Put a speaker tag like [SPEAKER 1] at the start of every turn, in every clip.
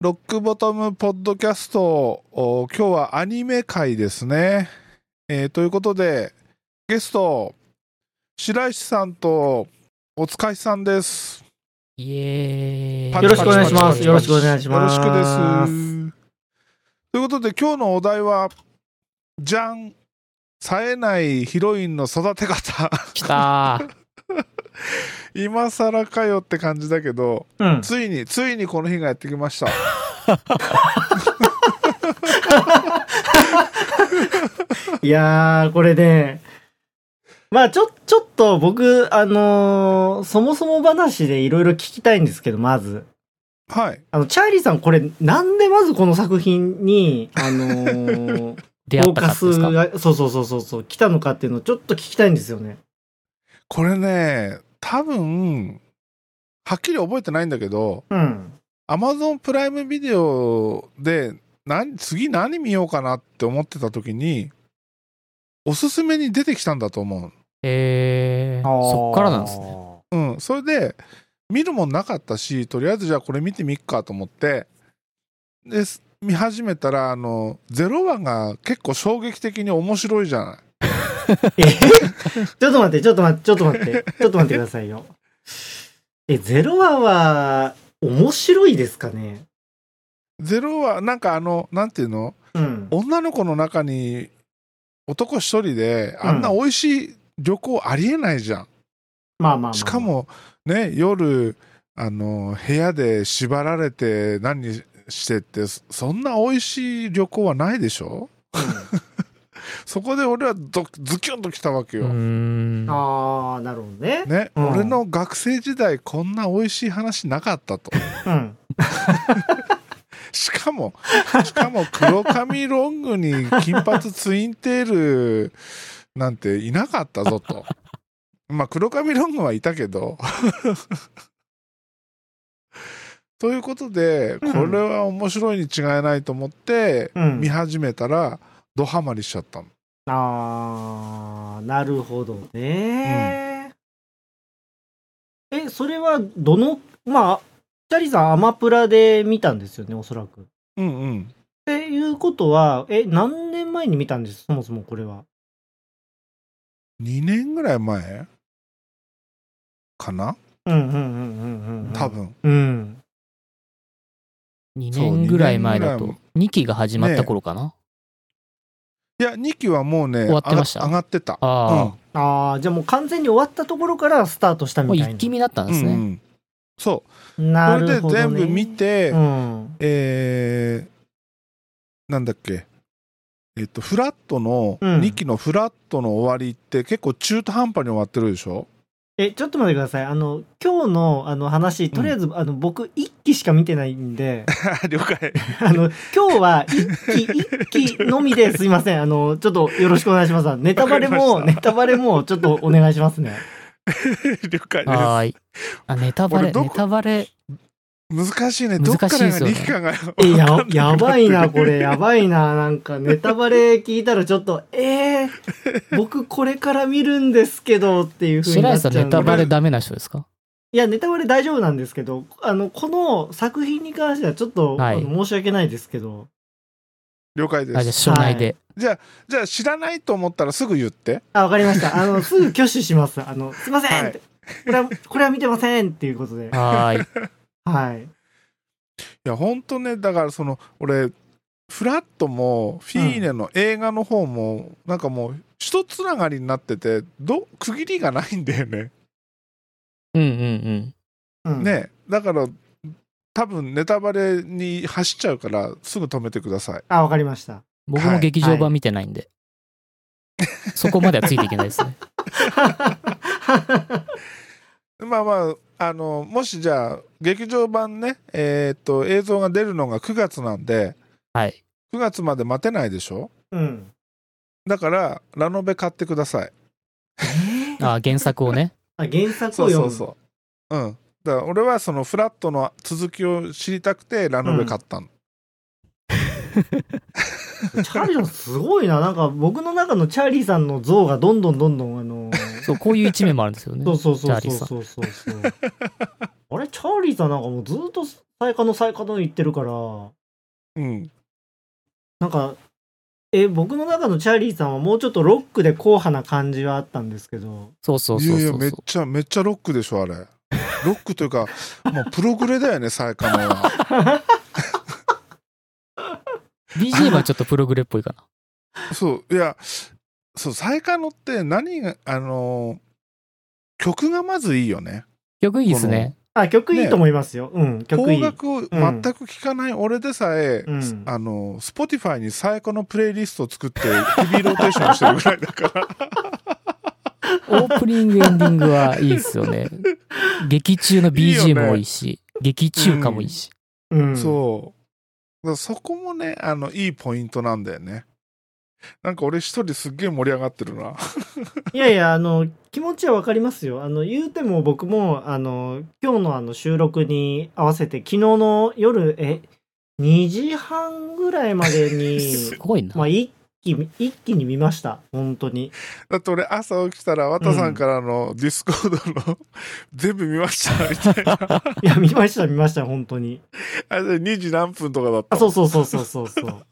[SPEAKER 1] ロックボトムポッドキャスト、お今日はアニメ会ですね。えーということで、ゲスト、白石さんとおつかしさんです。
[SPEAKER 2] イエー
[SPEAKER 1] パ
[SPEAKER 2] イ。
[SPEAKER 1] チ
[SPEAKER 3] よ
[SPEAKER 1] パ
[SPEAKER 3] ろ
[SPEAKER 1] チ
[SPEAKER 3] し
[SPEAKER 1] パチパチパ
[SPEAKER 3] くお願いします
[SPEAKER 1] チ
[SPEAKER 3] よろしくお願いします
[SPEAKER 1] よろしくです。ということで、今日のお題は、じゃん、冴えないヒロインの育て方。
[SPEAKER 2] きたー。
[SPEAKER 1] 今更かよって感じだけど、
[SPEAKER 3] うん。
[SPEAKER 1] ついに、ついにこの日がやってきました。
[SPEAKER 3] いやー、これね、まあちょ、ちょっと僕、あのーそもそも話でいろいろ聞きたいんですけど、まず。
[SPEAKER 1] はい。
[SPEAKER 3] あの、チャーリーさん、これ、なんでまずこの作品に、あのーフ
[SPEAKER 2] 出会
[SPEAKER 3] ォ
[SPEAKER 2] っ
[SPEAKER 3] ー
[SPEAKER 2] た
[SPEAKER 3] カ
[SPEAKER 2] かった
[SPEAKER 3] ス
[SPEAKER 2] ですか
[SPEAKER 3] が、そうそうそうそうそう、来たのかっていうのをちょっと聞きたいんですよね。
[SPEAKER 1] これね、多分、はっきり覚えてないんだけど、
[SPEAKER 3] うん。
[SPEAKER 1] Amazon プライムビデオで何次何見ようかなって思ってた時におすすめに出てきたんだと思
[SPEAKER 2] えー。そっからなんですね。
[SPEAKER 3] ね。
[SPEAKER 1] ううんそれで見るもんなかったしとりあえずじゃあこれ見てみっかと思ってです見始めたらあの「ゼロ話が結構衝撃的に面白いじゃない
[SPEAKER 3] え ちょっと待って、ちょっと待って、ちょっと待って、ちょっと待ってくださいよ。え、ゼロ話は、面白いですかね
[SPEAKER 1] ゼロ話なんかあのなんていうの
[SPEAKER 3] うん。
[SPEAKER 1] 女の子の中に男一人で
[SPEAKER 3] うん
[SPEAKER 1] あんな美味しい旅行ありえないじゃん
[SPEAKER 3] まあまあまあまあ。
[SPEAKER 1] しかもね夜あの部屋で縛られて何してってそそんな美味しい旅行はないでしょ そこで俺はドズキュンときたわけ
[SPEAKER 2] う
[SPEAKER 1] よ、
[SPEAKER 2] ーん。
[SPEAKER 3] ああ、なるほどね。
[SPEAKER 1] ね、
[SPEAKER 3] うん
[SPEAKER 1] 俺の学生時代こんな美味しい話なかったと
[SPEAKER 3] うん。
[SPEAKER 1] しかもしかも黒髪ロングに金髪ツインテールなんていなかったぞとまあ黒髪ロングはいたけど ということで
[SPEAKER 3] うん
[SPEAKER 1] これは面白いに違いないと思って
[SPEAKER 3] うん
[SPEAKER 1] 見。始めたらドハマりしちゃったの
[SPEAKER 3] ああ、なるほどね、え、それはどの、まあ、チャリさんアマプラで見たんですよね、おそらく。っ
[SPEAKER 1] うんうん
[SPEAKER 3] ていうことは、え、何年前に見たんですそもそもこれは。
[SPEAKER 1] 2年ぐらい前かな
[SPEAKER 3] うんうんうんうんうんうん。
[SPEAKER 1] 多。分
[SPEAKER 3] うん。
[SPEAKER 2] 2
[SPEAKER 1] そう
[SPEAKER 2] 年ぐらい前だ
[SPEAKER 1] 二年
[SPEAKER 2] と
[SPEAKER 1] ぐら。
[SPEAKER 2] 2期が始まった頃かな。
[SPEAKER 1] いや2期はもうね
[SPEAKER 2] 終わってました
[SPEAKER 1] 上が上がってたう
[SPEAKER 2] あ
[SPEAKER 1] ん
[SPEAKER 2] あ。
[SPEAKER 3] ああ、じゃあもう完全に終わったところからスタートした
[SPEAKER 2] もう
[SPEAKER 3] みたいな。
[SPEAKER 2] 一気見だったんです
[SPEAKER 1] うんう
[SPEAKER 2] ね。
[SPEAKER 1] んそう
[SPEAKER 3] な
[SPEAKER 1] それ
[SPEAKER 3] る
[SPEAKER 1] で
[SPEAKER 3] ほど、ね。
[SPEAKER 1] 全部見て、
[SPEAKER 3] うん。
[SPEAKER 1] えーなんだっけえっとフラットの、
[SPEAKER 3] うん
[SPEAKER 1] 2期のフラットの終わりって結構中途半端に終わってるでしょ
[SPEAKER 3] え、ちょっと待ってください。あの、今日のあの話、とりあえず、あの、僕、一期しか見てないんで、
[SPEAKER 1] 了解
[SPEAKER 3] あの、今日は一期、一期のみですいません。あの、ちょっとよろしくお願いします。ネタバレ
[SPEAKER 1] わ
[SPEAKER 3] も、
[SPEAKER 1] かりま
[SPEAKER 3] ネタバレも、ちょっとお願いしま すね。
[SPEAKER 1] 了解で
[SPEAKER 2] はーい。あ、ネタバレ、
[SPEAKER 1] 俺どこ
[SPEAKER 2] ネタバレ。
[SPEAKER 1] す難しいねどっか
[SPEAKER 2] 難し
[SPEAKER 1] らが
[SPEAKER 2] いですよね
[SPEAKER 1] 2期かが
[SPEAKER 3] え、や、やばいな、これ、やばいな。なんか、ネタバレ聞いたらちょっと、えー、僕これから見るんですけど、っていう風に
[SPEAKER 2] 白
[SPEAKER 3] な
[SPEAKER 2] 石
[SPEAKER 3] っちゃ
[SPEAKER 2] さ
[SPEAKER 3] うんんで
[SPEAKER 2] ネタバレダメな人ですか
[SPEAKER 3] いや、ネタバレ大丈夫なんですけど、あの、この作品に関してはちょっと、
[SPEAKER 2] はい
[SPEAKER 3] あの申し訳ないですけど、
[SPEAKER 1] 了解で
[SPEAKER 2] あ、じゃあ、
[SPEAKER 1] す
[SPEAKER 2] 署内で。
[SPEAKER 1] じゃあ知らないと思ったらすぐ言って
[SPEAKER 3] あ、わかりました。あの、すぐ挙手します。あの、すいません、
[SPEAKER 1] はい
[SPEAKER 3] ってこれは、これは見てませんっていうことで。
[SPEAKER 2] はーい。
[SPEAKER 3] はい。
[SPEAKER 1] いやほんとねだからその俺フラットもフィーネの映画の方も、なんかもう一つながりになっててど区切りがないんだよね
[SPEAKER 2] うんうんうん。
[SPEAKER 3] うん、
[SPEAKER 1] ねだから多分ネタバレに走っちゃうからすぐ止めてください
[SPEAKER 3] あ、わかりました。
[SPEAKER 2] 僕も劇場版見てないんで。そこまではついていけないですね。
[SPEAKER 1] まあまああのもしじゃあ劇場版ねえーっと映像が出るのが9月なんで
[SPEAKER 2] はい。
[SPEAKER 1] 9月まで待てないでしょ
[SPEAKER 3] うん。
[SPEAKER 1] だからラノベ買ってください
[SPEAKER 2] あ、原作をね。
[SPEAKER 3] あ、原作
[SPEAKER 1] そ
[SPEAKER 3] を読
[SPEAKER 1] う
[SPEAKER 3] む。
[SPEAKER 1] そうそううんだから俺はそのフラットの続きを知りたくてラノベ買ったの、
[SPEAKER 3] チャーリーさんすごいな。なんか僕の中のチャーリーさんの像がどんどんどんどん、あの、
[SPEAKER 2] そう、こういう一面もあるんですよね
[SPEAKER 3] そう。そうそ
[SPEAKER 2] チャ
[SPEAKER 3] う
[SPEAKER 2] ーリーさん
[SPEAKER 3] そうそうそうそう。あれ、チャーリーさんなんかもうずっと最下の最下の言ってるから、
[SPEAKER 1] うん。
[SPEAKER 3] なんか、え、僕の中のチャーリーさんはもうちょっとロックで硬派な感じはあったんですけど、
[SPEAKER 2] そうそうそう
[SPEAKER 1] いやい
[SPEAKER 2] そ
[SPEAKER 1] や、
[SPEAKER 2] う
[SPEAKER 1] めっ
[SPEAKER 2] そ
[SPEAKER 1] ちゃ、めっちゃロックでしょ、あれ。ロックというか、もうプログレだよね、 最下のは。
[SPEAKER 2] う。BGM はちょっとプログレっぽいかな。
[SPEAKER 1] そう、いや、そう、最下のって何が、あのー曲がまずいいよね。
[SPEAKER 2] 曲いいですね。
[SPEAKER 3] あ、曲いいと思いますよ。うん、曲い
[SPEAKER 1] 邦
[SPEAKER 3] い。
[SPEAKER 1] 楽を全く聴かない俺でさえ、
[SPEAKER 3] うん
[SPEAKER 1] あの、スポティファイに最高のプレイリストを作って、ヘビーローテーションしてるぐらいだから。
[SPEAKER 2] オープニング、エンディングはいいですよね。劇中の
[SPEAKER 1] いいよね
[SPEAKER 2] BGM もいいし、劇中歌もいいし。
[SPEAKER 3] うん。
[SPEAKER 1] そう。だからそこもね、あの、いいポイントなんだよね。なんか俺一人すっげえ盛り上がってるな。
[SPEAKER 3] いやいや、あの、気持ちはわかりますよ。あの、言うても僕も、あの、今日のあの収録に合わせて、昨日の夜、え、2時半ぐらいまでに
[SPEAKER 2] す、ごいな。
[SPEAKER 3] まあ、一気に、一気に見ました。本当に。
[SPEAKER 1] だって俺朝起きたら、綿さんからのディスコードの、 全部見ましたみ たいな。
[SPEAKER 3] いや、見ました、見ました、本当に。
[SPEAKER 1] あれで2時何分とかだった。
[SPEAKER 3] あ、そうそうそうそうそうそう。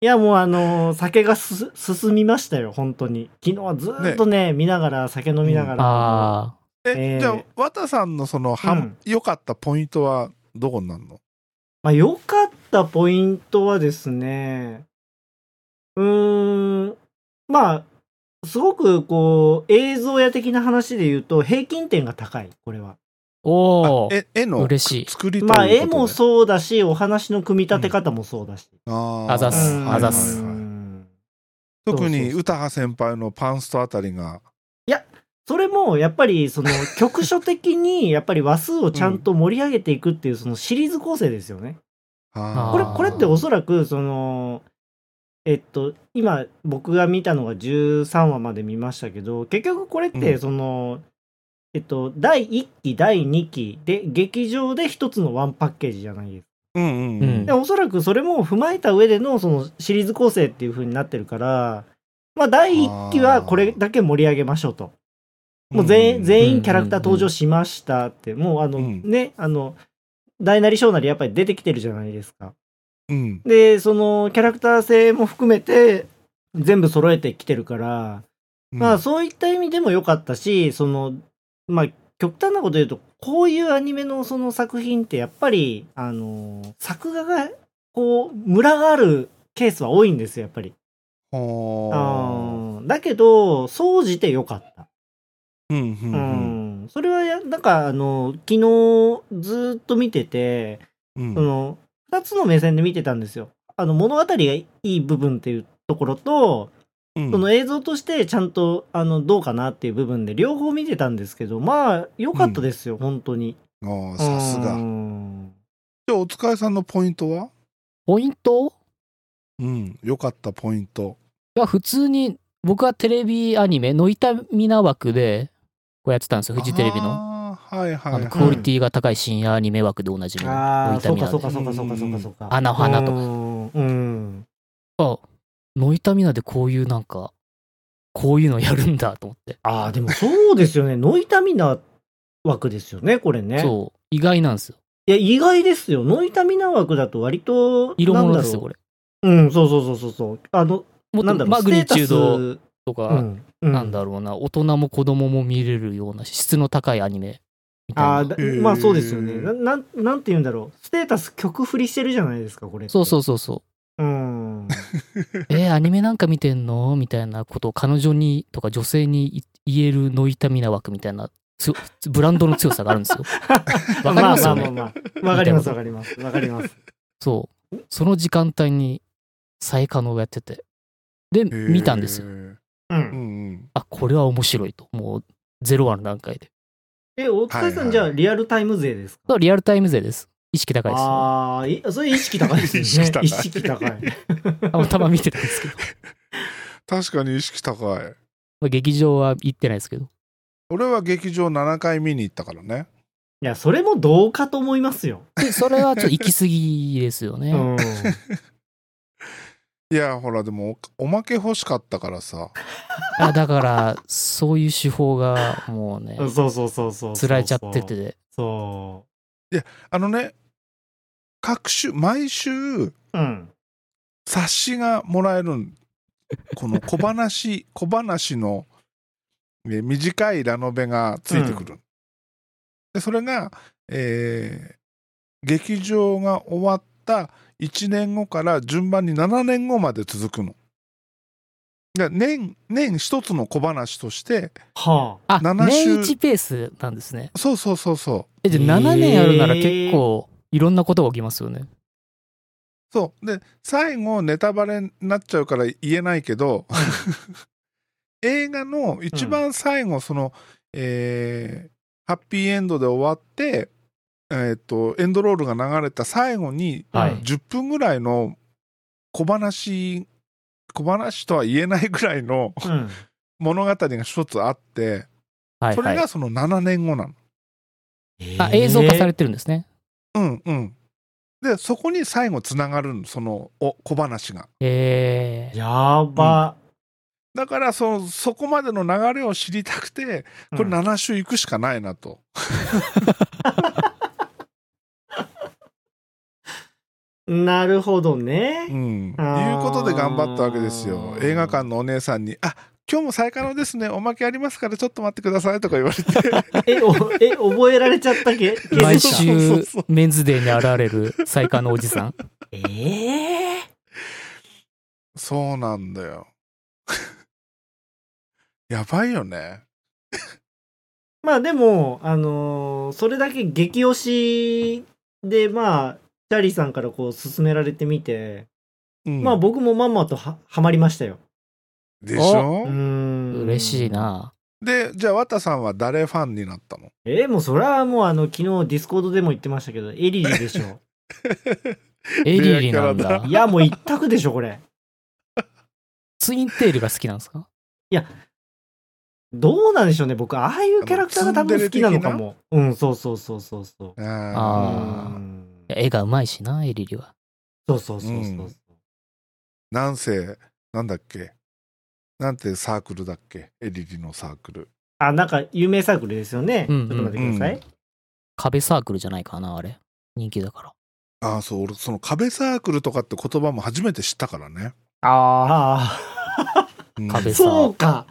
[SPEAKER 3] いや、もうあのー酒がすす進みましたよ、本当に。昨日はずーっとね、見ながら、酒飲みながら。
[SPEAKER 2] あ
[SPEAKER 1] え
[SPEAKER 3] えー
[SPEAKER 1] じゃあ、綿さんのその、は
[SPEAKER 3] うん
[SPEAKER 1] 良かったポイントはどこになるの
[SPEAKER 3] まあ、良かったポイントはですね、うーん、まあ、すごくこう、映像や的な話で言うと、平均点が高い、これは。
[SPEAKER 2] あ。おお。
[SPEAKER 1] え、絵の
[SPEAKER 2] 嬉しい
[SPEAKER 1] 作りということ
[SPEAKER 3] まあ、
[SPEAKER 1] で
[SPEAKER 3] 絵もそうだし、お話の組み立て方もそうだし。
[SPEAKER 1] あー
[SPEAKER 2] あざっす
[SPEAKER 3] うん
[SPEAKER 2] あざっす
[SPEAKER 1] はいはいはい
[SPEAKER 3] うん
[SPEAKER 1] 特
[SPEAKER 3] そうそう
[SPEAKER 1] に
[SPEAKER 3] そう
[SPEAKER 1] 歌羽先輩のパンストあたりが、
[SPEAKER 3] それもやっぱりその局所的にやっぱり話数をちゃんと盛り上げていくっていうそのシリーズ構成ですよね。
[SPEAKER 1] あー
[SPEAKER 3] これ
[SPEAKER 2] あー
[SPEAKER 3] これっておそらくそのえっと今僕が見たのが13話まで見ましたけど結局これっ
[SPEAKER 1] う
[SPEAKER 3] て
[SPEAKER 1] ん
[SPEAKER 3] その、えっと第1期第2期で劇場で一つのワンパッケージじゃないですか。
[SPEAKER 1] うんうんう
[SPEAKER 2] うん
[SPEAKER 1] ん
[SPEAKER 3] でおそらくそれも踏まえた上でのそのシリーズ構成っていう風になってるからまあ第1期はこれだけ盛り上げましょうと。もう全員全員キャラクター登場しましたって、もうあの、
[SPEAKER 1] うん
[SPEAKER 3] ね、あの、大なり小なりやっぱり出てきてるじゃないですか。
[SPEAKER 1] うん
[SPEAKER 3] で、そのキャラクター性も含めて、全部揃えてきてるから、
[SPEAKER 1] うん
[SPEAKER 3] まあそういった意味でも良かったし、その、まあ極端なこと言うと、こういうアニメのその作品ってやっぱり、あの、作画が、こう、ムラがあるケースは多いんですよ、やっぱり。
[SPEAKER 1] ほー
[SPEAKER 3] うんだけど、総じて良かった。
[SPEAKER 1] うんうんうん
[SPEAKER 3] うんそれはやなんかあの昨日ずーっと見てて、
[SPEAKER 1] うん
[SPEAKER 3] その2つの目線で見てたんですよあの物語がいい部分っていうところと、
[SPEAKER 1] うん
[SPEAKER 3] その映像としてちゃんとあのどうかなっていう部分で両方見てたんですけどまあ良かったですよ、本当に
[SPEAKER 1] あーさすが
[SPEAKER 3] う
[SPEAKER 1] じ
[SPEAKER 3] ん
[SPEAKER 1] ゃあお疲れさんのポイントは
[SPEAKER 2] ポイント
[SPEAKER 1] うん良かったポイント
[SPEAKER 2] が普通に、僕はテレビアニメ、ノイタミナ枠で、こうやってたんですよ。フジテレビの。
[SPEAKER 1] あーはいはい
[SPEAKER 2] あ
[SPEAKER 1] はい
[SPEAKER 2] の、クオリティが高い深夜アニメ枠でおなじみの。
[SPEAKER 3] あ
[SPEAKER 2] ノ
[SPEAKER 3] あ
[SPEAKER 2] イタ
[SPEAKER 3] そう
[SPEAKER 2] ミ
[SPEAKER 3] か
[SPEAKER 2] ナ
[SPEAKER 3] そ
[SPEAKER 2] で
[SPEAKER 3] うかそうかそうかそうかそうか
[SPEAKER 2] 穴花とか
[SPEAKER 3] うんうん
[SPEAKER 2] あ、ノイタミナでこういうなんか、こういうのやるんだと思って。
[SPEAKER 3] ああでもそうですよねノイタミナ枠ですよねこれね
[SPEAKER 2] そう。意外なんですよ。
[SPEAKER 3] いや、意外ですよ。ノイタミナ枠だと割と、
[SPEAKER 2] 色
[SPEAKER 3] なん
[SPEAKER 2] 物
[SPEAKER 3] だ
[SPEAKER 2] ですよ、
[SPEAKER 3] ろ
[SPEAKER 2] これ。
[SPEAKER 3] う。うん、そうそうそうそうそう。あの、
[SPEAKER 2] も
[SPEAKER 3] な
[SPEAKER 2] っ
[SPEAKER 3] んだ
[SPEAKER 2] と
[SPEAKER 3] ろ
[SPEAKER 2] マ
[SPEAKER 3] う、ステ
[SPEAKER 2] グニチュード
[SPEAKER 3] ー
[SPEAKER 2] と
[SPEAKER 3] タ
[SPEAKER 2] か、
[SPEAKER 3] ス、うんう
[SPEAKER 2] なんだろうな、大人も子供も見れるような質の高いアニメみたい
[SPEAKER 3] ああ
[SPEAKER 2] な。
[SPEAKER 3] だ
[SPEAKER 1] へー
[SPEAKER 3] まあそうですよね。ななん、なんて言うんだろう。ステータス曲振りしてるじゃないですか、これ。。
[SPEAKER 2] そうそううそうそう。
[SPEAKER 3] うん。
[SPEAKER 2] えーアニメなんか見てんのみたいなことを彼女にとか女性に言言えるノイタミナ枠みたいなつブランドの強さがあるんですよ。 わかりますよね。
[SPEAKER 3] まあまあまあ。わかります、わかります。わかります。
[SPEAKER 2] そう。その時間帯に再可能をやってて。で、
[SPEAKER 1] へー
[SPEAKER 2] 見たんですよ。
[SPEAKER 3] う。
[SPEAKER 1] うんんうん
[SPEAKER 2] あ、これは面白いと。もう、ゼロ話の段階で。
[SPEAKER 3] え、大塚さ
[SPEAKER 1] はいはい
[SPEAKER 3] ん、じゃあ、リアルタイム勢ですか
[SPEAKER 2] そうリアルタイム勢です。意識高いです。あ
[SPEAKER 3] ああ、いそれ意識高いですよ ね。
[SPEAKER 1] 意識高い
[SPEAKER 3] 意識高い。
[SPEAKER 2] の たま見てたんですけど。
[SPEAKER 1] 確かに意識高い
[SPEAKER 2] まあ、劇場は行ってないですけど。
[SPEAKER 1] 俺は劇場7回見に行ったからね
[SPEAKER 3] いや、それもどうかと思いますよ。
[SPEAKER 2] で、それはちょっと行き過ぎですよね。
[SPEAKER 3] うん。
[SPEAKER 1] いやほらでもおおまけ欲しかったからさ
[SPEAKER 2] あだから、そういう手法がもうね、
[SPEAKER 3] そうそうそうそうそう。
[SPEAKER 2] つられちゃってて、
[SPEAKER 3] そう。
[SPEAKER 1] あのね、各週、毎週、
[SPEAKER 3] うん。
[SPEAKER 1] 冊子がもらえるんこの小話 小話のえー短いラノベがついてくる、でそれが、えー劇場が終わった1年後から順番に7年後まで続くの。だから年年一つの小話として
[SPEAKER 3] は
[SPEAKER 2] あ、
[SPEAKER 1] 7週
[SPEAKER 2] 年一ペースなんですね。
[SPEAKER 1] そうそうそうそう
[SPEAKER 2] え、じゃあ7年あるなら結構いろんなことが起きますよね。
[SPEAKER 1] そうで最後ネタバレになっちゃうから言えないけど映画の一番最後、その、えーハッピーエンドで終わって、えー、とエンドロールが流れた最後に
[SPEAKER 2] はい
[SPEAKER 1] 10分ぐらいの小話小話とは言えないぐらいの
[SPEAKER 3] あ。うん。
[SPEAKER 1] 物語が一つあって
[SPEAKER 2] はい、
[SPEAKER 1] そ
[SPEAKER 2] は
[SPEAKER 1] れ
[SPEAKER 2] い。
[SPEAKER 1] がその7年後なの。
[SPEAKER 2] あ、映像化され
[SPEAKER 3] て
[SPEAKER 2] てるんですね。
[SPEAKER 1] うんうん、でそこに最後つながるのそのお小話が。
[SPEAKER 2] えー。
[SPEAKER 3] やば。
[SPEAKER 1] だからそのそこまでの流れを知りたくてこれ7週行くしかないなと。
[SPEAKER 3] うんなるほど
[SPEAKER 1] う
[SPEAKER 3] ね。
[SPEAKER 1] ん、いう
[SPEAKER 3] あー
[SPEAKER 1] ことで頑張ったわけですよ映画館のお姉さんに「あ今日も再可能ですねおまけありますからちょっと待ってください」とか言われ て
[SPEAKER 3] え、おえ、覚えられちゃったけ
[SPEAKER 2] 毎
[SPEAKER 1] そうそうそ
[SPEAKER 2] 週
[SPEAKER 1] うそう
[SPEAKER 2] メンズデーに現れる最下のおじさん。
[SPEAKER 3] ええ
[SPEAKER 1] そうなんだよ やばいよね
[SPEAKER 3] まあでも、あのーそれだけ激推しで、まあ、チャーリーさんからこう勧められてみて、
[SPEAKER 1] うん
[SPEAKER 3] まあ僕もまんまとははまりましたよ。
[SPEAKER 1] でしょ
[SPEAKER 3] うーん。
[SPEAKER 2] 嬉しい。な
[SPEAKER 1] でじゃあ綿さんは誰ファンになったの
[SPEAKER 3] えーもうそれはもうあの、昨日ディスコードでも言ってましたけど、エリリでしょ。
[SPEAKER 2] エリリな
[SPEAKER 1] レア
[SPEAKER 2] ん
[SPEAKER 1] キャラ
[SPEAKER 2] だ
[SPEAKER 1] だ。
[SPEAKER 3] いや、もう一択でしょ、これ。
[SPEAKER 2] ツインテールが好きなんですか
[SPEAKER 3] どうなんでしょうね、僕、ああいうキャラクターが多分好きなのかも。うん、そうそうそうそうそう。う
[SPEAKER 1] あー
[SPEAKER 2] あー
[SPEAKER 3] ん
[SPEAKER 2] いや絵がうまいしな、エリリは。
[SPEAKER 3] そうそうそうそうそう。
[SPEAKER 1] なんせなんだっけなんてサークルだっけエリリのサークル
[SPEAKER 3] あ、なんか、有名サークルですよね。
[SPEAKER 2] うんうん
[SPEAKER 3] ちょっと待ってください。
[SPEAKER 2] 壁サークルじゃないかな、あれ。人気だから。
[SPEAKER 1] ああそう俺その壁サークルとかって言葉も初めて知ったからね、
[SPEAKER 3] あ
[SPEAKER 1] うん
[SPEAKER 2] 壁
[SPEAKER 3] あ、
[SPEAKER 2] サー
[SPEAKER 3] そうか。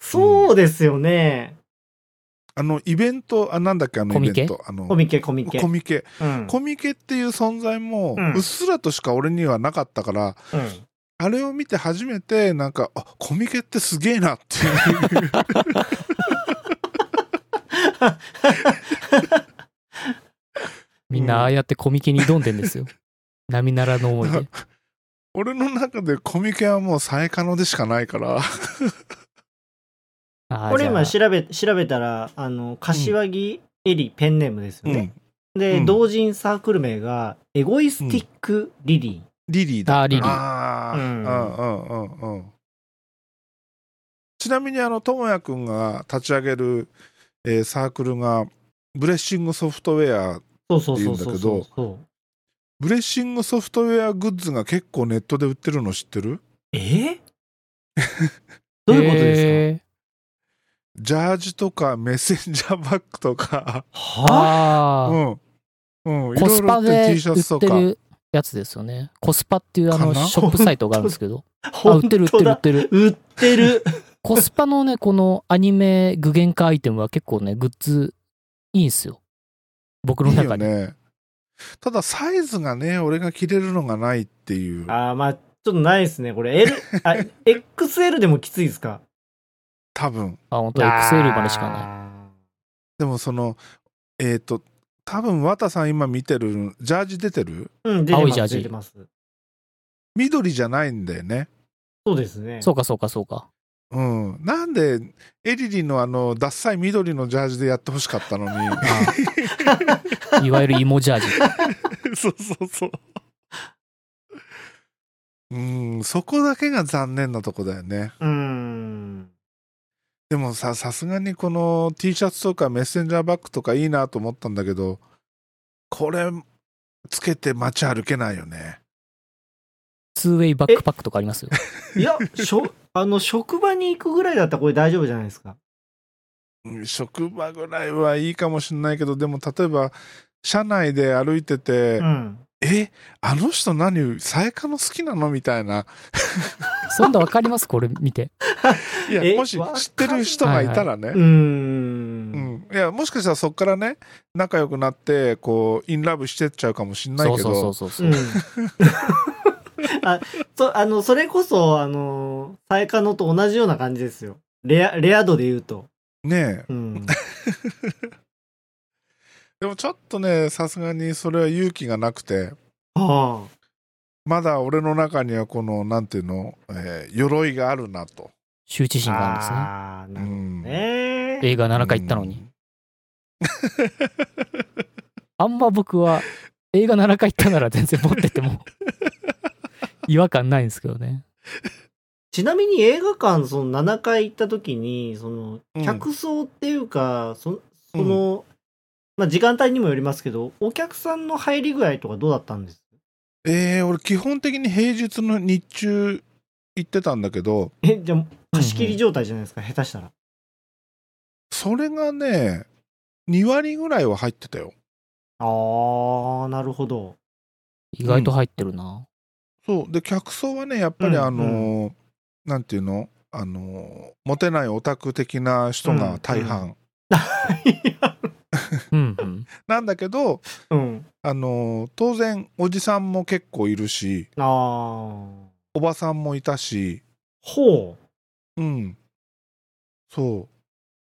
[SPEAKER 3] そうですよね。
[SPEAKER 1] あのイベントあなんだっけあの
[SPEAKER 2] コ
[SPEAKER 1] イ
[SPEAKER 2] ミケ
[SPEAKER 1] ベントあの
[SPEAKER 3] コミケ、コミケ。
[SPEAKER 1] コミケ
[SPEAKER 3] うん
[SPEAKER 1] コミケっていう存在も
[SPEAKER 3] うん
[SPEAKER 1] うっすらとしか俺にはなかったから、
[SPEAKER 3] うん
[SPEAKER 1] あれを見て初めてなんかあコミケってすげえなっていう
[SPEAKER 2] みんなああやってコミケに挑んでん ですよ。並ならの思いで。
[SPEAKER 1] 俺の中でコミケはもう最可能でしかないから
[SPEAKER 2] あー
[SPEAKER 3] これ
[SPEAKER 2] じゃあ
[SPEAKER 3] 今調べ、調べたら、あの、柏木エリペンネームですよね。
[SPEAKER 1] う
[SPEAKER 3] で、
[SPEAKER 1] ん
[SPEAKER 3] 同人サークル名が、エゴイスティック・リリー。
[SPEAKER 1] リリーだ
[SPEAKER 2] あーリリー
[SPEAKER 1] あーうんうんうんうんちなみにあのともやくんが立ち上げる、えーサークルがブレッシングソフトウェア
[SPEAKER 3] そうそうそうそうそうそう。
[SPEAKER 1] ブレッシングソフトウェアグッズが結構ネットで売ってるの知ってる
[SPEAKER 3] えーどういうことです
[SPEAKER 2] えー
[SPEAKER 1] ジャージとかメッセンジャーバッグとか、
[SPEAKER 3] かは
[SPEAKER 1] う
[SPEAKER 2] あ
[SPEAKER 1] ん。うん、
[SPEAKER 2] あ、コスパ
[SPEAKER 1] いろいろ売ってる
[SPEAKER 2] で
[SPEAKER 1] T シ
[SPEAKER 2] 売
[SPEAKER 1] ャツ
[SPEAKER 2] っ
[SPEAKER 1] と
[SPEAKER 2] て
[SPEAKER 1] か。
[SPEAKER 2] るやつですよね。コスパっていうあの
[SPEAKER 1] かな
[SPEAKER 2] ショップサイトがあるんです けど。あ、売
[SPEAKER 3] 本
[SPEAKER 2] ってる売って
[SPEAKER 3] 当
[SPEAKER 2] る売
[SPEAKER 3] だ
[SPEAKER 2] っ。てる。
[SPEAKER 3] 売ってる。
[SPEAKER 2] コスパのね、このアニメ具現化アイテムは結構ね、グッズいいんすよ。僕の
[SPEAKER 1] いい
[SPEAKER 2] 中
[SPEAKER 1] よ
[SPEAKER 2] で。
[SPEAKER 1] ね。ただサイズがね、俺が着れるのがないっていう。
[SPEAKER 3] あーまあ、ちょっとないですね、これ。L、あ、XL でもきついですか
[SPEAKER 1] 多分。
[SPEAKER 2] あ、本当 XL までしかない。
[SPEAKER 3] な
[SPEAKER 1] でもその、えっ、と、多分、綿さん今見てる、ジャージ出てる
[SPEAKER 3] い。うん、出て
[SPEAKER 2] 青い
[SPEAKER 3] ま
[SPEAKER 2] ジャー
[SPEAKER 3] す、
[SPEAKER 2] ジ
[SPEAKER 3] 出てます。
[SPEAKER 1] 緑じゃないんだよね。
[SPEAKER 3] そうですね。
[SPEAKER 2] そうかそうかそうか。
[SPEAKER 1] うん。なんで、エリリのあの、ダッサい緑のジャージでやってほしかったのに。
[SPEAKER 2] いわゆる芋ジャージ。
[SPEAKER 1] そうそうそう。うん、そこだけが残念なとこだよね。
[SPEAKER 3] うーん。
[SPEAKER 1] でもさ、さすがにこの T シャツとかメッセンジャーバッグとかいいなと思ったんだけど、これ、つけて街歩けないよね。
[SPEAKER 2] ツーウェイバックパックとかありますよ。
[SPEAKER 3] いや、しょ、 あの、職場に行くぐらいだったらこれ大丈夫じゃないですか。
[SPEAKER 1] うん職場ぐらいはいいかもしれないけど、でも例えば、車内で歩いてて、
[SPEAKER 3] うん。
[SPEAKER 1] えあの人何サエカの好きなのみたいな
[SPEAKER 2] そんなわかりますこれ見て。
[SPEAKER 1] いや
[SPEAKER 3] え
[SPEAKER 1] もし
[SPEAKER 3] わかんない
[SPEAKER 1] 知ってる人がいたらね、
[SPEAKER 3] うーん。
[SPEAKER 1] うん、いやもしかしたらそこからね仲良くなってこうインラブしてっちゃうかもしんないけ
[SPEAKER 2] そ
[SPEAKER 1] ど
[SPEAKER 2] うそうそうそうそうう。
[SPEAKER 3] ん。 あ、そ、あの、それこそ、あの、サエカノと同じような感じですよ。レア、レア度で言うと。
[SPEAKER 1] ねえ
[SPEAKER 3] うん。
[SPEAKER 1] でもちょっとねさすがにそれは勇気がなくて
[SPEAKER 3] あ
[SPEAKER 1] まだ俺の中にはこのなんていうの、えー鎧があるなと、
[SPEAKER 2] 羞恥
[SPEAKER 3] あ。
[SPEAKER 2] 心があるんですね。
[SPEAKER 3] ああ、
[SPEAKER 1] う
[SPEAKER 3] なる
[SPEAKER 1] ん
[SPEAKER 3] ほどね。
[SPEAKER 2] 映画7回行ったのに。あんま僕は映画7回行ったなら全然持ってて も違和感ないんですけどね。
[SPEAKER 3] ちなみに映画館、その7回行った時に、その
[SPEAKER 1] う、ん
[SPEAKER 3] 客層っていうか、そその、まあ、時間帯にもよりますけど、お客さんの入り具合とかどうだったんです
[SPEAKER 1] えー俺基本的に平日の日中行ってたんだけど
[SPEAKER 3] え、じゃあ貸し切り状態じゃないですか、下手したら。
[SPEAKER 1] それがね2割ぐらいは入ってたよ
[SPEAKER 3] あー、なるほど。
[SPEAKER 2] 意外と入ってるな。
[SPEAKER 1] そうで客層はねやっぱり
[SPEAKER 3] うん
[SPEAKER 1] あのーなんていうのあのーモテないオタク的な人が大半、
[SPEAKER 3] うんいや
[SPEAKER 2] うんうん。
[SPEAKER 1] なんだけど
[SPEAKER 3] うん。
[SPEAKER 1] あのー当然おじさんも結構いるし
[SPEAKER 3] あー。
[SPEAKER 1] おばさんもいたし
[SPEAKER 3] ほう。
[SPEAKER 1] うんそ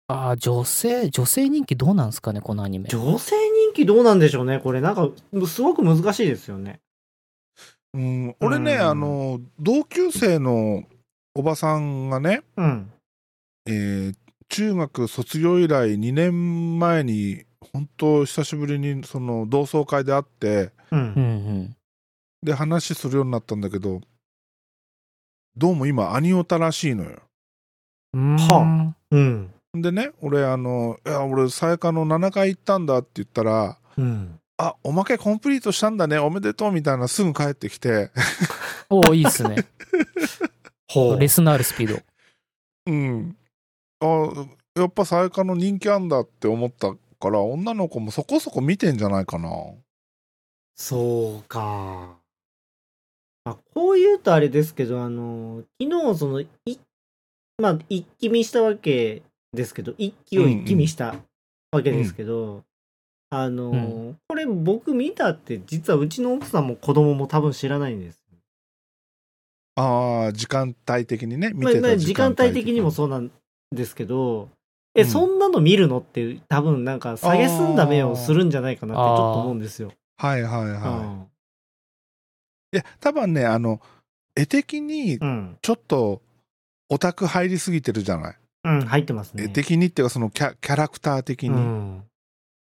[SPEAKER 2] ああ、女性、女性人気どうなんですかね、このアニメ。
[SPEAKER 3] 女性人気どうなんでしょうね、これ。なんか、すごく難しいですよね。
[SPEAKER 1] う、うん、俺ね、
[SPEAKER 3] うん
[SPEAKER 1] あのー同級生のおばさんがね、
[SPEAKER 3] うん。
[SPEAKER 1] えー中学卒業以来2年前に本当久しぶりにその同窓会で会って
[SPEAKER 3] う
[SPEAKER 2] うんう
[SPEAKER 3] ん。
[SPEAKER 2] ん。
[SPEAKER 1] で話するようになったんだけどどうも今アニオタらしいのよ。
[SPEAKER 2] うーん
[SPEAKER 3] はうん。
[SPEAKER 1] でね俺あの「いや俺さやかの7回行ったんだ」って言ったら
[SPEAKER 3] うん。
[SPEAKER 1] 「あおまけコンプリートしたんだねおめでとう」みたいなすぐ帰ってきて
[SPEAKER 2] おお、いいっす ね。
[SPEAKER 3] ほう。
[SPEAKER 2] レスナールスピー
[SPEAKER 1] う
[SPEAKER 2] ド。
[SPEAKER 1] んあやっぱさやかの人気あんだって思ったから女の子もそこそこ見てんじゃないかな
[SPEAKER 3] そうか。まあ、こう言うとあれですけど、あの、昨日、その、い、まあ、一気見したわけですけど、一気を一気見したわけですけど、あの、
[SPEAKER 2] う
[SPEAKER 3] これ僕見たって、実はうちの奥さんも子供も多分知らないんです。
[SPEAKER 1] あー時間帯的にね見
[SPEAKER 3] まあ
[SPEAKER 1] て
[SPEAKER 3] まあ
[SPEAKER 1] た
[SPEAKER 3] 時間帯的にも
[SPEAKER 1] う
[SPEAKER 3] そうなんですけど、え、
[SPEAKER 1] うん
[SPEAKER 3] そんなの見るのっていう、多分なんか、下げすんだ目をするんじゃないかなってちょっと思うんですよ。
[SPEAKER 1] はいはいはい、
[SPEAKER 3] うん
[SPEAKER 1] いや多分ねあの絵的に
[SPEAKER 3] うん。
[SPEAKER 1] ちょっとオタク入りすぎてるじゃない、
[SPEAKER 3] うん、入ってますね。
[SPEAKER 1] 絵的にっていうかそのキャキャラクター的
[SPEAKER 3] う
[SPEAKER 1] に、
[SPEAKER 3] ん。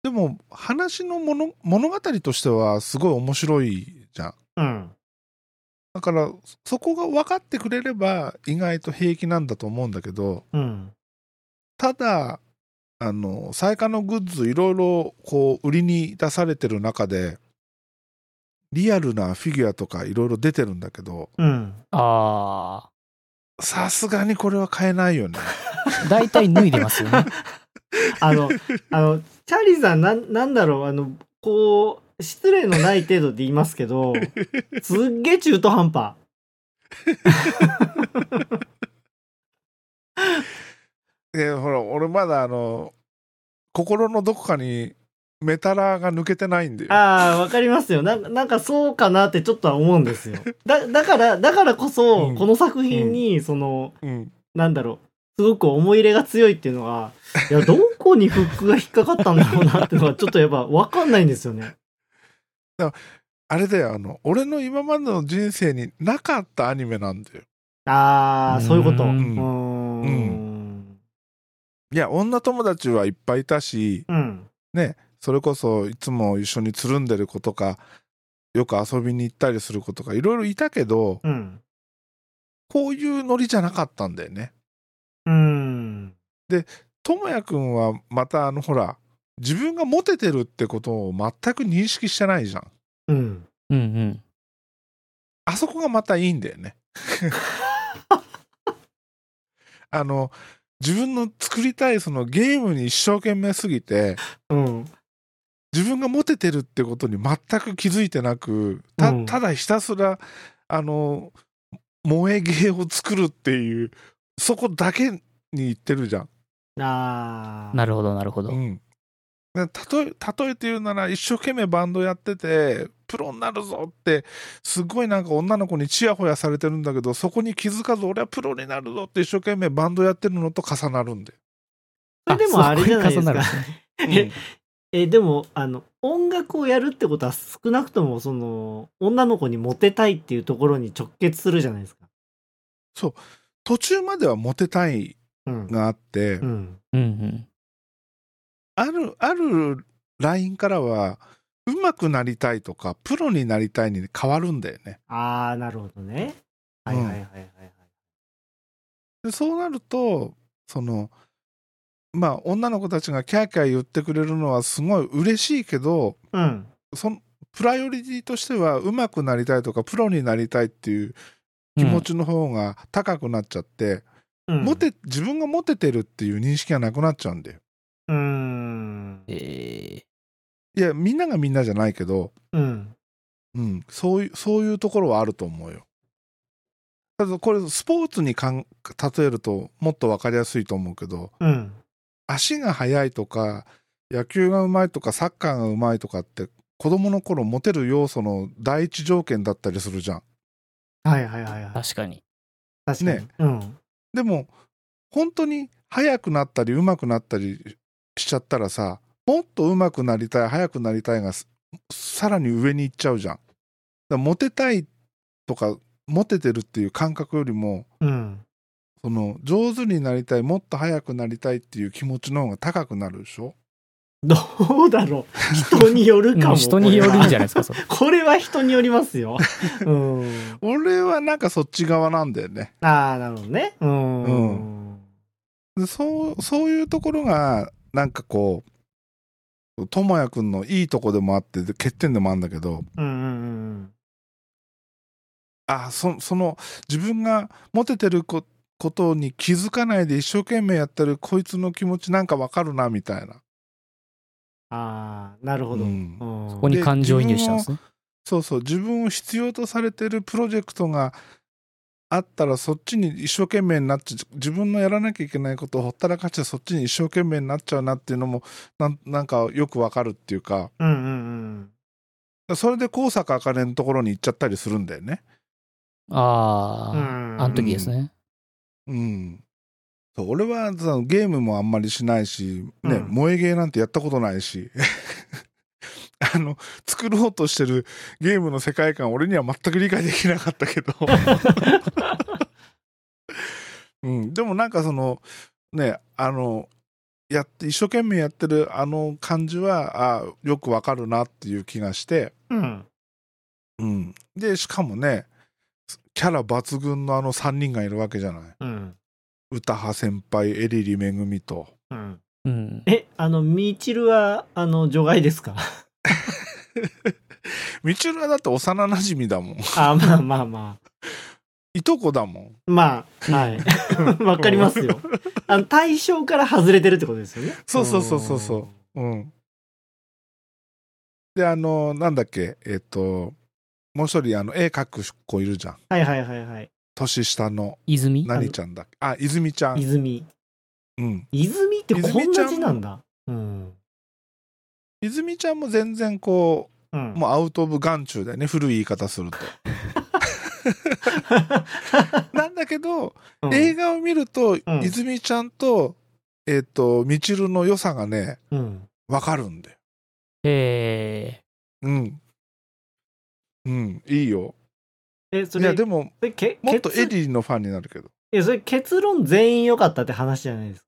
[SPEAKER 1] でも話のもの物語としてはすごい面白いじゃん。
[SPEAKER 3] うん。
[SPEAKER 1] だからそそこが分かってくれれば意外と平気なんだと思うんだけど
[SPEAKER 3] うん。
[SPEAKER 1] ただあの最下のグッズいろいろこう売りに出されてる中でリアルなフィギュアとかいろいろ出てるんだけど
[SPEAKER 3] うん。
[SPEAKER 2] あ
[SPEAKER 1] さすがにこれは買えないよね。
[SPEAKER 2] あ。大体脱いでますよ ね。
[SPEAKER 3] あの、あの、チャーリーさん、なん、なんだろう、あの、こう、失礼のない程度で言いますけど、すっげえ中途半端。
[SPEAKER 1] でほら俺まだあの心のどこかにメタラが抜けてないんだよ。
[SPEAKER 3] ああ、わかりますよ。なんか、なんかそうかなってちょっとは思うんですよ。だ、だから、だからこそ、
[SPEAKER 1] うん
[SPEAKER 3] この作品に、その、
[SPEAKER 1] うん
[SPEAKER 3] なんだろう、すごく思い入れが強いっていうのが、いや、どこにフックが引っかかったんだろうなっていうのが、ちょっとやっぱわかんないんですよね。
[SPEAKER 1] あれだよ、あの、俺の今までの人生になかったアニメなんだよ。
[SPEAKER 3] ああ、そういうこと。う
[SPEAKER 2] う
[SPEAKER 3] ー
[SPEAKER 2] ん
[SPEAKER 3] ん。
[SPEAKER 1] ういや、女友達はいっぱいいたし、
[SPEAKER 3] うん。
[SPEAKER 1] それこそいつも一緒につるんでる子とか、よく遊びに行ったりする子とか、いろいろいたけど、
[SPEAKER 3] うん。
[SPEAKER 1] こういうノリじゃなかったんだよね。
[SPEAKER 3] うん。
[SPEAKER 1] ともやくんはまた、あの、ほら、自分がモテてるってことを全く認識してないじゃん。
[SPEAKER 3] うん。
[SPEAKER 2] うんうん。
[SPEAKER 1] あそこがまたいいんだよね。あの、自分の作りたいそのゲームに一生懸命すぎて、
[SPEAKER 3] うん。
[SPEAKER 1] 自分がモテてるってことに全く気づいてなくた
[SPEAKER 3] うん
[SPEAKER 1] ただひたすらあの萌え芸を作るっていうそこだけに行ってるじゃん。
[SPEAKER 3] ああ。
[SPEAKER 2] なるほど、なるほ
[SPEAKER 1] う
[SPEAKER 2] ど。
[SPEAKER 1] ん、だから例え例えて言うなら一生懸命バンドやっててプロになるぞってすごいなんか女の子にチヤホヤされてるんだけどそこに気づかず俺はプロになるぞって一生懸命バンドやってるのと重なるんで。
[SPEAKER 3] それでもあれじゃないです
[SPEAKER 2] あそこに重なる
[SPEAKER 3] か
[SPEAKER 2] ん。ですね
[SPEAKER 1] うん
[SPEAKER 3] え、でも、あの、音楽をやるってことは少なくとも、その、女の子にモテたいっていうところに直結するじゃないですか。
[SPEAKER 1] 途中まではモテたい
[SPEAKER 3] うん。
[SPEAKER 1] があって、
[SPEAKER 3] うん。
[SPEAKER 2] うんうん。
[SPEAKER 1] あるあるラインからは上手くなりたいとかプロになりたいに変わるんだよね。
[SPEAKER 3] ああ、なるほどね。はいはいはいはいはい。
[SPEAKER 1] でそうなるとそのまあ女の子たちがキャーキャー言ってくれるのはすごい嬉しいけど
[SPEAKER 3] うん。
[SPEAKER 1] そのプライオリティとしては上手くなりたいとかプロになりたいっていう気持ちの方が高くなっちゃって、
[SPEAKER 3] うん、
[SPEAKER 1] モテ自分がモテてるっていう認識がなくなっちゃうんだよ。
[SPEAKER 3] うーん
[SPEAKER 2] うん。。え
[SPEAKER 1] いやみんながみんなじゃないけど、
[SPEAKER 3] うん。
[SPEAKER 1] うん、そういうそういうところはあると思うよ。ただこれスポーツにかん例えるともっと分かりやすいと思うけど
[SPEAKER 3] うん。
[SPEAKER 1] 足が速いとか野球がうまいとかサッカーがうまいとかって子供の頃モテる要素の第一条件だったりするじゃん。
[SPEAKER 3] はいはいはいはい
[SPEAKER 2] ー。確かに。
[SPEAKER 3] 確かに。
[SPEAKER 1] ね
[SPEAKER 3] うん。
[SPEAKER 1] でも本当に速くなったり上手くなったりしちゃったらさもっと上手くなりたい速くなりたいがすさらに上に行っちゃうじゃん。だからモテたいとかモテてるっていう感覚よりも
[SPEAKER 3] うん。
[SPEAKER 1] その上手になりたいもっと速くなりたいっていう気持ちの方が高くなるでしょ
[SPEAKER 3] どうだろう。人によるか
[SPEAKER 2] う
[SPEAKER 3] も。
[SPEAKER 2] ん人によるんじゃない
[SPEAKER 3] い
[SPEAKER 2] ですか、それ。
[SPEAKER 3] これは人によりますよ。うん。
[SPEAKER 1] 俺はなんかそっち側なんだよね。
[SPEAKER 3] ああ、なるほどね。うん。
[SPEAKER 1] う
[SPEAKER 3] うん。
[SPEAKER 1] でそうそういうところがなんかこうともやくんのいいとこでもあってで欠点でもあるんだけど
[SPEAKER 3] うんうん
[SPEAKER 1] あそその自分がモテてるこことに気づかないで一生懸命やってるこいつの気持ちなんかわかるなみたいな
[SPEAKER 3] ああ、なるほど。
[SPEAKER 1] う
[SPEAKER 3] うんん。
[SPEAKER 2] ここに感情移入したんですね。
[SPEAKER 1] そうそう自分を必要とされてるプロジェクトがあったらそっちに一生懸命になっちゃ自分のやらなきゃいけないことをほったらかしてそっちに一生懸命になっちゃうなっていうのもなんなんかよくわかるっていうか
[SPEAKER 3] うんうんうん。
[SPEAKER 1] それで高坂茜のところに行っちゃったりするんだよね。
[SPEAKER 2] あ
[SPEAKER 3] う
[SPEAKER 2] あ、
[SPEAKER 3] ん
[SPEAKER 2] あの時ですね。
[SPEAKER 1] うん。そう俺はそのゲームもあんまりしないし、ね、
[SPEAKER 3] うん
[SPEAKER 1] 萌えゲーなんてやったことないし、 あの、作ろうとしてるゲームの世界観、俺には全く理解できなかったけど。 うん、でもなんかその、ね、あの、やって、一生懸命やってるあの感じは、あよくわかるなっていう気がして、
[SPEAKER 3] うん。
[SPEAKER 1] うん、でしかもねキャラ抜群のあの3人がいるわけじゃない
[SPEAKER 3] うん。
[SPEAKER 1] 歌羽先輩エリリめぐみと
[SPEAKER 3] うん。
[SPEAKER 2] うん。
[SPEAKER 3] え、あの、ミーチルは、あの、除外ですか
[SPEAKER 1] みちるはだって幼なじみだもん
[SPEAKER 3] あーまあまあま
[SPEAKER 1] いとこだもん
[SPEAKER 3] あ。ま あ、はい。わかりますよ。あの、対象から外れてるってことですよね。
[SPEAKER 1] そうそうそうそうそううんであのなんだっけえっ、ともう一人あの絵描く子いるじゃん
[SPEAKER 3] うん。はいはいはいはい。
[SPEAKER 1] 年下の
[SPEAKER 2] 泉
[SPEAKER 1] 何ちゃんだっけあ泉ちゃん
[SPEAKER 3] 泉。
[SPEAKER 1] うん
[SPEAKER 3] 泉ってこんな字なんだ。うん。
[SPEAKER 1] 泉ちゃんも全然こ
[SPEAKER 3] う。
[SPEAKER 1] うんもうアウト・オブ・眼中だよね古い言い方する となんだけど
[SPEAKER 3] うん
[SPEAKER 1] 映画を見ると、
[SPEAKER 3] ん
[SPEAKER 1] 泉ちゃんと、えっ、と、みちるの良さがね、
[SPEAKER 3] うん。
[SPEAKER 1] わかるんだよ。
[SPEAKER 2] え
[SPEAKER 1] うん。うん、いいよ。
[SPEAKER 3] え、そ
[SPEAKER 1] いや、
[SPEAKER 3] れ
[SPEAKER 1] で、も、
[SPEAKER 3] それけ
[SPEAKER 1] もっとエ
[SPEAKER 3] 結
[SPEAKER 1] リーのファンになるけど。
[SPEAKER 3] え、それ結論全員良かったって話じゃないです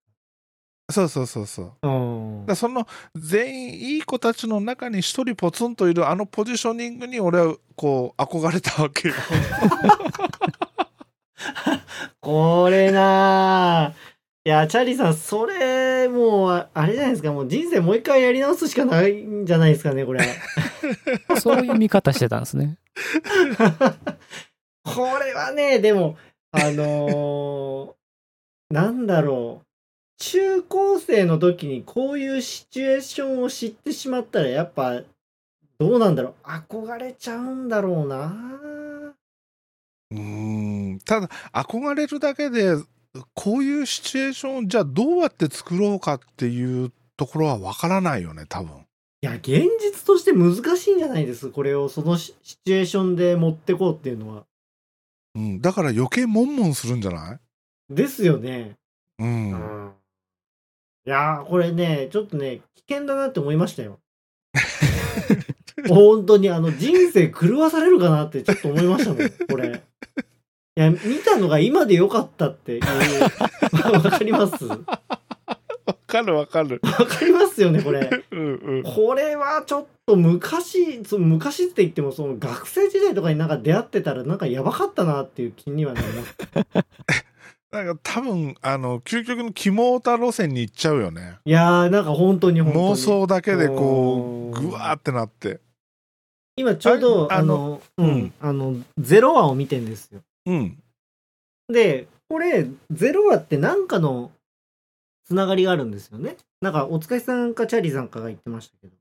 [SPEAKER 1] そうそうそうそう。だか
[SPEAKER 3] か。うん。
[SPEAKER 1] らその、全員いい子たちの中に一人ポツンといるあのポジショニングに俺は、こう、憧れたわけ よ。
[SPEAKER 3] これなあいや、チャーリーさん、それ、もう、あれじゃないですか、もう人生もう一回やり直すしかないんじゃないですかね、これ。
[SPEAKER 2] えそういう見方してたんですね。
[SPEAKER 3] これはね、でも、あのーなんだろう。中高生の時にこういうシチュエーションを知ってしまったらやっぱどうなんだろう憧れちゃうんだろうな
[SPEAKER 1] うーんただ憧れるだけでこういうシチュエーションをじゃあどうやって作ろうかっていうところはわからないよね多分
[SPEAKER 3] いや現実として難しいんじゃないですこれをそのシシチュエーションで持ってこうっていうのは
[SPEAKER 1] うん、だから余計悶々するんじゃない
[SPEAKER 3] ですよね
[SPEAKER 1] うん、
[SPEAKER 3] いやーこれねちょっとね危険だなって思いましたよ 本当にあの人生狂わされるかなってちょっと思いましたもんこれいや見たのが今でよかったっていう わかりますわ
[SPEAKER 1] わかるわか る。
[SPEAKER 3] かりますよねこれ
[SPEAKER 1] うんうん。
[SPEAKER 3] これはちょっと昔その昔って言ってもその学生時代とかになんか出会ってたらなんかやばかったなっていう気にはなります
[SPEAKER 1] なんか多分、あの、究極の肝オタ路線に行っちゃうよね。
[SPEAKER 3] いやーなんか本当に本当に
[SPEAKER 1] 妄想だけでこ
[SPEAKER 3] う
[SPEAKER 1] う、
[SPEAKER 3] ん
[SPEAKER 1] ぐわーってなって。
[SPEAKER 3] 今ちょうど
[SPEAKER 1] あ
[SPEAKER 3] あ
[SPEAKER 1] れ
[SPEAKER 3] のう
[SPEAKER 1] うん
[SPEAKER 3] んあのゼロ話を見てんですよ
[SPEAKER 1] うん。
[SPEAKER 3] で、これ、ゼロ話ってなんかのつながりがあるんですよね。なんか、お疲れさんかチャーリーさんかが言ってましたけど。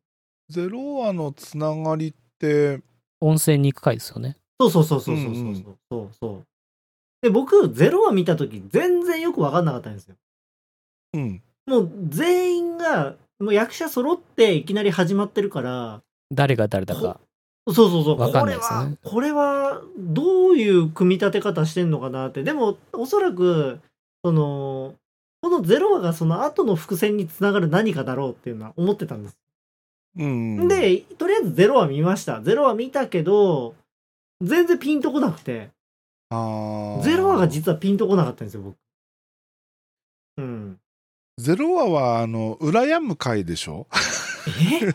[SPEAKER 1] ゼロ話のつながりって、
[SPEAKER 2] 温泉に行く回ですよね。
[SPEAKER 3] そうそうそうそうそうそうそ
[SPEAKER 1] う
[SPEAKER 3] う、
[SPEAKER 1] んうん
[SPEAKER 3] そうそう。で、僕、ゼロ話見たとき、全然よくわかんなかったんですよ。
[SPEAKER 1] うん。
[SPEAKER 3] もう、全員が、もう役者揃っていきなり始まってるから、
[SPEAKER 2] 誰が誰だか。
[SPEAKER 3] そうそうそう。
[SPEAKER 2] わかんない
[SPEAKER 3] これ
[SPEAKER 2] です
[SPEAKER 3] は、
[SPEAKER 2] ね
[SPEAKER 3] これは、どういう組み立て方してんのかなって。でも、おそらく、その、このゼロ話がその後の伏線につながる何かだろうっていうのは思ってたんです。
[SPEAKER 1] うん。、
[SPEAKER 3] で、とりあえずゼロ話見ました。ゼロ話見たけど、全然ピンとこなくて、
[SPEAKER 1] あー
[SPEAKER 3] ゼロ話が実はピンとこなかったんですよ、僕。うん。
[SPEAKER 1] ゼロ話は、あの、羨む回でしょ
[SPEAKER 3] え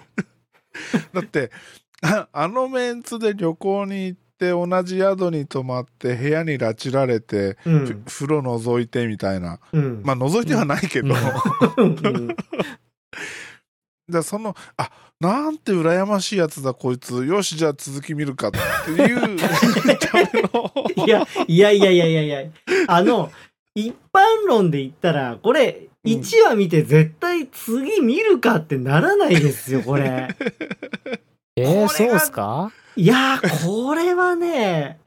[SPEAKER 1] だって、 ああのメンツで旅行に行って、同じ宿に泊まって、部屋に拉致られて、ふ
[SPEAKER 3] うん。
[SPEAKER 1] 風呂覗いてみたいな。
[SPEAKER 3] うん。
[SPEAKER 1] まあ、覗いてはないけど。
[SPEAKER 2] うん
[SPEAKER 3] うん
[SPEAKER 1] でそのあなんて羨ましいやつだこいつよしじゃあ続き見るかっていう ための
[SPEAKER 3] いや、いやいやいやいやいや、あの、一般論で言ったら、これ、
[SPEAKER 1] うん
[SPEAKER 3] 1話見て絶対次見るかってならないですよ、こ れ。
[SPEAKER 2] えー、
[SPEAKER 1] これ
[SPEAKER 2] そう
[SPEAKER 1] が
[SPEAKER 2] っすか
[SPEAKER 3] いやー、これはね、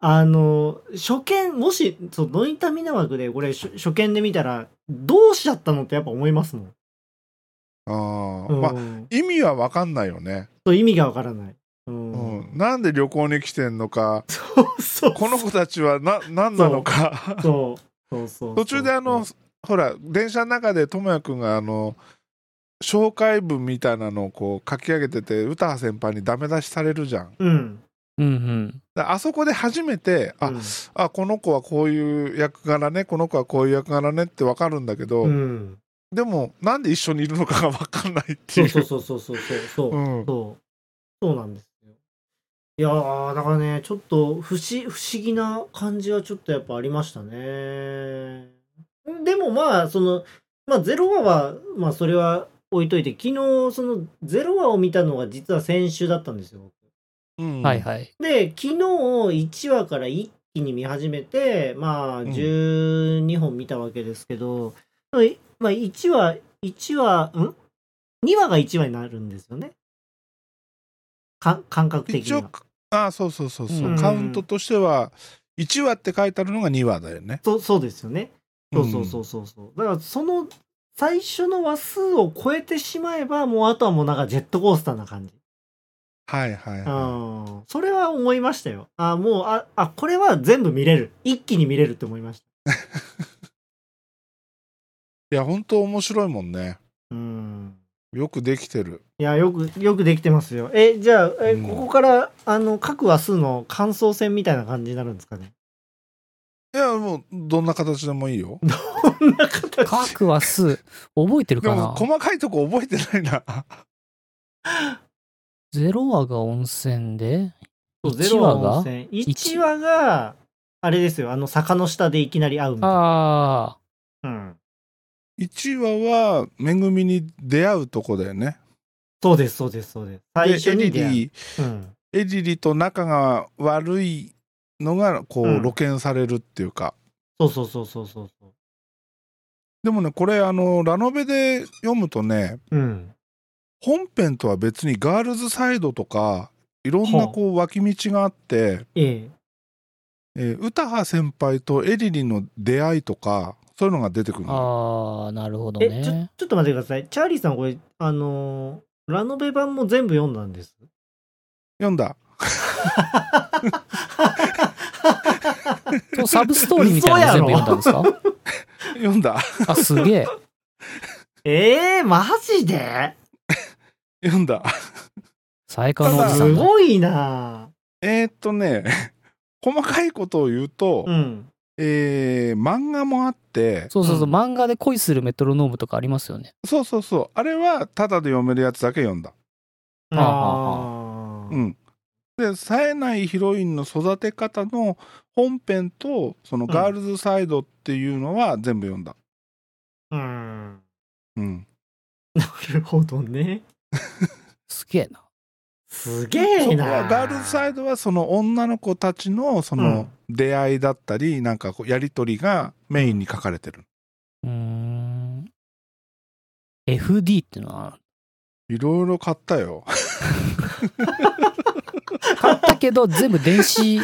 [SPEAKER 3] あの、初見、もし、そう、ノイタミナ枠で、これ、初初見で見たら、どうしちゃったのってやっぱ思いますもん。
[SPEAKER 1] あー、
[SPEAKER 3] うん
[SPEAKER 1] まあ意味は分かんないよね、
[SPEAKER 3] そう意味がわからない。う。
[SPEAKER 1] うんん、なんで旅行に来てんのか
[SPEAKER 3] そうそう。
[SPEAKER 1] この子たちはな何なのか
[SPEAKER 3] そう。そうそう。
[SPEAKER 1] 途中であの、ほら電車の中で智也くんがあの紹介文みたいなのをこう書き上げてて詩羽先輩にダメ出しされるじゃん
[SPEAKER 3] うん。
[SPEAKER 2] うんうん。
[SPEAKER 1] だあそこで初めてあ、
[SPEAKER 3] うん
[SPEAKER 1] あこの子はこういう役柄ねこの子はこういう役柄ねって分かるんだけど、
[SPEAKER 3] うん。
[SPEAKER 1] でもなんで一緒にいるのかが分かんないって
[SPEAKER 3] そ
[SPEAKER 1] いう
[SPEAKER 3] そう
[SPEAKER 1] う
[SPEAKER 3] そうそうそうそうそう。
[SPEAKER 1] うん
[SPEAKER 3] そう。そうなんですよ。いやー、だからね、ちょっと不思、不思議な感じはちょっとやっぱありましたね。でもまあ、その、まあ、ゼロ話は、まあ、それは置いといて、昨日、その、ゼロ話を見たのが実は先週だったんですよ、僕。
[SPEAKER 1] うん
[SPEAKER 2] はいはい。
[SPEAKER 3] で、昨日1話から一気に見始めて、まあ
[SPEAKER 1] ん
[SPEAKER 3] 12本見たわけですけど、いまあ1話、1話、ん ?2 話が1話になるんですよね。か感覚的に
[SPEAKER 1] 一応
[SPEAKER 3] は。
[SPEAKER 1] あそうそうそうそう、
[SPEAKER 2] うん
[SPEAKER 1] カウントとしては1話って書いてあるのが2話だよね
[SPEAKER 3] そうそうですよね。そうそうそうそうそう。だからその最初の話数を超えてしまえば、もうあとはもうなんかジェットコースターな感じ。
[SPEAKER 1] はいはいは
[SPEAKER 3] うん。それは思いましたよ。あもう、あ、あ、これは全部見れる。一気に見れるって思いました。
[SPEAKER 1] いいや本当面白いもんね
[SPEAKER 3] うん。
[SPEAKER 1] よくできてる
[SPEAKER 3] いや、よく、よくできてますよ。え、じゃあ、え、
[SPEAKER 1] うん
[SPEAKER 3] ここから、あの、各話数の感想戦みたいな感じになるんですかね。
[SPEAKER 1] いやもうどんな形でもいいよ
[SPEAKER 3] こんな形。
[SPEAKER 2] 各話数、覚えてる
[SPEAKER 1] で
[SPEAKER 2] か
[SPEAKER 1] も
[SPEAKER 2] な
[SPEAKER 1] 細かいとこ覚えてないな
[SPEAKER 2] ゼロ話が温泉で、1
[SPEAKER 3] ゼロ
[SPEAKER 2] 話
[SPEAKER 3] 温
[SPEAKER 2] が
[SPEAKER 3] 泉一話が、あれですよ、あの、坂の下でいきなり会うみたいな。
[SPEAKER 2] ああ、
[SPEAKER 3] うん。
[SPEAKER 1] 1話はめぐみに出会うとこだよね
[SPEAKER 3] そうです、そうです、そうです。最
[SPEAKER 1] で
[SPEAKER 3] 初
[SPEAKER 1] エ
[SPEAKER 3] に
[SPEAKER 1] リ
[SPEAKER 3] 出会
[SPEAKER 1] リ
[SPEAKER 3] う。
[SPEAKER 1] ー
[SPEAKER 3] うん。
[SPEAKER 1] エリリと仲が悪いのがこう
[SPEAKER 3] うん
[SPEAKER 1] 露見されるっていうか、
[SPEAKER 3] そうそうそうそうそうそう。
[SPEAKER 1] でもね、これ、あの、ラノベで読むとね、
[SPEAKER 3] うん。
[SPEAKER 1] 本編とは別にガールズサイドとか、いろん
[SPEAKER 3] は
[SPEAKER 1] な
[SPEAKER 3] あ
[SPEAKER 1] こう脇道があって、
[SPEAKER 3] ええ。
[SPEAKER 1] えー、歌羽先輩とエリリの出会いとか、そういうのが出てくるの。
[SPEAKER 2] ああ、なるほど
[SPEAKER 3] え、ちょ
[SPEAKER 2] ね。、
[SPEAKER 3] ちょっと待ってください。チャーリーさん、これ、あのーラノベ版も全部読んだんです。
[SPEAKER 1] 読んだ。
[SPEAKER 2] そうサブストーリーみたいなの全部読んだんですか
[SPEAKER 1] 読んだ。
[SPEAKER 2] あ、すげ え。
[SPEAKER 3] ええマジで
[SPEAKER 1] 読んだ。
[SPEAKER 2] 最高のおじさ
[SPEAKER 3] す
[SPEAKER 2] んだ。
[SPEAKER 3] ごいな
[SPEAKER 1] えーっとね、細かいことを言うと、
[SPEAKER 3] うん。
[SPEAKER 1] えー漫画もあって、
[SPEAKER 2] そうそうそう、
[SPEAKER 3] うん
[SPEAKER 2] 漫画で恋するメトロノームとかありますよね。
[SPEAKER 1] そうそうそう、あれはタダで読めるやつだけ読んだ。
[SPEAKER 2] はあは
[SPEAKER 3] あ
[SPEAKER 1] う
[SPEAKER 3] ー
[SPEAKER 1] ん。で、冴えないヒロインの育て方の本編と、そのガールズサイドっていうのは全部読んだ。
[SPEAKER 3] うん。
[SPEAKER 1] うん。
[SPEAKER 3] なるほどね。
[SPEAKER 2] すげえな。
[SPEAKER 3] すげえ
[SPEAKER 1] そこは
[SPEAKER 3] な
[SPEAKER 1] ガールズサイドはその女の子たちのその出会いだったり、なんかこうやりとりがメインに書かれてる。
[SPEAKER 2] うーん。FD っていうのは、
[SPEAKER 1] いろいろ買ったよ。
[SPEAKER 2] 買った けど、全部電子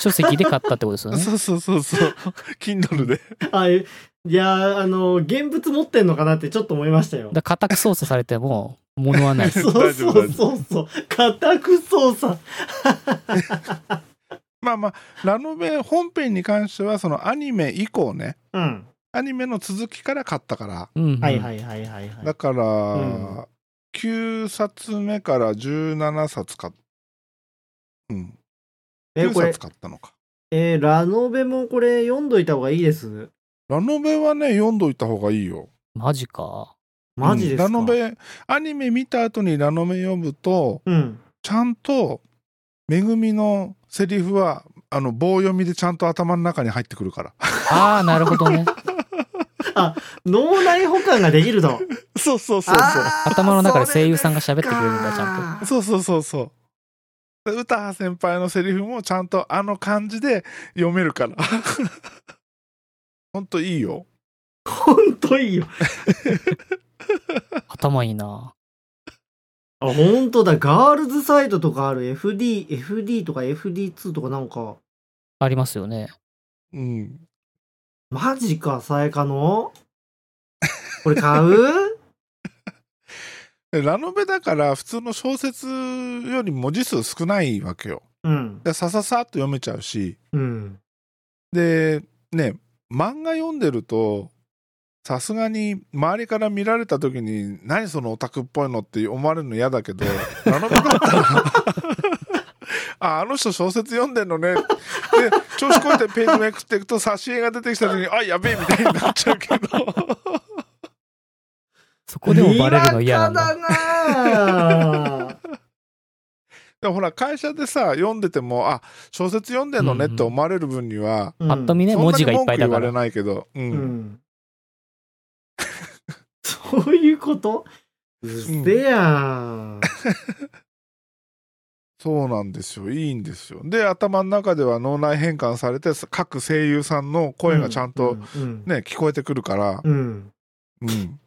[SPEAKER 2] 書籍で買ったってことですよね。
[SPEAKER 1] そうそうそうそう。Kindle で。
[SPEAKER 3] あえいやーあのー現物持ってんのかなってちょっと思いましたよ。
[SPEAKER 2] だから家宅操作されても、物は ない。
[SPEAKER 3] そうそうそうそう。固く操作。
[SPEAKER 1] まあまあ、ラノベ本編に関しては、そのアニメ以降ね、
[SPEAKER 3] うん。
[SPEAKER 1] アニメの続きから買ったから、
[SPEAKER 2] うん、うん。
[SPEAKER 3] はいはいはいはいはい。
[SPEAKER 1] だから、
[SPEAKER 3] ん
[SPEAKER 1] 9冊目から17冊買っうん、
[SPEAKER 3] え、
[SPEAKER 1] 9
[SPEAKER 3] これ
[SPEAKER 1] 冊、買ったのか。
[SPEAKER 3] えーラノベもこれ読んどいた方がいいです。
[SPEAKER 1] ラノベはね、読んどいた方がいいよ。
[SPEAKER 2] マジか。
[SPEAKER 3] マジですか、
[SPEAKER 1] うんラノベ、アニメ見た後にラノベ読むと、
[SPEAKER 3] うん。
[SPEAKER 1] ちゃんと、めぐみのセリフは、あの、棒読みでちゃんと頭の中に入ってくる から。
[SPEAKER 2] ああ、なるほどね。
[SPEAKER 3] 脳内保管ができると。
[SPEAKER 1] そうそうそうそう。
[SPEAKER 3] あー
[SPEAKER 2] 頭の中で声優さんが喋ってくれるんだ、
[SPEAKER 3] そ
[SPEAKER 2] ち
[SPEAKER 3] れ
[SPEAKER 2] ゃんと。
[SPEAKER 3] か
[SPEAKER 1] そうそうそうそう。で歌羽先輩のセリフもちゃんとあの感じで読めるから。 ほんといいよ。
[SPEAKER 3] ほんといいよ。
[SPEAKER 2] 頭いいな。
[SPEAKER 3] あ、ほんとだ。ガールズサイドとかある。FD、FD とか FD2 とかなんか。
[SPEAKER 2] ありますよね。
[SPEAKER 1] うん。
[SPEAKER 3] マジか、さや かのこれ買う
[SPEAKER 1] でラノベだから普通の小説より文字数少ないわけよ。
[SPEAKER 3] うん。
[SPEAKER 1] でさささっと読めちゃうし。
[SPEAKER 3] うん。
[SPEAKER 1] で、ね、漫画読んでると、さすがに周りから見られた時に何そのオタクっぽいのって思われるの嫌だけどラノベだったらああの人小説読んでんのねで調子こいてページめくっていくと挿絵が出てきた時にあやべえみたいになっちゃうけど
[SPEAKER 2] そこでもバレるの嫌なんだ。
[SPEAKER 3] にわかだなぁ
[SPEAKER 1] でもほら会社でさ読んでてもあ小説読んでんのねって思われる分には、
[SPEAKER 3] うん
[SPEAKER 2] ぱっと見ね、
[SPEAKER 1] そん
[SPEAKER 2] 文
[SPEAKER 1] なに
[SPEAKER 2] 字がいっ
[SPEAKER 1] 文
[SPEAKER 2] ぱ
[SPEAKER 1] 句
[SPEAKER 2] いだ
[SPEAKER 1] 言
[SPEAKER 2] か
[SPEAKER 1] われ
[SPEAKER 2] ら。
[SPEAKER 1] ないけど、うん
[SPEAKER 3] うん。そういうことうっせやん。
[SPEAKER 1] そうなんですよ。いいんですよ。で、頭の中では脳内変換されて、各声優さんの声がちゃんとね、
[SPEAKER 3] うん。うん
[SPEAKER 1] 聞こえてくるから、
[SPEAKER 3] うん。
[SPEAKER 1] うん。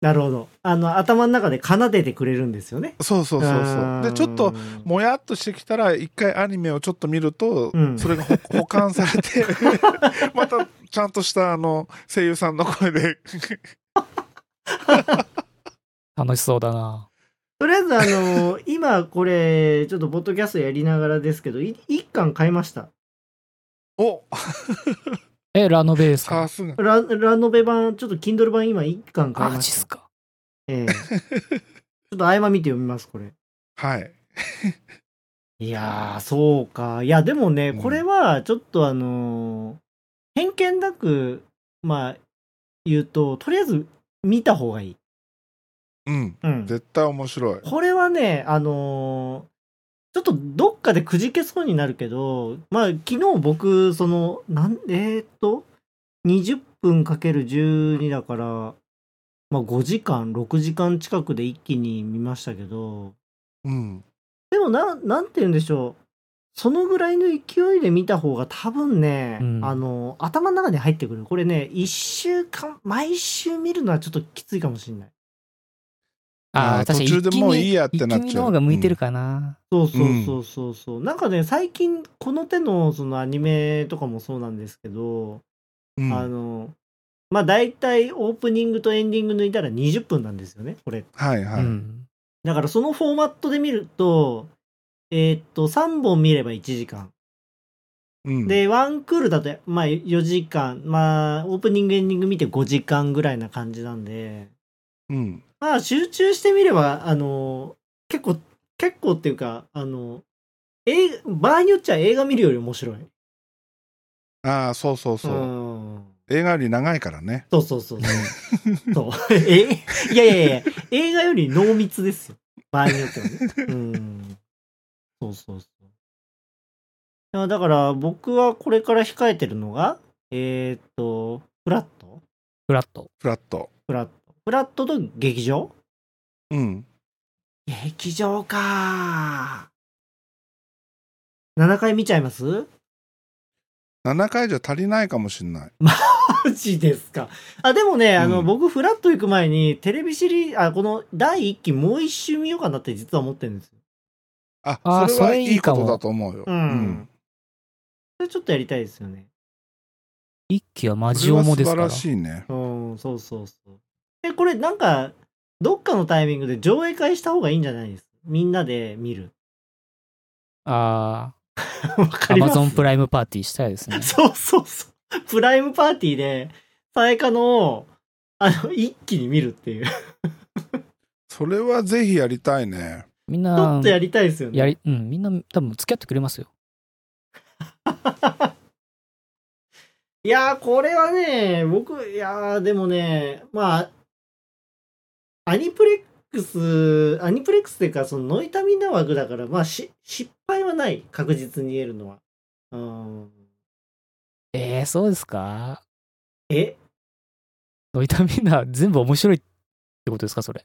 [SPEAKER 3] なるほど。あの、頭の中で奏でてくれるんですよね。
[SPEAKER 1] そうそうそうそう。で、ちょっと、
[SPEAKER 3] も
[SPEAKER 1] もやっとしてきたら、一回アニメをちょっと見ると、
[SPEAKER 3] うん
[SPEAKER 1] それがほ保管されて、 またちゃんとしたあの声優さんの声で
[SPEAKER 2] 楽しそうだな。
[SPEAKER 3] とりあえず、あの今これ、ちょっとポッドキャストやりながらですけど、い一巻買いました。
[SPEAKER 1] お
[SPEAKER 2] え、ラノベです
[SPEAKER 1] さ
[SPEAKER 2] か
[SPEAKER 1] すが。
[SPEAKER 3] ララノベ版、ちょっと Kindle 版今一巻買い
[SPEAKER 2] マ
[SPEAKER 3] ま
[SPEAKER 2] ジっ
[SPEAKER 3] し
[SPEAKER 2] す
[SPEAKER 3] た。
[SPEAKER 2] か。
[SPEAKER 3] ええ ちょっと合間見て読みます、これ。
[SPEAKER 1] はい。
[SPEAKER 3] いやー、そうか。いや、でもね、
[SPEAKER 1] うん
[SPEAKER 3] これは、ちょっとあのー偏見なく、まあ、言うと、とりあえず見た方がいい。
[SPEAKER 1] うん。
[SPEAKER 3] うん。
[SPEAKER 1] 絶対面白い。
[SPEAKER 3] これはね、あのーちょっとどっかでくじけそうになるけど、まあ、昨日僕、その、なん、えーっと、20分かける12だから、まあ、5時間、6時間近くで一気に見ましたけど、
[SPEAKER 1] うん。
[SPEAKER 3] でもな、なんて言うんでしょう。そのぐらいの勢いで見た方が多分ね、
[SPEAKER 2] うん
[SPEAKER 3] あの、頭の中に入ってくる。これね、一週間、毎週見るのはちょっときついかもしれない。
[SPEAKER 1] あー途中でもういいやってなっちゃう
[SPEAKER 2] 一気見の方が向いてるかな。
[SPEAKER 3] そうそうそうそうそう。なんかね、最近、この手のそのアニメとかもそうなんですけど、
[SPEAKER 1] うん
[SPEAKER 3] あの、まあ大体オープニングとエンディング抜いたら20分なんですよね、これ。
[SPEAKER 1] はいはい。
[SPEAKER 2] うん
[SPEAKER 3] だからそのフォーマットで見ると、えーっと、3本見れば1時間。
[SPEAKER 1] うん
[SPEAKER 3] で、ワンクールだと、まあ、4時間、まあ、オープニング、エンディング見て5時間ぐらいな感じなんで、
[SPEAKER 1] うん
[SPEAKER 3] まあ、集中してみれば、あの、結構、結構っていうか、あの、映場合によっちゃ映画見るより面白い。
[SPEAKER 1] ああ、そうそうそうう。
[SPEAKER 3] ん
[SPEAKER 1] 映画より長いからね。
[SPEAKER 3] そうそうそう そう。そう。えいやいやいや、映画より濃密ですよ。場合によって はね。うん。そうそうそう。いやだから、僕はこれから控えてるのが、えーっと、フラット
[SPEAKER 2] フラット。
[SPEAKER 1] フラット。
[SPEAKER 3] フラット。フラットと劇場
[SPEAKER 1] うん。
[SPEAKER 3] 劇場かー。7回見ちゃいます
[SPEAKER 1] 7回じゃ足りないかもしれない。
[SPEAKER 3] マジですか。あ、でもね、あの、
[SPEAKER 1] うん
[SPEAKER 3] 僕、フラット行く前に、テレビシリーズ、あ、この第1期もう一周見ようかなって実は思ってるんですよ。
[SPEAKER 1] あ、
[SPEAKER 2] あー
[SPEAKER 1] それはい
[SPEAKER 2] それい
[SPEAKER 1] い
[SPEAKER 2] い
[SPEAKER 1] こ
[SPEAKER 2] かも
[SPEAKER 1] とだと思うよ。
[SPEAKER 3] うんそれちょっとやりたいですよね。
[SPEAKER 2] 一気はマ
[SPEAKER 1] こ
[SPEAKER 2] ジ
[SPEAKER 1] れは
[SPEAKER 2] 重
[SPEAKER 1] 素
[SPEAKER 2] です
[SPEAKER 1] 晴
[SPEAKER 2] から
[SPEAKER 1] ら。しいね。
[SPEAKER 3] うん、そうそうそう。え、これなんか、どっかのタイミングで上映会した方がいいんじゃないですかみんなで見る。
[SPEAKER 2] あ
[SPEAKER 3] わか
[SPEAKER 2] あ、ア
[SPEAKER 3] りま
[SPEAKER 2] マ
[SPEAKER 3] す。
[SPEAKER 2] ゾンプライムパーティーしたいですね
[SPEAKER 3] そうそうそう。プライムパーティーで、最下のを、あの、一気に見るっていう。ち
[SPEAKER 1] それはぜひやりたいね。
[SPEAKER 2] みんな、
[SPEAKER 3] ょっとやりたいですよね。
[SPEAKER 2] やり、うん、みんな多分付き合ってくれますよ。
[SPEAKER 3] いやー、これはね、僕、いやー、でもね、まあ、アニプレックス、アニプレックスっていうか、そのノイタミナ枠だから、まあ、し、失敗はない。確実に言えるのは。うん。
[SPEAKER 2] えー、そうですか
[SPEAKER 3] え
[SPEAKER 2] ノイタミナ全部面白いってことですかそれ。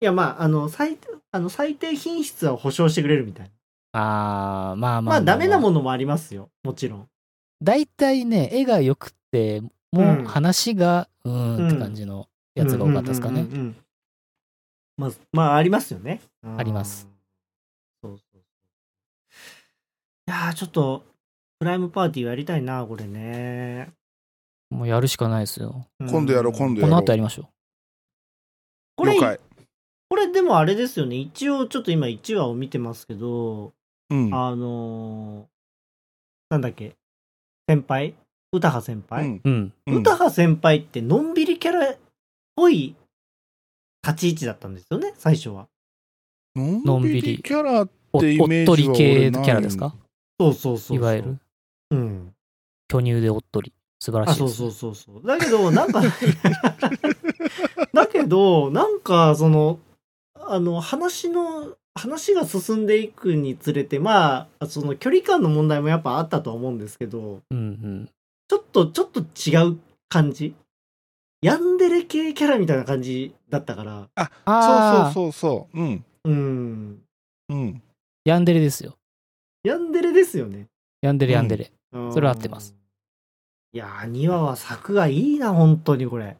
[SPEAKER 3] いや、まあ、あの、最低、あの、最低品質は保証してくれるみたいな。
[SPEAKER 2] ああ、まあまあ
[SPEAKER 3] まあ、ダメな
[SPEAKER 2] ん。
[SPEAKER 3] ものもありますよ。もちろん。
[SPEAKER 2] 大体ね、絵が良くて、も
[SPEAKER 3] ん
[SPEAKER 2] う話が、うーんって感じのやつが多かったですか
[SPEAKER 3] うん
[SPEAKER 2] ね
[SPEAKER 3] うん。うんうんまあ、まあ、ありますよね。あ
[SPEAKER 2] あります。
[SPEAKER 3] そうそうそう。いやー、ちょっと、プライムパーティーやりたいな、これね。
[SPEAKER 2] もうやるしかないですよ。
[SPEAKER 3] うん
[SPEAKER 1] 今度やろう、今度
[SPEAKER 2] こ
[SPEAKER 1] や
[SPEAKER 2] の
[SPEAKER 1] ろ
[SPEAKER 2] 後や
[SPEAKER 1] う。
[SPEAKER 2] りましょ
[SPEAKER 3] これ、
[SPEAKER 1] 了解。
[SPEAKER 3] これでもあれですよね。一応、ちょっと今1話を見てますけど、
[SPEAKER 1] うん。
[SPEAKER 3] あのーなんだっけ、先輩歌羽先
[SPEAKER 1] う
[SPEAKER 3] 輩、
[SPEAKER 1] ん
[SPEAKER 2] う。うん。
[SPEAKER 1] うん
[SPEAKER 3] 歌羽先輩って、のんびりキャラっぽい立ち位置だったんですよね、最初は。
[SPEAKER 1] のんびりキャラって
[SPEAKER 2] おおっ
[SPEAKER 1] イメージは
[SPEAKER 2] とり系のキ
[SPEAKER 1] 俺
[SPEAKER 2] ャラ
[SPEAKER 1] ない
[SPEAKER 2] ですか
[SPEAKER 3] そうそうそうそう。
[SPEAKER 2] いわゆる。
[SPEAKER 3] うん。
[SPEAKER 2] 巨乳でおっとり。素晴らしい
[SPEAKER 3] あ、
[SPEAKER 2] です。
[SPEAKER 3] そうそうそうそう。だけど、なんか、だけど、なんか、その、あの、話の、話が進んでいくにつれて、まあ、その距離感の問題もやっぱあったとは思うんですけど、
[SPEAKER 2] うんうん。
[SPEAKER 3] ちょっと、ちょっと違う感じヤンデレ系キャラみたいな感じだったから、
[SPEAKER 2] ああ、
[SPEAKER 1] そうそうそうそう。うん。
[SPEAKER 3] うん。
[SPEAKER 1] うん。
[SPEAKER 2] ヤンデレですよ。
[SPEAKER 3] ヤンデレですよね。
[SPEAKER 2] ヤンデレヤンデレ。
[SPEAKER 3] うん
[SPEAKER 2] それは合ってます。
[SPEAKER 3] いやー、2話は作がいいな、本当にこれ。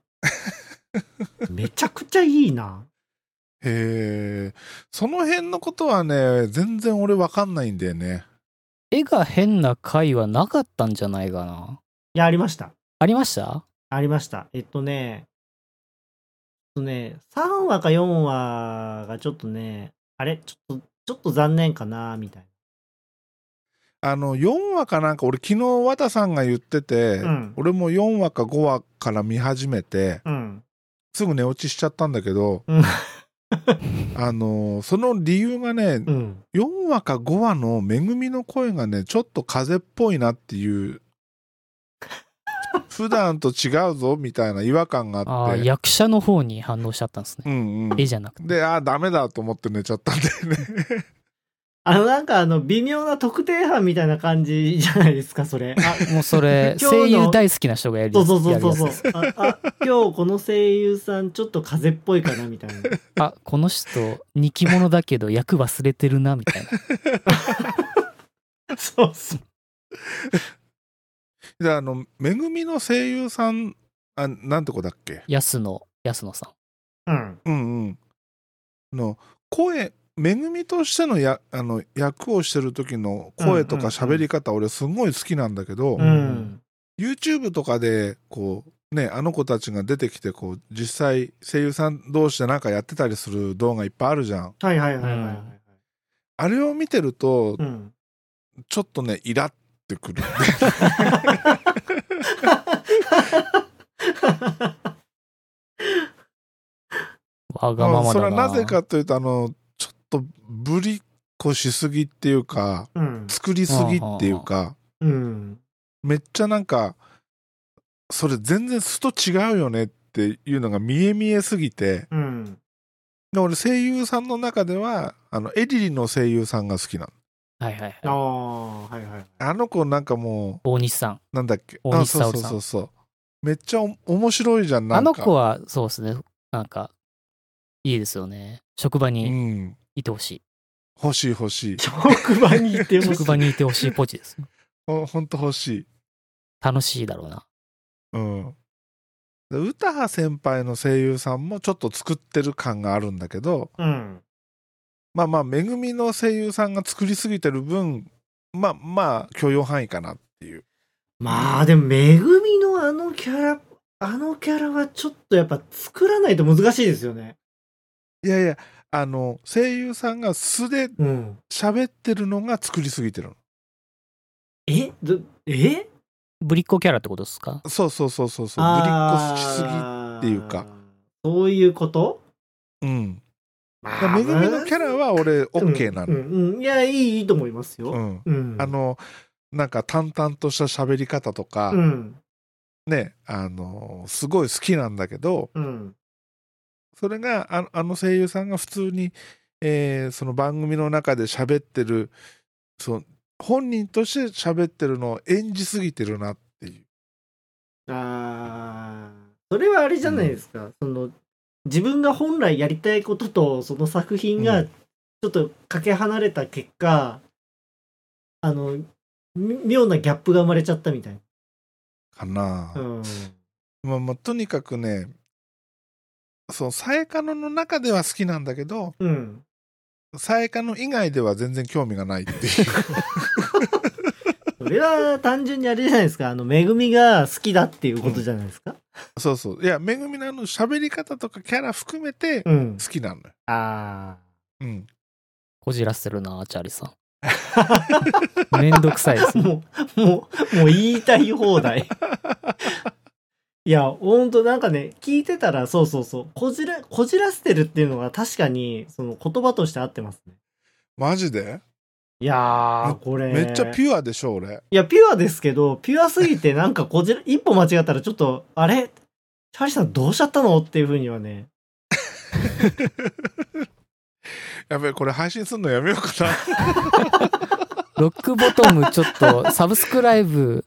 [SPEAKER 3] めちゃくちゃいいな。
[SPEAKER 1] へえ。その辺のことはね、全然俺わかんないんだよね。
[SPEAKER 2] 絵が変な回はなかったんじゃないかな。
[SPEAKER 3] いや、ありました。
[SPEAKER 2] ありました
[SPEAKER 3] ありました。えっとね、えっとね、3話か4話がちょっとね、あれちょっと、ちょっと残念かな、みたい
[SPEAKER 1] あの、4話かなんか、俺昨日和田さんが言ってて、
[SPEAKER 3] うん
[SPEAKER 1] 俺も4話か5話から見始めて、
[SPEAKER 3] な。うん。
[SPEAKER 1] すぐ寝落ちしちゃったんだけど、
[SPEAKER 3] うん。
[SPEAKER 1] あの、その理由がね、
[SPEAKER 3] うん。
[SPEAKER 1] 4話か5話の「恵みの声」がねちょっと風邪っぽいなって いう普段と違うぞみたいな違和感が
[SPEAKER 2] あ
[SPEAKER 1] あっ
[SPEAKER 2] あ、
[SPEAKER 1] て
[SPEAKER 2] 役者の方に反応しちゃったんですね。
[SPEAKER 1] うんうん
[SPEAKER 2] 絵じゃなくて。
[SPEAKER 1] でああダメだと思って寝ちゃったんだよね
[SPEAKER 3] あの、なんかあの、微妙な特定班みたいな感じじゃないですか、そ れ。あ、
[SPEAKER 2] もうそれ
[SPEAKER 3] 今日の
[SPEAKER 2] 声優大好きな人がやる
[SPEAKER 3] そ
[SPEAKER 2] や
[SPEAKER 3] う
[SPEAKER 2] つ
[SPEAKER 3] そうそうそう
[SPEAKER 2] や
[SPEAKER 3] そう
[SPEAKER 2] るやつです
[SPEAKER 3] ああ今日この声優さんちょっと風邪っぽいかなみたいな
[SPEAKER 2] あ、この人、人気者だけど役忘れてるな、みたいな。
[SPEAKER 3] そうそう。
[SPEAKER 1] で、あの、めぐみの声優さん、あ、なんて子だっけ
[SPEAKER 2] 安野、安野さん。
[SPEAKER 3] うん。
[SPEAKER 1] うんうん。あの、声、めぐみとしてのやあの役をしてる時の声と
[SPEAKER 3] うんうんうん
[SPEAKER 1] か喋り方、俺すごい好きなんだけど、
[SPEAKER 3] うん
[SPEAKER 1] YouTube とかで、こう、ね、あの子たちが出てきて、こう、実際、声優さん同士でなんかやってたりする動画いっぱいあるじゃん。
[SPEAKER 3] はいはいはいはいはい。
[SPEAKER 1] あれを見てると
[SPEAKER 3] う、ん。
[SPEAKER 1] ちょっとね、イラってくる。
[SPEAKER 2] わがままだ な。
[SPEAKER 1] それはなぜかというと、あの、ちょっと、ぶりっこしすぎっていうか、
[SPEAKER 3] うん。
[SPEAKER 1] 作りすぎっていうか、
[SPEAKER 3] うん。
[SPEAKER 1] めっちゃなんか、それ全然素と違うよねっていうのが見え見えすぎて、
[SPEAKER 3] うん。
[SPEAKER 1] で俺声優さんの中では、あの、エリリの声優さんが好きなの。
[SPEAKER 2] はいはい
[SPEAKER 3] あ
[SPEAKER 2] はい。
[SPEAKER 3] あ、はいはい。
[SPEAKER 1] あの子なんかも
[SPEAKER 2] 大西さん。
[SPEAKER 1] う、なんだっけ。
[SPEAKER 2] 大
[SPEAKER 1] あ、
[SPEAKER 2] 西
[SPEAKER 1] そ
[SPEAKER 2] 沙
[SPEAKER 1] うそ
[SPEAKER 2] 織
[SPEAKER 1] う
[SPEAKER 2] さん
[SPEAKER 1] そうそう。めっちゃお面白いじゃん、な
[SPEAKER 2] あ
[SPEAKER 1] んか。
[SPEAKER 2] の子は、そうですね。なんか、いいですよね。職場
[SPEAKER 1] う
[SPEAKER 2] に
[SPEAKER 1] ん。
[SPEAKER 2] いてほしい。
[SPEAKER 1] 欲しい欲しい。
[SPEAKER 3] 職場に行ってほしい
[SPEAKER 2] 職場にいてほしいポチです。
[SPEAKER 1] ほほんと欲しい。
[SPEAKER 2] 楽しいだろうな。
[SPEAKER 1] うん。で歌羽先輩の声優さんもちょっと作ってる感があるんだけど、
[SPEAKER 3] うん。
[SPEAKER 1] まあまあ、めぐみの声優さんが作りすぎてる分、まあまあ、許容範囲かなっていう。
[SPEAKER 3] まあでも、めぐみのあのキャラ、あのキャラはちょっとやっぱ作らないと難しいですよね。
[SPEAKER 1] いやいや、あの、声優さんが素で
[SPEAKER 3] うん。
[SPEAKER 1] 喋ってるのが作りすぎてる
[SPEAKER 3] えどえ
[SPEAKER 2] ぶりっ子キャラってことですか
[SPEAKER 1] の。そうそうそうそうそう。ぶりっ
[SPEAKER 3] あ
[SPEAKER 1] こしすぎ。
[SPEAKER 3] ー
[SPEAKER 1] っていうか。
[SPEAKER 3] そういうこと
[SPEAKER 1] うん。だか
[SPEAKER 3] ま
[SPEAKER 1] らめぐみのキャラは俺、OK な
[SPEAKER 3] うん
[SPEAKER 1] の。
[SPEAKER 3] うんうんいや、いい、いいと思いますよ。
[SPEAKER 1] うん。
[SPEAKER 3] うん。
[SPEAKER 1] あ、の、なんか淡々とした喋り方とか、
[SPEAKER 3] うん。
[SPEAKER 1] ね、あの、すごい好きなんだけど、
[SPEAKER 3] うん。
[SPEAKER 1] それがあのあの声優さんが普通に、えーその番組の中で喋ってるそう本人として喋ってるのを演じすぎてるなっていう
[SPEAKER 3] あーそれはあれじゃないですか。その、自分が本来やりたいことと、その作品
[SPEAKER 1] う
[SPEAKER 3] が、
[SPEAKER 1] ん
[SPEAKER 3] ちょっとかけ離れた結果、あの、み妙なギャップが生まれちゃったみたい
[SPEAKER 1] かな
[SPEAKER 3] な。う、ん。
[SPEAKER 1] まあまあ、とにかくねそうサエカノの中では好きなんだけど
[SPEAKER 3] うん。
[SPEAKER 1] サエカノ以外では全然興味がないっ ていう
[SPEAKER 3] それは単純にあれじゃないですか。あの、めぐみが好きだっていうことじゃないですか。
[SPEAKER 1] そうそういやめぐみのあの喋り方とかキャラ含めて
[SPEAKER 3] う
[SPEAKER 1] 好
[SPEAKER 3] ん。
[SPEAKER 1] きなのよ、
[SPEAKER 3] あ
[SPEAKER 1] うん、
[SPEAKER 2] こじらせるな、チャーリーさん。めんどくさいです ね。
[SPEAKER 3] あ。もう、もう、もう言いたい放題。いや、ほんとなんかね、聞いてたら、そうそうそう、こじら、こじらせてるっていうのが確かに、その言葉として合ってますね。
[SPEAKER 1] マジで
[SPEAKER 3] いやー、これ。
[SPEAKER 1] めっちゃ
[SPEAKER 3] ュ
[SPEAKER 1] ピュアでしょ俺
[SPEAKER 3] いや、ピュアですけど、ピュアすぎてなんかこじら、 一歩間違ったらちょっと、あれチャーリーさんどうしちゃったのっていうふうにはね。
[SPEAKER 1] やべえこれ配信するのやめようかな
[SPEAKER 2] ロックボトム、ちょっと、サブスクライブ、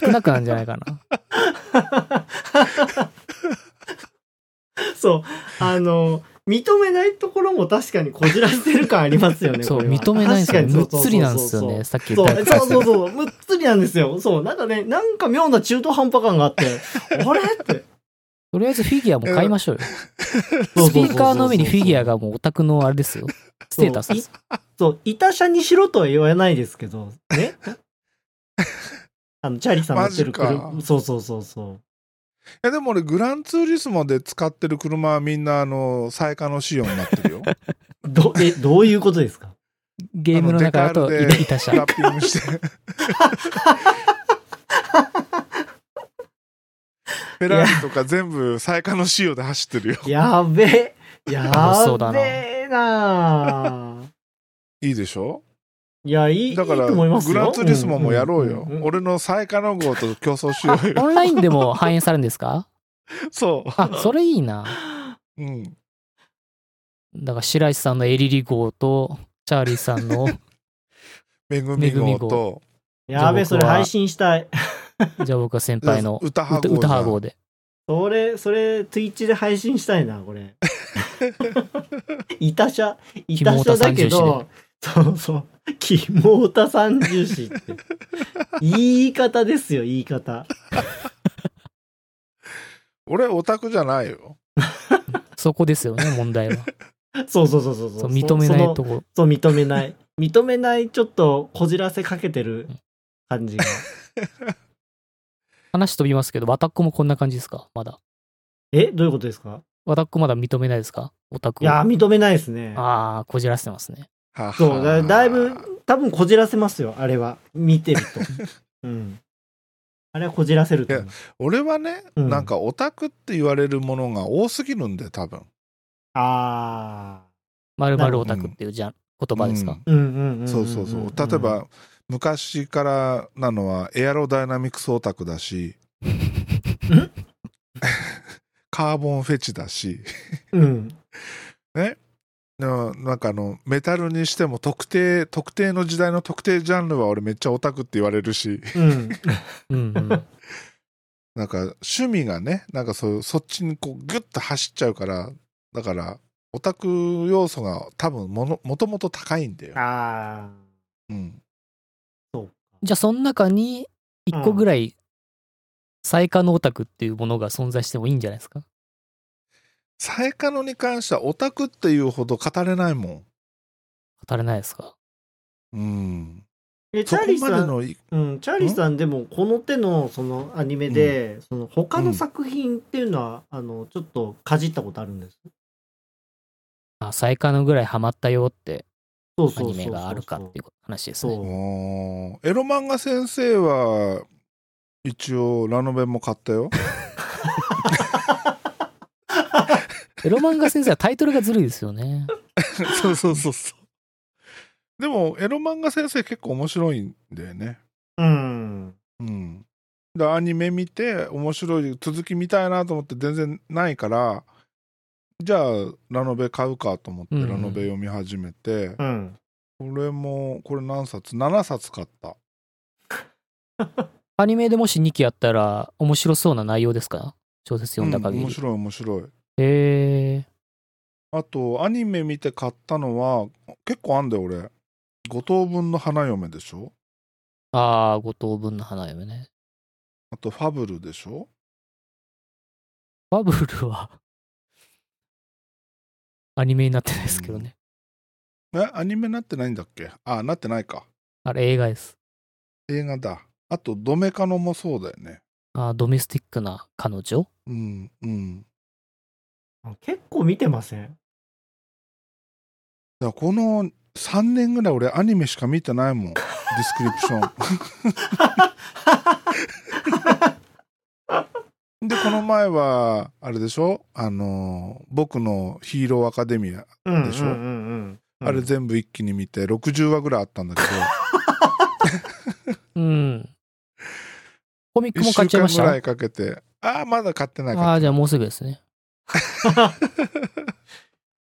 [SPEAKER 2] 少なくなるんじゃないか な。
[SPEAKER 3] そう、あの、認めないところも確かにこじらせてる感ありますよ ね。
[SPEAKER 2] そう、
[SPEAKER 3] これは
[SPEAKER 2] 認めないんですよね。むっ
[SPEAKER 3] 確かに
[SPEAKER 2] つりなんですよ
[SPEAKER 3] そうそうそうそう
[SPEAKER 2] ね。さっき言
[SPEAKER 3] そ
[SPEAKER 2] っ
[SPEAKER 3] う
[SPEAKER 2] たやつ
[SPEAKER 3] そうそうそう、むっつりなんですよ。そう、なんかね、なんか妙な中途半端感があって、 あれって。
[SPEAKER 2] とりあえずフィギュアも買いましょうよ。
[SPEAKER 3] そうそうそうそう
[SPEAKER 2] スピーカーの上にフィギュアがもうオタクのあれですよ。ステータスです。
[SPEAKER 3] そう、いたしゃにしろとは言わないですけど、 ね。あの、チャリさん乗ってる
[SPEAKER 1] マ
[SPEAKER 3] 車
[SPEAKER 1] ジ、か
[SPEAKER 3] そうそうそうそう。
[SPEAKER 1] えでも俺グランツーリスモで使ってる車はみんなあの最下の仕様になってるよ
[SPEAKER 3] ど、え、どういうことですか
[SPEAKER 2] ゲームの中だ
[SPEAKER 1] あ
[SPEAKER 2] と
[SPEAKER 1] のデカ
[SPEAKER 2] い
[SPEAKER 1] ールで
[SPEAKER 2] いたしゃ。
[SPEAKER 1] ラッピングしてフェラーリとか全部最下の仕様で走ってるよ
[SPEAKER 3] やべ
[SPEAKER 2] 楽しそ
[SPEAKER 3] え、や
[SPEAKER 2] うだな
[SPEAKER 3] べえなあ
[SPEAKER 1] いいでしょ
[SPEAKER 3] いや、いい、いいと
[SPEAKER 1] だから
[SPEAKER 3] 思いますよ。
[SPEAKER 1] グランツーリスモもやろうよ、
[SPEAKER 3] んんん
[SPEAKER 1] 俺の最下の号と競争しよう
[SPEAKER 2] あ
[SPEAKER 1] よ
[SPEAKER 2] オンラインでも反映されるんですか
[SPEAKER 1] そ
[SPEAKER 2] あ、それいいな。
[SPEAKER 1] う、うん、
[SPEAKER 2] だから白石さんのエリリ号と、チャーリーさんの、
[SPEAKER 1] めぐみ号と
[SPEAKER 3] やべえ、
[SPEAKER 2] じゃあ
[SPEAKER 3] そ
[SPEAKER 2] 僕は
[SPEAKER 3] れ配信したい。
[SPEAKER 2] じゃあ僕は先輩 の
[SPEAKER 1] 歌羽
[SPEAKER 2] 歌
[SPEAKER 1] 号じ
[SPEAKER 2] 歌
[SPEAKER 1] ゃ
[SPEAKER 2] 羽
[SPEAKER 1] ん
[SPEAKER 2] 号で。
[SPEAKER 3] それ、それ、Twitch で配 信したいな、これ。いたしゃ、いたしゃだけ
[SPEAKER 2] キモオ
[SPEAKER 3] ど、そうそう。キモータ三重視って。言い方ですよ、言い方。
[SPEAKER 1] 俺、オタクじゃないよ。
[SPEAKER 2] そこですよ ね、問題は。
[SPEAKER 3] そうそうそうそうそう
[SPEAKER 2] そう認めな
[SPEAKER 3] その
[SPEAKER 2] いとこ。
[SPEAKER 3] そう、認めない。認めない、ちょっとこじらせかけてる感じが。
[SPEAKER 2] 話飛びますけど、ワタックもこんな感じですかまだ。
[SPEAKER 3] えどういうことですか
[SPEAKER 2] ワタックまだ認めないですかオタク
[SPEAKER 3] い
[SPEAKER 2] を。
[SPEAKER 3] やー、認めないですね。
[SPEAKER 2] ああ、こじらせてますね。
[SPEAKER 1] はは
[SPEAKER 3] そうだ、だいぶ、多分こじらせますよ、あれは。見てると。うん。あれはこじらせると思う。
[SPEAKER 1] 俺はね、
[SPEAKER 3] うん
[SPEAKER 1] なんかオタクって言われるものが多すぎるんで、多分。
[SPEAKER 3] あ
[SPEAKER 2] まるまるオタクっていうじゃん言葉ですか。
[SPEAKER 3] ー。うんうんうんうん、
[SPEAKER 1] うんそうそうそう。例えば、、昔からなのはエアロダイナミクスオタクだ し、カーボンフェチだし、
[SPEAKER 3] うん。
[SPEAKER 1] ななんかあの、メタルにしても特定、特定の時代の特定ジャンルは俺めっちゃオタクって言われるし、
[SPEAKER 3] うん。
[SPEAKER 2] うんうん。
[SPEAKER 1] なんか趣味がね、なんかそうそっちにこうグッと走っちゃうから、だから、オタク要素が多分もの、もともと高いんだよ。
[SPEAKER 3] ああ。
[SPEAKER 1] うん。
[SPEAKER 3] そうか。
[SPEAKER 2] じゃあ、その中に、一個ぐらい、最下のオタクっていうものが存在してもいいんじゃないですか
[SPEAKER 1] サイカノに関してはオタクっていうほど語れないも
[SPEAKER 2] 語れないですか
[SPEAKER 1] ん。うん。
[SPEAKER 3] え、チ
[SPEAKER 1] そ
[SPEAKER 3] ャ
[SPEAKER 1] こ
[SPEAKER 3] ーリー
[SPEAKER 1] まで
[SPEAKER 3] さん、
[SPEAKER 1] のい、
[SPEAKER 3] うん、チャーリーさんでも、この手の、その、アニメで、その、他の作品っていうのは、あの、ちょっと、かじったことあるんです。
[SPEAKER 2] あ、最下のぐらいハマったよって
[SPEAKER 3] そう
[SPEAKER 2] ア
[SPEAKER 3] そうそう
[SPEAKER 2] ニ
[SPEAKER 3] そ
[SPEAKER 2] メ
[SPEAKER 3] う。
[SPEAKER 2] があるかっていう話です
[SPEAKER 3] そ
[SPEAKER 2] ね
[SPEAKER 3] う。
[SPEAKER 1] おーエロ漫画先生は、一応、ラノベも買った よ。
[SPEAKER 2] エロ漫画先生はタイトルがずるいですよね。
[SPEAKER 1] そうそうそうそう。でも、エロ漫画先生結構面白いんだよね。
[SPEAKER 3] うん。
[SPEAKER 1] うん。だアニメ見て、面白い、続き見たいなと思って全然ないから、じゃあ、ラノベ買うかと思って、
[SPEAKER 2] うんうん
[SPEAKER 1] ラノベ読み始めて、
[SPEAKER 3] うん。
[SPEAKER 1] これも、これ何冊 ?7 冊買った。
[SPEAKER 2] アニメでもし2期やったら面白そうな内容ですか小説読んだ限
[SPEAKER 1] うん
[SPEAKER 2] り。
[SPEAKER 1] 面白い、面白い。
[SPEAKER 2] へえ。
[SPEAKER 1] あと、アニメ見て買ったのは、結構あんだよ、俺。五等分の花嫁でしょ
[SPEAKER 2] ああ、五等分の花嫁ね。
[SPEAKER 1] あと、ファブルでしょ
[SPEAKER 2] ファブルは、アニメになってないですけどね。
[SPEAKER 1] え、アニメなってないんだっけあ、なってないか。
[SPEAKER 2] あれ映画です。
[SPEAKER 1] 映画だ。あと、ドメカノもそうだよね。
[SPEAKER 2] あードメスティックな彼女
[SPEAKER 1] うん、うん。
[SPEAKER 3] 結構見てません。
[SPEAKER 1] だからこの3年ぐらい俺アニメしか見てないもん。ディスクリプション。 で、この前は、あれでしょあの、僕のヒーローアカデミア。
[SPEAKER 3] うん
[SPEAKER 1] でしょ
[SPEAKER 3] うんうんうんうん。
[SPEAKER 1] あれ全部一気に見て、60話ぐらいあったんだけど。
[SPEAKER 2] うん。コミック も
[SPEAKER 1] 一
[SPEAKER 2] 買っちゃいまし
[SPEAKER 1] 週間ぐら
[SPEAKER 2] た
[SPEAKER 1] いかけてああまだ買ってない
[SPEAKER 2] あ
[SPEAKER 1] か
[SPEAKER 2] あ、じゃあもうすぐですね。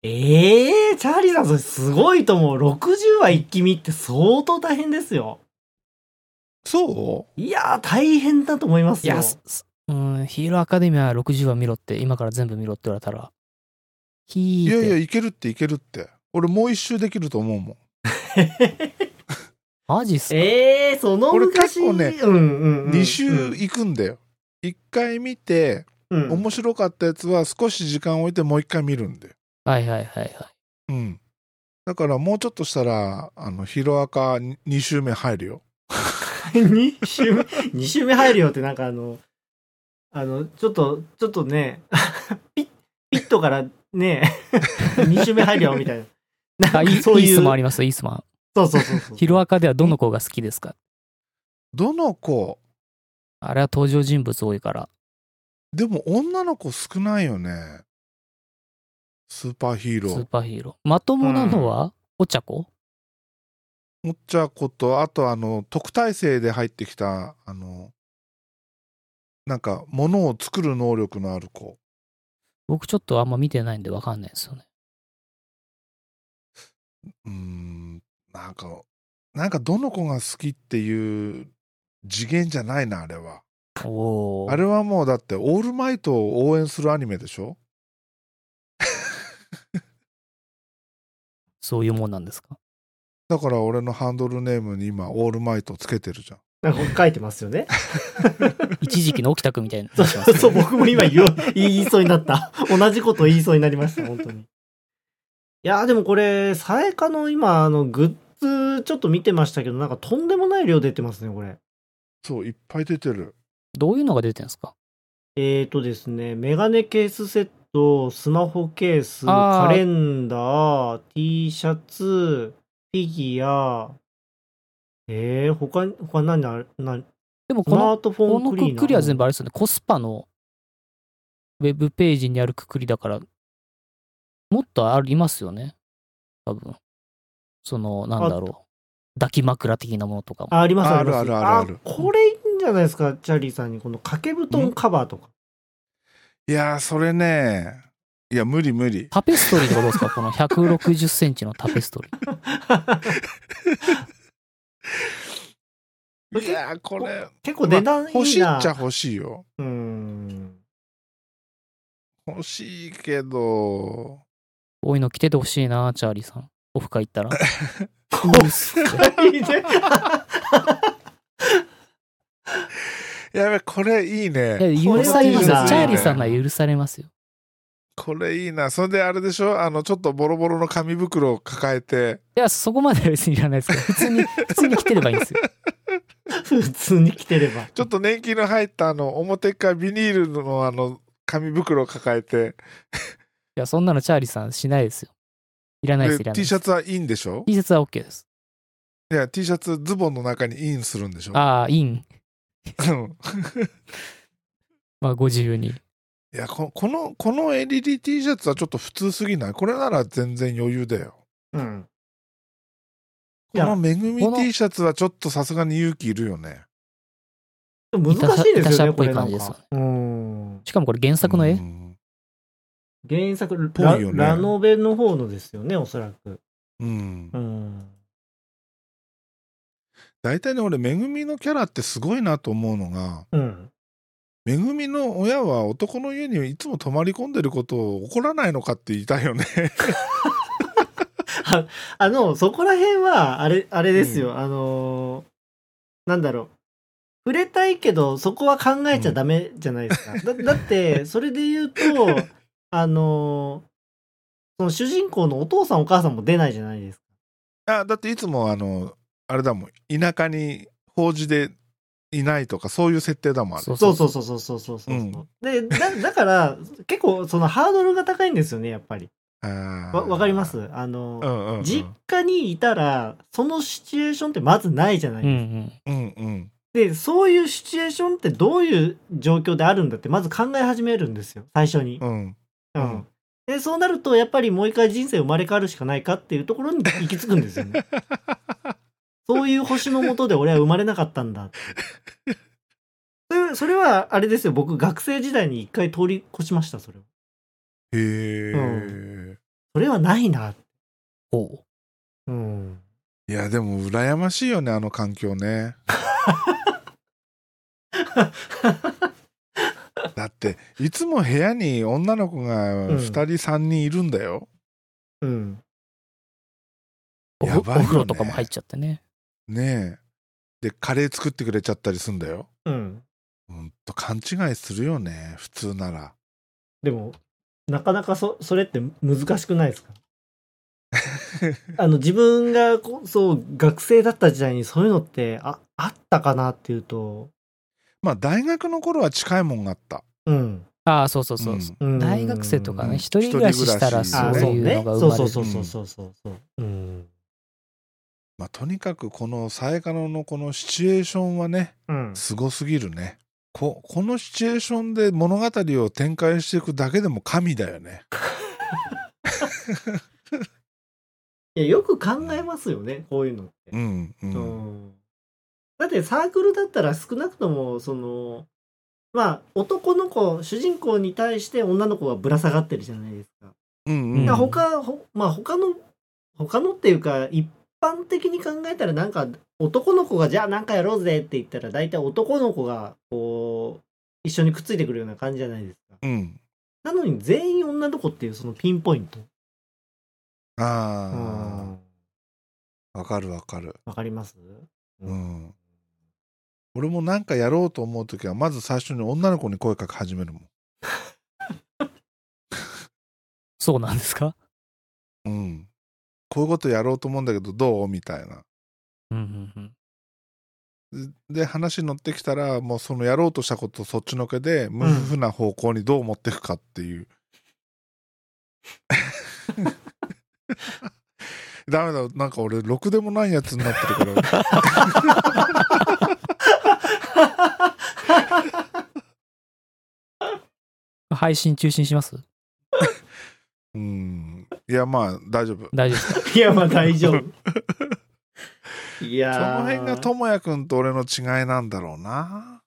[SPEAKER 3] ええー、チャーリーさん、それすごいと思う。60話一気見って相当大変ですよ。
[SPEAKER 1] そ
[SPEAKER 3] いやー、大変だと思います
[SPEAKER 2] い
[SPEAKER 3] よ。
[SPEAKER 2] や、すすうん、ヒーローアカデミア60話見ろって、今から全部見ろって言われたら、
[SPEAKER 1] う
[SPEAKER 2] ひ
[SPEAKER 1] い
[SPEAKER 2] ーって
[SPEAKER 1] やいやいけるっていけるって俺もう一周できると思うもん
[SPEAKER 2] マジっすか
[SPEAKER 3] ええー、その
[SPEAKER 1] 俺
[SPEAKER 3] 昔
[SPEAKER 1] 結構ね
[SPEAKER 3] うんうんうん、
[SPEAKER 1] 2周行くんだよ1回見て
[SPEAKER 3] うん、うん
[SPEAKER 1] 面白かったやつは少し時間置いてもう1回見るんだよ
[SPEAKER 2] はいはいはいはい。
[SPEAKER 1] うんだからもうちょっとしたらあのヒロアカ2周目入るよ
[SPEAKER 3] 二週目、二週目入るよってなんかあの、あの、ちょっと、ちょっとね、 ピッ、ピットからね、 二週目入るよみたいな。
[SPEAKER 2] あ、
[SPEAKER 3] ないん
[SPEAKER 2] い
[SPEAKER 3] かそう
[SPEAKER 2] いい
[SPEAKER 3] いう。
[SPEAKER 2] 質問ありますよ、いい質問。
[SPEAKER 3] そうそうそう そう。
[SPEAKER 2] ヒロアカではどの子が好きですか
[SPEAKER 1] どの子
[SPEAKER 2] あれは登場人物多いから。
[SPEAKER 1] でも女の子少ないよねスーパーヒー
[SPEAKER 2] ス
[SPEAKER 1] ロ
[SPEAKER 2] ー
[SPEAKER 1] ー
[SPEAKER 2] パーヒーロー。まともなのは、お茶子
[SPEAKER 1] おっちゃことあとあの特待生で入ってきたあのなんか物を作る能力のある子
[SPEAKER 2] 僕ちょっとあんま見てないんでわかんないですよね。
[SPEAKER 1] うーんなんかなんかどの子が好きっていう次元じゃないなあれは
[SPEAKER 2] おー
[SPEAKER 1] あれはもうだってオールマイトを応援するアニメでしょ
[SPEAKER 2] そういうもんなんですか
[SPEAKER 1] だから俺のハンドルネームに今、オールマイトつけてるじゃん。
[SPEAKER 3] なんか書いてますよね。
[SPEAKER 2] 一時期の沖田君み たいな。
[SPEAKER 3] そうそう、僕も今言おう言いそうになった。同じこと言いそうになりました、本当に。いやーでもこれ、サエカの今、あの、グッズ、ちょっと見てましたけど、なんかとんでもない量出てますね、これ。
[SPEAKER 1] そう、いっぱい出てる。
[SPEAKER 2] どういうのが出てるんですか
[SPEAKER 3] えーとですね、メガネケースセット、スマホケース、
[SPEAKER 2] あー
[SPEAKER 3] カレンダー、T シャツ、フィギュア、えー、他に、他何ある、何、
[SPEAKER 2] でも
[SPEAKER 3] ス
[SPEAKER 2] この
[SPEAKER 3] マートフ
[SPEAKER 2] こ
[SPEAKER 3] ォン
[SPEAKER 2] の
[SPEAKER 3] クリーナー。
[SPEAKER 2] くくりは全部あれですよね、コスパのウェブページにあるくくりだから、もっとありますよね、多分その、なんだろう、抱き枕的なものとかも。
[SPEAKER 3] あ、あります、
[SPEAKER 1] あ
[SPEAKER 3] ります
[SPEAKER 1] あるあるある
[SPEAKER 3] あこれいいんじゃないですか、チャーリーさんに、この掛け布団カバーとか。
[SPEAKER 1] いやー、それね、いや、無理無理。
[SPEAKER 2] タペストリーとかどうですか、この160センチのタペストリー。
[SPEAKER 1] いやー、これ、
[SPEAKER 3] 結構値段いいな。
[SPEAKER 1] 欲しいっちゃ欲しいよ。
[SPEAKER 3] うーん。
[SPEAKER 1] 欲しいけど、
[SPEAKER 2] こういうの着ててほしいな、チャーリーさん。オフ会行ったら。
[SPEAKER 3] いいね
[SPEAKER 1] やべ、これいい
[SPEAKER 2] い
[SPEAKER 1] ね。
[SPEAKER 2] や許されますよ
[SPEAKER 3] これはいいな。
[SPEAKER 2] チャーリーさんなら許されますよ。
[SPEAKER 1] これいいな。それであれでしょあの、ちょっとボロボロの紙袋を抱えて、
[SPEAKER 2] いや、そこまでは別にいらないですけど、普通に、普通に着てればいいんですよ。
[SPEAKER 3] 普通に着てれば。
[SPEAKER 1] ちょっと年季の入ったあの、表っかビニールのあの、紙袋を抱えて、
[SPEAKER 2] いや、そんなのチャーリーさんしないですよ。いらないです、
[SPEAKER 1] で
[SPEAKER 2] いらないで
[SPEAKER 1] T
[SPEAKER 2] す。
[SPEAKER 1] シャツはいいんでしょ
[SPEAKER 2] T シャツは OK です。
[SPEAKER 1] いや、T シャツ、ズボンの中にインするんでしょ
[SPEAKER 2] ああ、イン。
[SPEAKER 1] うん
[SPEAKER 2] まあ、ご自由に。
[SPEAKER 1] いやこ、この、この LED T シャツはちょっと普通すぎないこれなら全然余裕だよ。
[SPEAKER 3] うん。
[SPEAKER 1] こ
[SPEAKER 3] いや
[SPEAKER 1] のめぐみ
[SPEAKER 2] この
[SPEAKER 1] T シャツはちょっとさすがに勇気いるよね。
[SPEAKER 3] 難しいで
[SPEAKER 2] いたし
[SPEAKER 3] すよ
[SPEAKER 2] ゃ
[SPEAKER 3] ね、
[SPEAKER 2] っぽ
[SPEAKER 3] こ
[SPEAKER 2] い
[SPEAKER 3] れなん
[SPEAKER 2] 感じです
[SPEAKER 3] か。うーん。
[SPEAKER 2] しかもこれ原作の絵、
[SPEAKER 1] うん
[SPEAKER 3] 原作、
[SPEAKER 1] ぽい
[SPEAKER 3] ラ
[SPEAKER 1] よね
[SPEAKER 3] ラノベの方のですよね、おそらく。
[SPEAKER 1] うん
[SPEAKER 3] う。ん。
[SPEAKER 1] 大体ね、俺、めぐみのキャラってすごいなと思うのが、
[SPEAKER 3] うん。
[SPEAKER 1] めぐみの親は男の家にいつも泊まり込んでることを怒らないのかって言いたいよね。
[SPEAKER 3] あの、そこら辺は、あれ、あれですよ、あのーなんだろう。触れたいけど、そこは考えちゃダメじゃないですか。 だだって、それで言うと、あのーその主人公のお父さんお母さんも出ないじゃないですか。
[SPEAKER 1] あだっていつもあのあれだもん田舎に法事でいないとかそういう設定だもんあれ
[SPEAKER 2] そう
[SPEAKER 3] そうそうそうそうそうそうそう、
[SPEAKER 1] うん
[SPEAKER 3] で、だ、だから、結構そのハードルが高いんですよね、やっぱり。
[SPEAKER 1] あー
[SPEAKER 3] わ、わかりますあの
[SPEAKER 1] う
[SPEAKER 3] ー、
[SPEAKER 1] んうんうん
[SPEAKER 3] 実家にいたら、そのシチュエーションってまずないじゃない
[SPEAKER 2] うんう
[SPEAKER 3] ですか。
[SPEAKER 2] ん。
[SPEAKER 1] うんうん
[SPEAKER 3] で、そういうシチュエーションってどういう状況であるんだって、まず考え始めるんですよ、最初に
[SPEAKER 1] う。ん
[SPEAKER 3] うん。で、そうなると、やっぱりもう一回人生生まれ変わるしかないかっていうところに行き着くんですよね。そういう星の下で俺は生まれなかったんだって。それそれは、あれですよ、僕、学生時代に一回通り越しました、それは。
[SPEAKER 1] へえ、
[SPEAKER 3] それはないな。
[SPEAKER 2] おう
[SPEAKER 3] うん。
[SPEAKER 1] いやでも羨ましいよねあの環境ねだっていつも部屋に女の子が
[SPEAKER 3] うん
[SPEAKER 1] 2人3人いるんだよ、
[SPEAKER 3] うん。
[SPEAKER 2] お
[SPEAKER 1] や
[SPEAKER 2] お
[SPEAKER 1] ばいよね
[SPEAKER 2] 風呂とかも入っちゃってね。
[SPEAKER 1] ねえでカレー作ってくれちゃったりすんだよ
[SPEAKER 3] うん。
[SPEAKER 1] ほんと勘違いするよね普通なら
[SPEAKER 3] でも、なかなかそ、それって難しくない ですかあの、自分がこう、そう、学生だった時代にそういうのって、あ、あったかなっていうと、
[SPEAKER 1] まあ大学の頃は近いもんがあった。
[SPEAKER 3] うん。
[SPEAKER 2] ああ、そうそうそ
[SPEAKER 1] う
[SPEAKER 2] う。
[SPEAKER 1] ん
[SPEAKER 3] うん
[SPEAKER 2] 大学生とか
[SPEAKER 1] うん
[SPEAKER 2] ね、一人暮らししたら
[SPEAKER 1] 一人
[SPEAKER 2] そ
[SPEAKER 1] 暮
[SPEAKER 3] あ
[SPEAKER 1] ら
[SPEAKER 2] う
[SPEAKER 1] し
[SPEAKER 2] いうのが生まれ
[SPEAKER 3] そう
[SPEAKER 2] る。
[SPEAKER 3] そうそうそうそうそう。うん。
[SPEAKER 1] まあとにかくこのサエカノのこのシチュエーションはね、
[SPEAKER 3] うん。
[SPEAKER 1] すごすぎるね。ここのシチュエーションで物語を展開していくだけでも神だよね。
[SPEAKER 3] いや、よく考えますよね、こういうのって。
[SPEAKER 1] うんう。
[SPEAKER 3] うんんだってサークルだったら少なくともそのまあ男の子主人公に対して女の子がぶら下がってるじゃないですか。
[SPEAKER 1] うん
[SPEAKER 2] ん
[SPEAKER 1] う
[SPEAKER 3] だから
[SPEAKER 1] ん。
[SPEAKER 3] 他ほまあ他の他のっていうか一般的に考えたらなんか男の子がじゃあなんかやろうぜって言ったら大体男の子がこう一緒にくっついてくるような感じじゃないですか。
[SPEAKER 1] うん。
[SPEAKER 3] なのに全員女の子っていうそのピンポイント。
[SPEAKER 1] ああ。わかるわかる。
[SPEAKER 3] わかります
[SPEAKER 1] うん。俺もなんかやろうと思うときは、まず最初に女の子に声かけ始めるもん。
[SPEAKER 2] そうなんですか
[SPEAKER 1] うん。こういうことやろうと思うんだけど、どうみたいな。
[SPEAKER 2] うんうんうん。
[SPEAKER 1] で、話に乗ってきたら、もうそのやろうとしたことをそっちのけで、無夫婦な方向にどう持っていくかっていう。 ダメだ、なんか俺、ろくでもないやつになってるから。
[SPEAKER 2] 配信中止にします
[SPEAKER 1] うん。いや、まあ、大丈夫。
[SPEAKER 2] 大丈夫ですか
[SPEAKER 3] いや、まあ大丈夫。 いや
[SPEAKER 1] そ
[SPEAKER 3] ー
[SPEAKER 1] の辺がともやくんと俺の違いなんだろうな。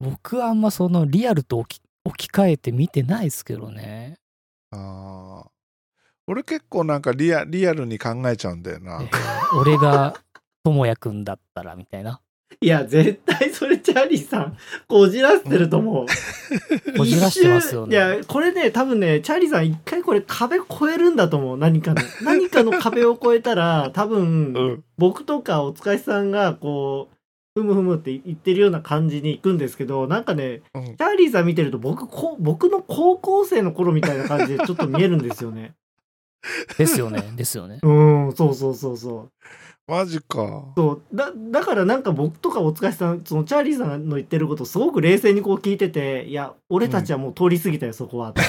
[SPEAKER 2] 僕はあんまそのリアルと置き置き換えて見てないですけどね。
[SPEAKER 1] あー俺結構なんかリアリアルに考えちゃうんだよな
[SPEAKER 2] え。ー俺が智也くんだったらみたい な。
[SPEAKER 3] いや、絶対それチャーリーさん、こじらせてると思う。
[SPEAKER 2] こじらしてますよね
[SPEAKER 3] 一周いや、これね、多分ね、チャーリーさん一回これ壁越えるんだと思う。何かの。何かの壁を越えたら、多分、
[SPEAKER 1] うん
[SPEAKER 3] 僕とかお疲れさんが、こう、ふむふむって言ってるような感じに行くんですけど、なんかね、
[SPEAKER 1] うん
[SPEAKER 3] チャーリーさん見てると僕、こ僕の高校生の頃みたいな感じでちょっと見えるんですよね。
[SPEAKER 2] ですよね。ですよね。
[SPEAKER 3] うん、そうそうそうそう。
[SPEAKER 1] マジか。
[SPEAKER 3] そうだだからなんか僕とかお疲れさんそのチャーリーさんの言ってることすごく冷静にこう聞いてていや俺たちはもう通り過ぎたよ、そこはって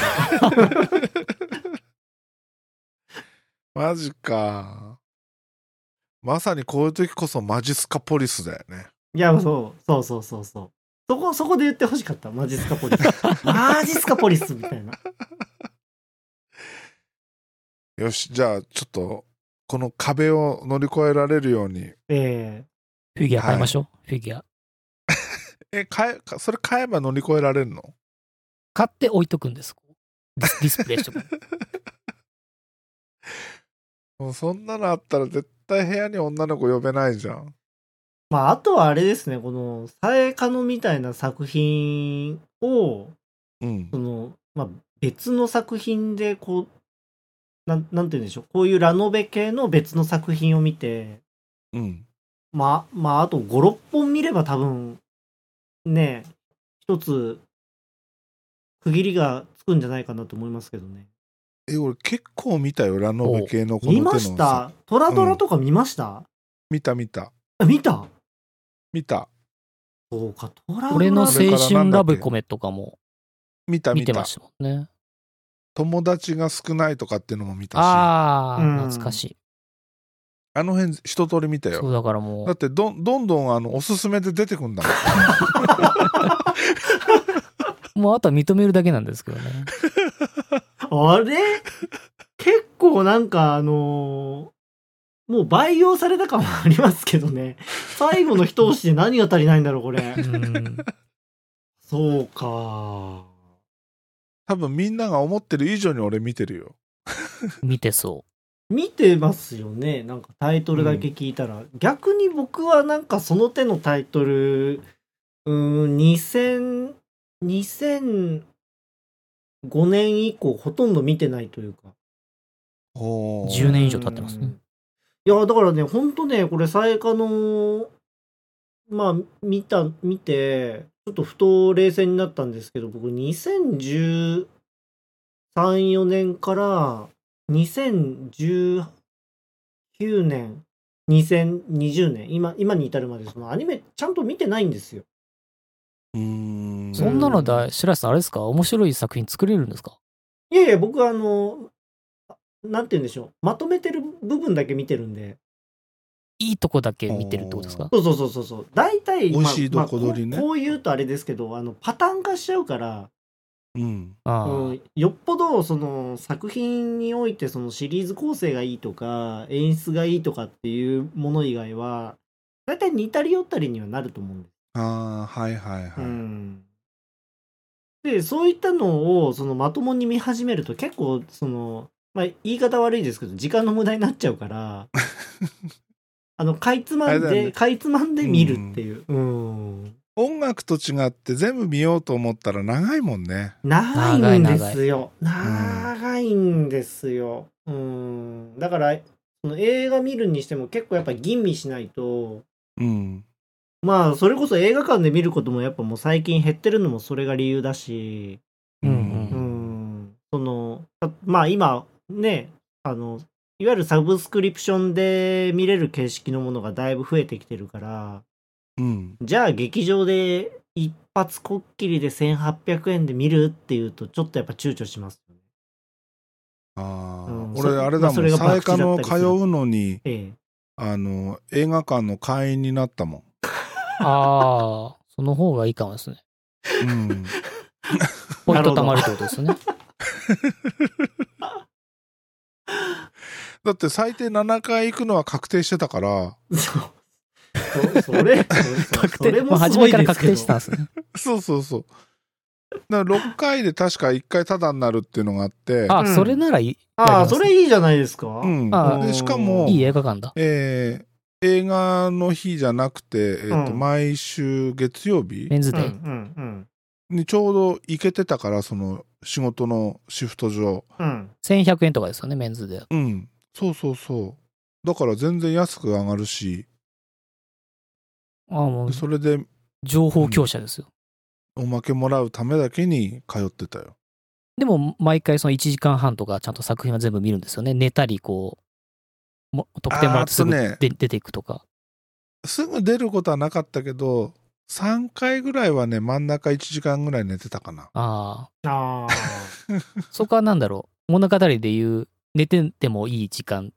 [SPEAKER 1] マジか。まさにこういう時こそマジスカポリスだよね。
[SPEAKER 3] いやそうそうそうそうそうそこそこで言ってほしかったマジスカポリスマジスカポリスみたいな
[SPEAKER 1] よし、じゃあちょっとこの壁を乗り越えられるように。
[SPEAKER 3] え
[SPEAKER 2] フィギュア買いましょう。フィギュア。
[SPEAKER 1] え、買え、かそれ買えば乗り越えられるの
[SPEAKER 2] 買って置いとくんです。ディス ディスプレイしとく。
[SPEAKER 1] もうそんなのあったら絶対部屋に女の子呼べないじゃん。
[SPEAKER 3] ーまああとはあれですねこの「さえかの」みたいな作品を
[SPEAKER 1] うん
[SPEAKER 3] そ。の、まあ、別の作品でこうなんなんて言うんでしょうこういうラノベ系の別の作品を見て
[SPEAKER 1] うん。
[SPEAKER 3] まあ、まあ、あと5、6本見れば多分、ねえ、一つ、区切りがつくんじゃないかなと思いますけどね。
[SPEAKER 1] え、俺結構見たよ、ラノベ系のこの手
[SPEAKER 3] 見
[SPEAKER 1] の
[SPEAKER 3] ましたトラドラとか見ました、
[SPEAKER 1] 見た見た。
[SPEAKER 3] あ見た
[SPEAKER 1] 見た。
[SPEAKER 3] そうか、トラドラ。
[SPEAKER 2] 俺の青春ラブコメとかも
[SPEAKER 1] 見た
[SPEAKER 2] 見
[SPEAKER 1] 見
[SPEAKER 2] て
[SPEAKER 1] た。
[SPEAKER 2] ましたもんね。
[SPEAKER 1] 友達が少ないとかっていうのも見たし。あ
[SPEAKER 2] あ
[SPEAKER 3] うん
[SPEAKER 2] あ、懐かしい。
[SPEAKER 1] の辺一通り見た
[SPEAKER 2] そ
[SPEAKER 1] よ。
[SPEAKER 2] うだからも
[SPEAKER 1] だっ
[SPEAKER 2] う、
[SPEAKER 1] てどん、どんどんあの、おすすめで出てくんだ もん。
[SPEAKER 2] もうあとは認めるだけなんですけどね。
[SPEAKER 3] あれ結構なんか、あのーもう培養された感はありますけどね。最後の一押しで何が足りないんだろう、こ れ
[SPEAKER 2] う。ん。
[SPEAKER 3] そうか。
[SPEAKER 1] 多分みんなが思ってる以上に俺見てるよ。
[SPEAKER 2] 見てそ
[SPEAKER 3] 見てますよねなんかタイトルだけ聞いたら、逆に僕はなんかその手のタイトルうーん2000 2005年以降ほとんど見てないというか
[SPEAKER 1] ほ
[SPEAKER 2] う。10年以上経ってますね。
[SPEAKER 3] うんいやだからねほんとねこれ最下のまあ見た見てちょっとふと冷静になったんですけど僕2013 4年から2019年2020年今今に至るまでそのアニメちゃんと見てないんですよ。
[SPEAKER 1] うーん。
[SPEAKER 2] そんなのだ、白石さん、あれですか面白い作品作れるんですか
[SPEAKER 3] いやいや僕はあのなんて言うんでしょうまとめてる部分だけ見てるんで
[SPEAKER 2] いいとこだけ見てるってことですか
[SPEAKER 3] そうそうそうそうそう。大体、
[SPEAKER 1] 美味しい
[SPEAKER 3] まあ
[SPEAKER 1] どこどりね
[SPEAKER 3] まあこうこう言うとあれですけど、あのパターン化しちゃうから、
[SPEAKER 1] うん。
[SPEAKER 2] ああ、
[SPEAKER 3] うん、よっぽどその作品においてそのシリーズ構成がいいとか演出がいいとかっていうもの以外は、大体似たり寄ったりにはなると思うんです。
[SPEAKER 1] ああ、はいはいはい。
[SPEAKER 3] うんでそういったのをそのまともに見始めると結構その、まあ、言い方悪いですけど時間の無駄になっちゃうから あのかいつま
[SPEAKER 1] あれ
[SPEAKER 3] ん
[SPEAKER 1] だ
[SPEAKER 3] で、
[SPEAKER 1] よね
[SPEAKER 3] かいつまんで見るっていう、うん、
[SPEAKER 1] 音楽と違って全部見ようと思ったら長いもんね。
[SPEAKER 3] 長いんですよ長い
[SPEAKER 1] 長い
[SPEAKER 3] んですよ、うん、だからその映画見るにしても結構やっぱ吟味しないと、
[SPEAKER 1] うん。
[SPEAKER 3] まあ、それこそ映画館で見ることもやっぱもう最近減ってるのもそれが理由だし、
[SPEAKER 2] うん
[SPEAKER 3] う
[SPEAKER 2] うん
[SPEAKER 3] ん、その、たまあ今、ね、あの、いわゆるサブスクリプションで見れる形式のものがだいぶ増えてきてるから、
[SPEAKER 1] うん。
[SPEAKER 3] じゃあ劇場で一発こっきりで1800円で見るっていうと、ちょっとやっぱ躊躇しますよね。
[SPEAKER 1] ああ、
[SPEAKER 3] うん
[SPEAKER 1] 俺、
[SPEAKER 3] そ
[SPEAKER 1] あれ
[SPEAKER 3] ま
[SPEAKER 1] だ
[SPEAKER 3] あ
[SPEAKER 1] も
[SPEAKER 3] そ
[SPEAKER 1] ん、
[SPEAKER 3] れが博
[SPEAKER 1] 最
[SPEAKER 3] 打だ
[SPEAKER 1] 下
[SPEAKER 3] ったり
[SPEAKER 1] の通
[SPEAKER 3] する
[SPEAKER 1] うのに、
[SPEAKER 3] ええ。
[SPEAKER 1] あの、映画館の会員になったもん。
[SPEAKER 2] ああ、その方がいいかもですね。
[SPEAKER 1] う ん。
[SPEAKER 2] ポイント
[SPEAKER 3] なるほど
[SPEAKER 2] 貯まるってことですね。
[SPEAKER 1] だって最低7回行くのは確定してたから、
[SPEAKER 3] そう。そそれ、
[SPEAKER 2] 確
[SPEAKER 3] 確
[SPEAKER 2] 定。まあ初めから確定してたんですね。
[SPEAKER 1] そうそうそう。だから6回で確か1回タダになるっていうのがあって、
[SPEAKER 2] あ、
[SPEAKER 3] うん
[SPEAKER 2] それならいい。
[SPEAKER 3] ああ、
[SPEAKER 2] やります
[SPEAKER 3] それいいじゃないですか。
[SPEAKER 1] うん。
[SPEAKER 2] あ
[SPEAKER 1] でしかも、
[SPEAKER 2] いい映画館だ。
[SPEAKER 1] えー映画の日じゃなくて、えーと
[SPEAKER 3] うん
[SPEAKER 1] 毎週月曜日
[SPEAKER 2] メンズ
[SPEAKER 3] う
[SPEAKER 2] デ
[SPEAKER 3] んう
[SPEAKER 2] ー。
[SPEAKER 3] ん
[SPEAKER 1] にちょうど行けてたから、その仕事のシフト上。
[SPEAKER 3] うん。うん。
[SPEAKER 2] 1100円とかですよね、メンズデー。
[SPEAKER 1] うん。そうそうそう。だから全然安く上がるし、
[SPEAKER 2] ああ、もう
[SPEAKER 1] で、それで
[SPEAKER 2] 情報強者ですよ。
[SPEAKER 1] おまけもらうためだけに通ってたよ。
[SPEAKER 2] でも、毎回その1時間半とか、ちゃんと作品は全部見るんですよね。寝たり、こう、も得点もらってすぐ
[SPEAKER 1] あーあとね
[SPEAKER 2] で出ていくとか。
[SPEAKER 1] すぐ出ることはなかったけど、3回ぐらいはね、真ん中1時間ぐらい寝てたかな。
[SPEAKER 2] あ
[SPEAKER 3] ああ。
[SPEAKER 2] あ、そこはなんだろう。物語で言う、寝ててもいい時間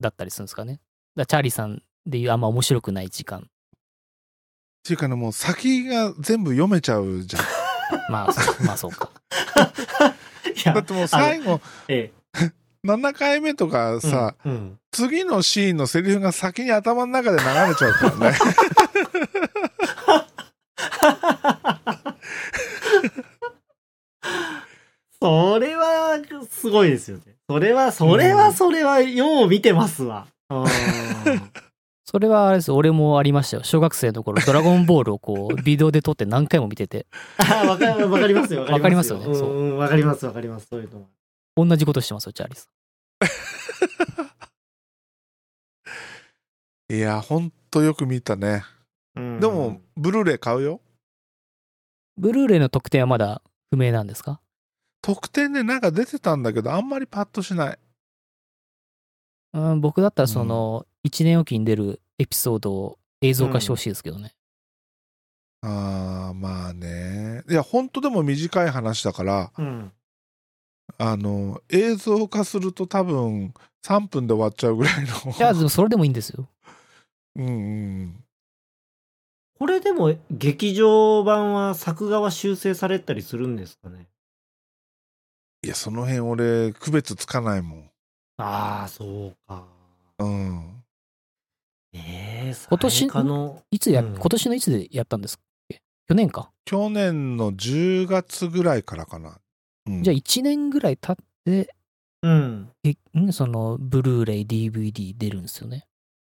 [SPEAKER 2] だったりするんですかね。だからチャーリーさんで言う、あんま面白くない時間。
[SPEAKER 1] っていうかね、もう先が全部読めちゃうじゃん。
[SPEAKER 2] まあ、そうまあ、そうか。
[SPEAKER 3] い
[SPEAKER 1] だ
[SPEAKER 3] や
[SPEAKER 1] っ、てもう最後、
[SPEAKER 3] え
[SPEAKER 1] 7回目とか
[SPEAKER 3] え。
[SPEAKER 1] さ、
[SPEAKER 3] うん、うん。
[SPEAKER 1] 次のシーンのセリフが先に頭の中で流れちゃうから ね。
[SPEAKER 3] それは、すごいですよね。それは、それは、それは、よう見てますわ。 うん。
[SPEAKER 2] それはあれです。俺もありましたよ。小学生の頃、ドラゴンボールをこう、ビデオで撮って何回も見てて、
[SPEAKER 3] あわかわかりますよ。
[SPEAKER 2] わかりますよね
[SPEAKER 3] うん
[SPEAKER 2] そう
[SPEAKER 3] うん、わかります、わかります。そういうのは。
[SPEAKER 2] 同じことしてますよ、チャーリーさ
[SPEAKER 1] いや、ほんとよく見たね。
[SPEAKER 3] うん
[SPEAKER 1] でも、、ブルーレイ買うよ。
[SPEAKER 2] ん。ブルーレイの特典はまだ不明なんですか
[SPEAKER 1] 特典でなんか出てたんだけど、あんまりパッとしない。
[SPEAKER 2] うん、僕だったらその、1年おきに出るエピソードを映像化してほしいですけどね。
[SPEAKER 1] あー、まあね。いや、ほんとでも短い話だから、
[SPEAKER 3] うん。
[SPEAKER 1] あの、映像化すると多分3分で終わっちゃうぐらいの。
[SPEAKER 2] いや、でもそれでもいいんですよ。
[SPEAKER 1] うんうん
[SPEAKER 3] これでも、劇場版は作画は修正されたりするんですかね。
[SPEAKER 1] いや、その辺俺、区別つかないもん。
[SPEAKER 3] ああ、そうか。
[SPEAKER 1] うん。
[SPEAKER 3] ええ
[SPEAKER 2] 今年
[SPEAKER 3] 最下の、
[SPEAKER 2] いつや、
[SPEAKER 3] うん
[SPEAKER 2] 今年のいつでやったんですっけ去年か。
[SPEAKER 1] 去年の10月ぐらいからかな。うん
[SPEAKER 2] じゃあ1年ぐらい経って、
[SPEAKER 3] うん。
[SPEAKER 2] えんその、ブルーレイ、DVD 出るんですよね。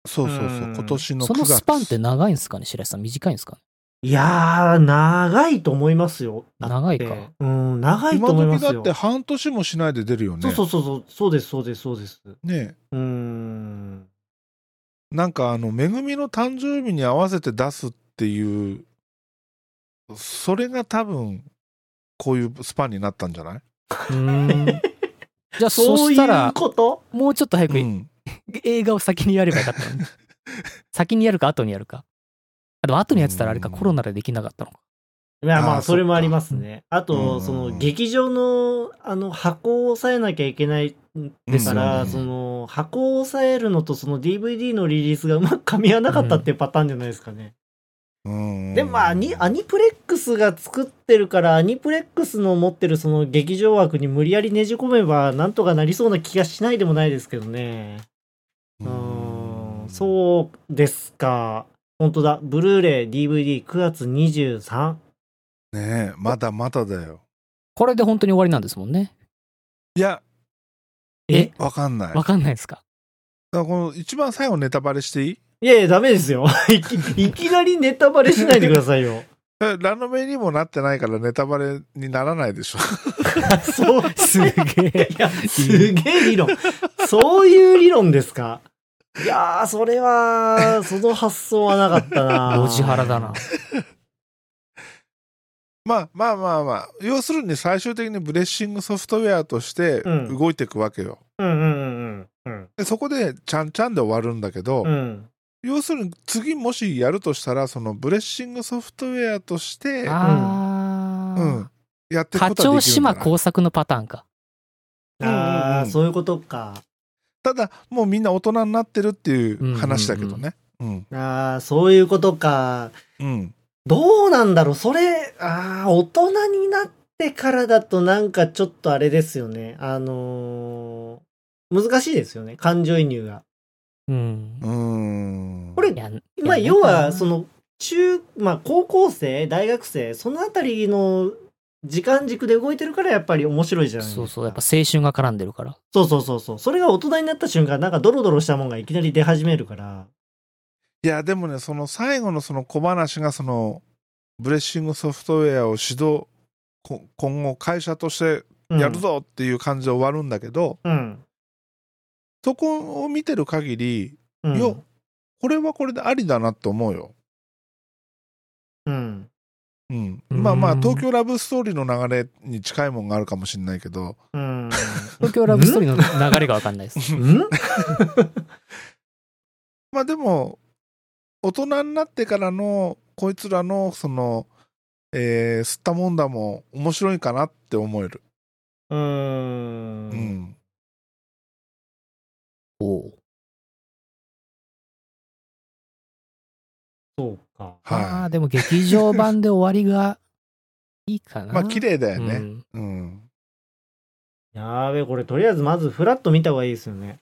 [SPEAKER 1] そうそうそうう、
[SPEAKER 3] ん
[SPEAKER 1] 今年の9
[SPEAKER 2] そ
[SPEAKER 1] 月。
[SPEAKER 2] のスパンって長いんですかね白石さん、短いんですかね
[SPEAKER 3] いやー、長いと思いますよ。だって
[SPEAKER 2] 長いか。
[SPEAKER 3] うん、長いと
[SPEAKER 1] 今
[SPEAKER 3] 思いま
[SPEAKER 1] 時
[SPEAKER 3] す
[SPEAKER 1] だ
[SPEAKER 3] よ
[SPEAKER 1] って。半年もしないで出るよね。
[SPEAKER 3] そうそうそうそう、そうです、そうです、そうです。
[SPEAKER 1] ね
[SPEAKER 3] うーん。
[SPEAKER 1] なんかあの、めぐみの誕生日に合わせて出すっていう、それが多分、こういうスパンになったんじゃない、
[SPEAKER 2] うーん。じゃあ、そ
[SPEAKER 3] そう
[SPEAKER 2] し
[SPEAKER 3] い
[SPEAKER 2] たら
[SPEAKER 3] う、こと
[SPEAKER 2] もうちょっと早く
[SPEAKER 1] うん
[SPEAKER 2] 映画を先にやればよかっ たのに先にやるか後にやるかあでも後にやってたらあれか
[SPEAKER 1] うん
[SPEAKER 2] コロナでできなかったのか
[SPEAKER 3] いや、ま
[SPEAKER 1] あ
[SPEAKER 3] あ、
[SPEAKER 1] ー
[SPEAKER 3] それもありますね。あ
[SPEAKER 1] うんうんう
[SPEAKER 3] と、
[SPEAKER 1] ん
[SPEAKER 3] その、劇場の、あの、箱を押さえなきゃいけない
[SPEAKER 2] です
[SPEAKER 3] か
[SPEAKER 2] よね
[SPEAKER 3] ら、その、箱を押さえるのと、その DVD のリリースがうまく噛み合わなかったっていうパターンじゃないですかね。
[SPEAKER 1] うん
[SPEAKER 3] でもまあアニ、アニプレックスが作ってるから、アニプレックスの持ってるその劇場枠に無理やりねじ込めば、なんとかなりそうな気がしないでもないですけどね。うーん、そうですか。本当だ。ブルーレイ DVD9 月23。
[SPEAKER 1] う。ねえまだまだだよ。
[SPEAKER 2] これで本当に終わりなんですもんね
[SPEAKER 1] いや、
[SPEAKER 2] え
[SPEAKER 1] わかんない。だ
[SPEAKER 2] わ
[SPEAKER 1] か
[SPEAKER 2] かんないですから
[SPEAKER 1] この一番最後ネタバレしていい
[SPEAKER 3] いやいや、ダメですよ。 いきいきなりネタバレしないでくださいよ。
[SPEAKER 1] えラノベにもなってないからネタバレにならないでしょ。
[SPEAKER 3] そう。
[SPEAKER 2] すげえ
[SPEAKER 3] いや、すげえ理論。そういう理論ですかいやー、それは、その発想はなかったな
[SPEAKER 2] ロジハラだな。。
[SPEAKER 1] まあまあまあまあ要するに最終的にブレッシングソフトウェアとして
[SPEAKER 3] うん
[SPEAKER 1] 動いていくわけよ、
[SPEAKER 3] うんうんうんうん。
[SPEAKER 1] でそこでちゃんちゃんで終わるんだけど、
[SPEAKER 3] うん。うん。
[SPEAKER 1] 要するに次もしやるとしたらそのブレッシングソフトウェアとして、
[SPEAKER 2] あ
[SPEAKER 1] う
[SPEAKER 2] ー
[SPEAKER 1] ん、やっていく
[SPEAKER 2] 課
[SPEAKER 1] ことはで
[SPEAKER 2] 長
[SPEAKER 1] きるんだ
[SPEAKER 2] 島
[SPEAKER 1] な
[SPEAKER 2] 工作のパターンか。
[SPEAKER 1] うん
[SPEAKER 3] あ
[SPEAKER 1] うんう
[SPEAKER 3] あ、
[SPEAKER 1] ん
[SPEAKER 3] そういうことか。
[SPEAKER 1] ただもうみんな大人になってるっていう話だけどねうん
[SPEAKER 3] ああ、そういうことか。
[SPEAKER 1] うん
[SPEAKER 3] どうなんだろうそれ、ああ、大人になってからだとなんかちょっとあれですよね。あのー難しいですよね。感情移入が。
[SPEAKER 2] うん。
[SPEAKER 1] うん
[SPEAKER 3] これ
[SPEAKER 2] いや
[SPEAKER 3] まあ、
[SPEAKER 2] いや
[SPEAKER 3] 要
[SPEAKER 2] な
[SPEAKER 3] は、
[SPEAKER 2] んか
[SPEAKER 3] その、中、まあ、高校生、大学生、そのあたりの時間軸で動いてるから、やっぱり面白いじゃないです
[SPEAKER 2] そう
[SPEAKER 3] か。
[SPEAKER 2] そう、やっぱ青春が絡んでるから。
[SPEAKER 3] そうそうそうそう。それが大人になった瞬間、なんかドロドロしたもんがいきなり出始めるから。
[SPEAKER 1] いやでもねその最後のその小話がそのブレッシングソフトウェアを指導こ今後会社として
[SPEAKER 3] うん
[SPEAKER 1] やる。ぞっていう感じで終わるんだけど、
[SPEAKER 3] うん。
[SPEAKER 1] そこを見てる限り
[SPEAKER 3] うん。
[SPEAKER 1] よこれはこれでありだなと思うよ、
[SPEAKER 3] うん。
[SPEAKER 1] うん、
[SPEAKER 2] うん
[SPEAKER 1] まあまあ東京ラブストーリーの流れに近いもんがあるかもしれないけど
[SPEAKER 3] うん。
[SPEAKER 2] 東京ラブストーリーの流れがわかんないです。
[SPEAKER 3] うん
[SPEAKER 1] まあでも大人になってからのこいつらのそのえー、吸ったもんだも面白いかなって思える、
[SPEAKER 3] う。
[SPEAKER 1] うんん、
[SPEAKER 2] おう
[SPEAKER 3] そうか。
[SPEAKER 2] ま
[SPEAKER 1] は
[SPEAKER 2] あ、でも劇場版で終わりがいいか
[SPEAKER 1] い
[SPEAKER 2] な。
[SPEAKER 1] まあ綺麗だよ
[SPEAKER 2] う
[SPEAKER 1] ね
[SPEAKER 2] ん
[SPEAKER 1] うん
[SPEAKER 3] やーべ、これとりあえずまずフラット見た方がいいですよね。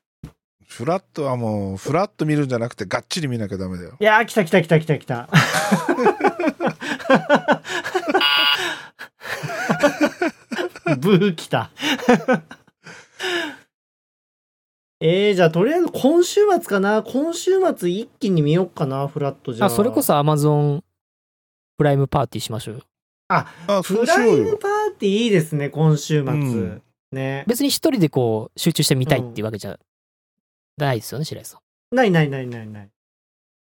[SPEAKER 1] フラットはもうフラット見るんじゃなくてがっちり見なきゃダメだよ
[SPEAKER 3] いやー、来た来た来た来た来た。 ブー来た。 えー、じゃあとりあえず今週末かな今週末一気に見よっかなフラットじゃ
[SPEAKER 2] あ、
[SPEAKER 3] あ
[SPEAKER 2] それこそ Amazon プライムパーティーしましょうよ。
[SPEAKER 1] あそ
[SPEAKER 3] プ
[SPEAKER 1] うし
[SPEAKER 3] ラ
[SPEAKER 1] よ
[SPEAKER 3] イ
[SPEAKER 1] う
[SPEAKER 3] ム
[SPEAKER 1] よ
[SPEAKER 3] パーティーいいですね今週末、
[SPEAKER 1] うん
[SPEAKER 3] ね
[SPEAKER 2] 別に一人でこう、集中して見たいっていうわけじゃないですよね、白井さん。
[SPEAKER 3] ないないないないない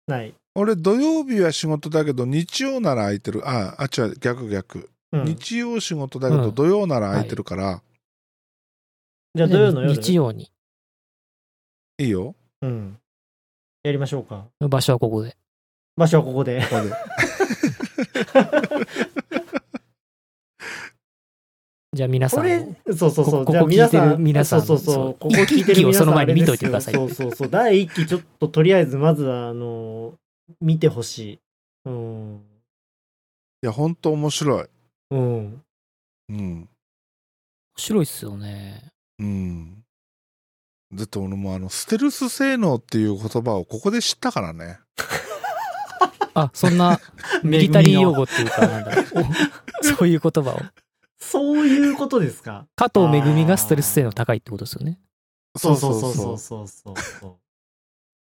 [SPEAKER 3] ない、
[SPEAKER 1] 俺土曜日は仕事だけど日曜なら空いてるああ違う逆逆、
[SPEAKER 3] うん、
[SPEAKER 1] 日曜仕事だけ
[SPEAKER 2] う
[SPEAKER 1] ど
[SPEAKER 2] ん
[SPEAKER 1] 土曜なら空いてるから、
[SPEAKER 3] じゃあ土曜の夜
[SPEAKER 2] 日曜に。
[SPEAKER 1] いいよ
[SPEAKER 3] うん、やりましょうか
[SPEAKER 2] 場所はここで。
[SPEAKER 3] 場所はここで
[SPEAKER 1] ここで
[SPEAKER 2] じゃあ皆さ
[SPEAKER 3] こ
[SPEAKER 2] ん
[SPEAKER 3] れ
[SPEAKER 2] も、
[SPEAKER 3] そうそうそう。
[SPEAKER 2] ここ
[SPEAKER 3] じゃあ皆
[SPEAKER 2] 聞い
[SPEAKER 3] さ
[SPEAKER 2] てる
[SPEAKER 3] ん、
[SPEAKER 2] 皆さん
[SPEAKER 3] そうそうそう。
[SPEAKER 2] そ
[SPEAKER 3] こ
[SPEAKER 2] う
[SPEAKER 3] こ聞いて
[SPEAKER 2] 一気
[SPEAKER 3] る
[SPEAKER 2] を
[SPEAKER 3] 皆さ
[SPEAKER 2] そ
[SPEAKER 3] ん
[SPEAKER 2] の前に
[SPEAKER 3] あれです
[SPEAKER 2] 見といてください
[SPEAKER 3] よそうそうそう。第一期ちょっととりあえずまずはあの見てほしい。うん。
[SPEAKER 1] いや本当面白い
[SPEAKER 3] うん。
[SPEAKER 1] うん
[SPEAKER 2] 白いっすよね。
[SPEAKER 1] うんだって俺もあのステルス性能っていう言葉をここで知ったからね
[SPEAKER 2] あ、そんな、 ミリタリー用語っていうか、なんだろう。そういう言葉を。
[SPEAKER 3] そういうことですか。
[SPEAKER 2] 加藤めぐみがストレス性能高いってことですよね。
[SPEAKER 3] そうそうそうそうそうそう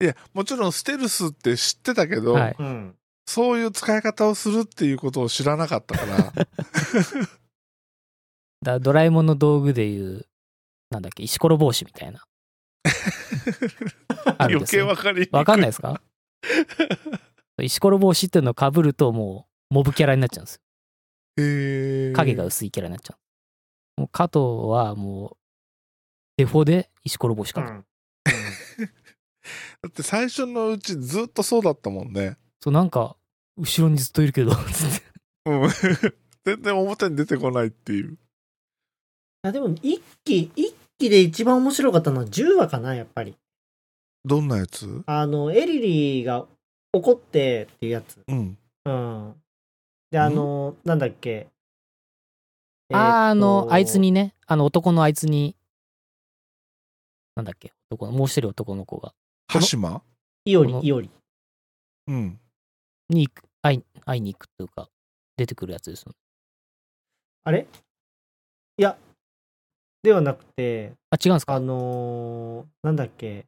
[SPEAKER 1] いやもちろんステルスって知ってたけど、
[SPEAKER 2] はい。
[SPEAKER 3] うん。
[SPEAKER 1] そういう使い方をするっていうことを知らなかったから
[SPEAKER 2] だドラえもんの道具でいう、なんだっけ、石ころ帽子みたいな。あ
[SPEAKER 1] 余
[SPEAKER 2] るんですよ
[SPEAKER 1] 計わかりにくい
[SPEAKER 2] わかんないですか 石ころ帽子っていうのをかぶるともうモブキャラになっちゃうんですよ。
[SPEAKER 1] へー
[SPEAKER 2] 影が薄いキャラになっちゃう。もう加藤はもう、デフォで石ころ帽子
[SPEAKER 3] う
[SPEAKER 2] かぶる。
[SPEAKER 3] ん。
[SPEAKER 1] だって最初のうちずっとそうだったもんね。
[SPEAKER 2] そう、なんか、後ろにずっといるけ ど、つって
[SPEAKER 1] うん。 全然表に出てこないっていう。
[SPEAKER 3] あでも一期一期で一番面白かったのは10話かなやっぱり。
[SPEAKER 1] どんなやつ
[SPEAKER 3] あのエリリーが怒ってっていうやつ。
[SPEAKER 1] うん。
[SPEAKER 3] うん。で、あの、なんだっけ。
[SPEAKER 2] あーあの、あいつ
[SPEAKER 3] に
[SPEAKER 2] にね、あの男のあいつに、なんだっけ、男の、もう一人男の子が、
[SPEAKER 1] 羽島
[SPEAKER 3] いおり
[SPEAKER 2] この、
[SPEAKER 3] いおり。
[SPEAKER 1] うん。
[SPEAKER 2] に行く会い、会いに行くというか、出てくるやつですよね。
[SPEAKER 3] あれいや、ではなくて、
[SPEAKER 2] あ、違うんです
[SPEAKER 3] あ
[SPEAKER 2] か
[SPEAKER 3] のーなんだっけ。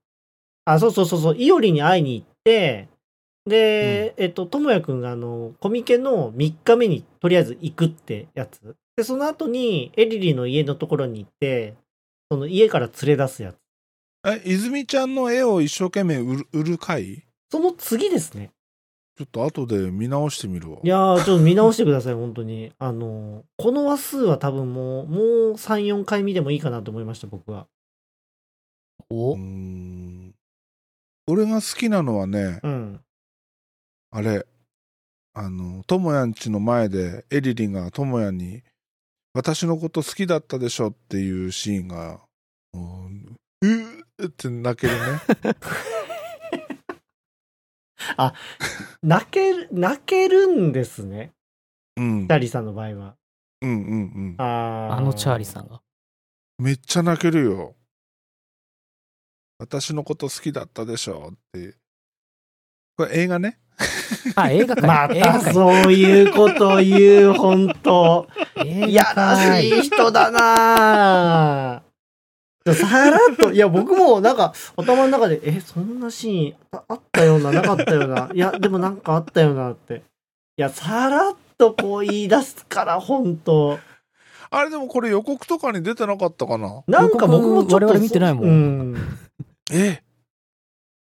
[SPEAKER 3] あ、そうそうそうそう、いおりに会いに行って、で、えっと、ともやくんが、あの、コミケの3日目にとりあえず行くってやつ。で、その後に、エリリの家のところに行って、その家から連れ出すやつ。
[SPEAKER 1] え、泉ちゃんの絵を一生懸命売る売る回
[SPEAKER 3] その次ですね。
[SPEAKER 1] ちょっと後で見直してみるわ。
[SPEAKER 3] いやー、ちょっと見直してください、 本当に。あのー、この話数は多分もう、もう3、4回見てもいいかなと思いました、僕は。
[SPEAKER 1] う
[SPEAKER 2] お
[SPEAKER 1] ーん。俺が好きなのはね、
[SPEAKER 3] うん。
[SPEAKER 1] あれ、あの、ともやんちの前で、エリリンがともやんに、私のこと好きだったでしょっていうシーンが、うんうーって泣けるね。
[SPEAKER 3] 泣ける、泣けるんですね。
[SPEAKER 1] うん。
[SPEAKER 3] チャーリーさんの場合は。
[SPEAKER 1] うんうんうん。
[SPEAKER 3] あー
[SPEAKER 2] あのチャーリーさんが。
[SPEAKER 1] めっちゃ泣けるよ。私のこと好きだったでしょって。これ映画ね。
[SPEAKER 2] あ、映画
[SPEAKER 3] ま
[SPEAKER 2] 館。映画
[SPEAKER 3] た
[SPEAKER 2] 館。
[SPEAKER 3] そういうこと言う、本当い
[SPEAKER 2] 映
[SPEAKER 3] や
[SPEAKER 2] 画
[SPEAKER 3] ら
[SPEAKER 2] 館
[SPEAKER 3] しい人だなぁ。さらっと、いや、僕もなんか、頭の中で、え、そんなシーンああったような、なかったような、いや、でもなんかあったよなって。いや、さらっとこう言い出すから、本当
[SPEAKER 1] あれでもこれ予告とかに出てなかったかな
[SPEAKER 3] なんか僕もちょ
[SPEAKER 2] 予
[SPEAKER 3] っと。
[SPEAKER 2] 告我々見てないもん
[SPEAKER 3] うん。
[SPEAKER 1] え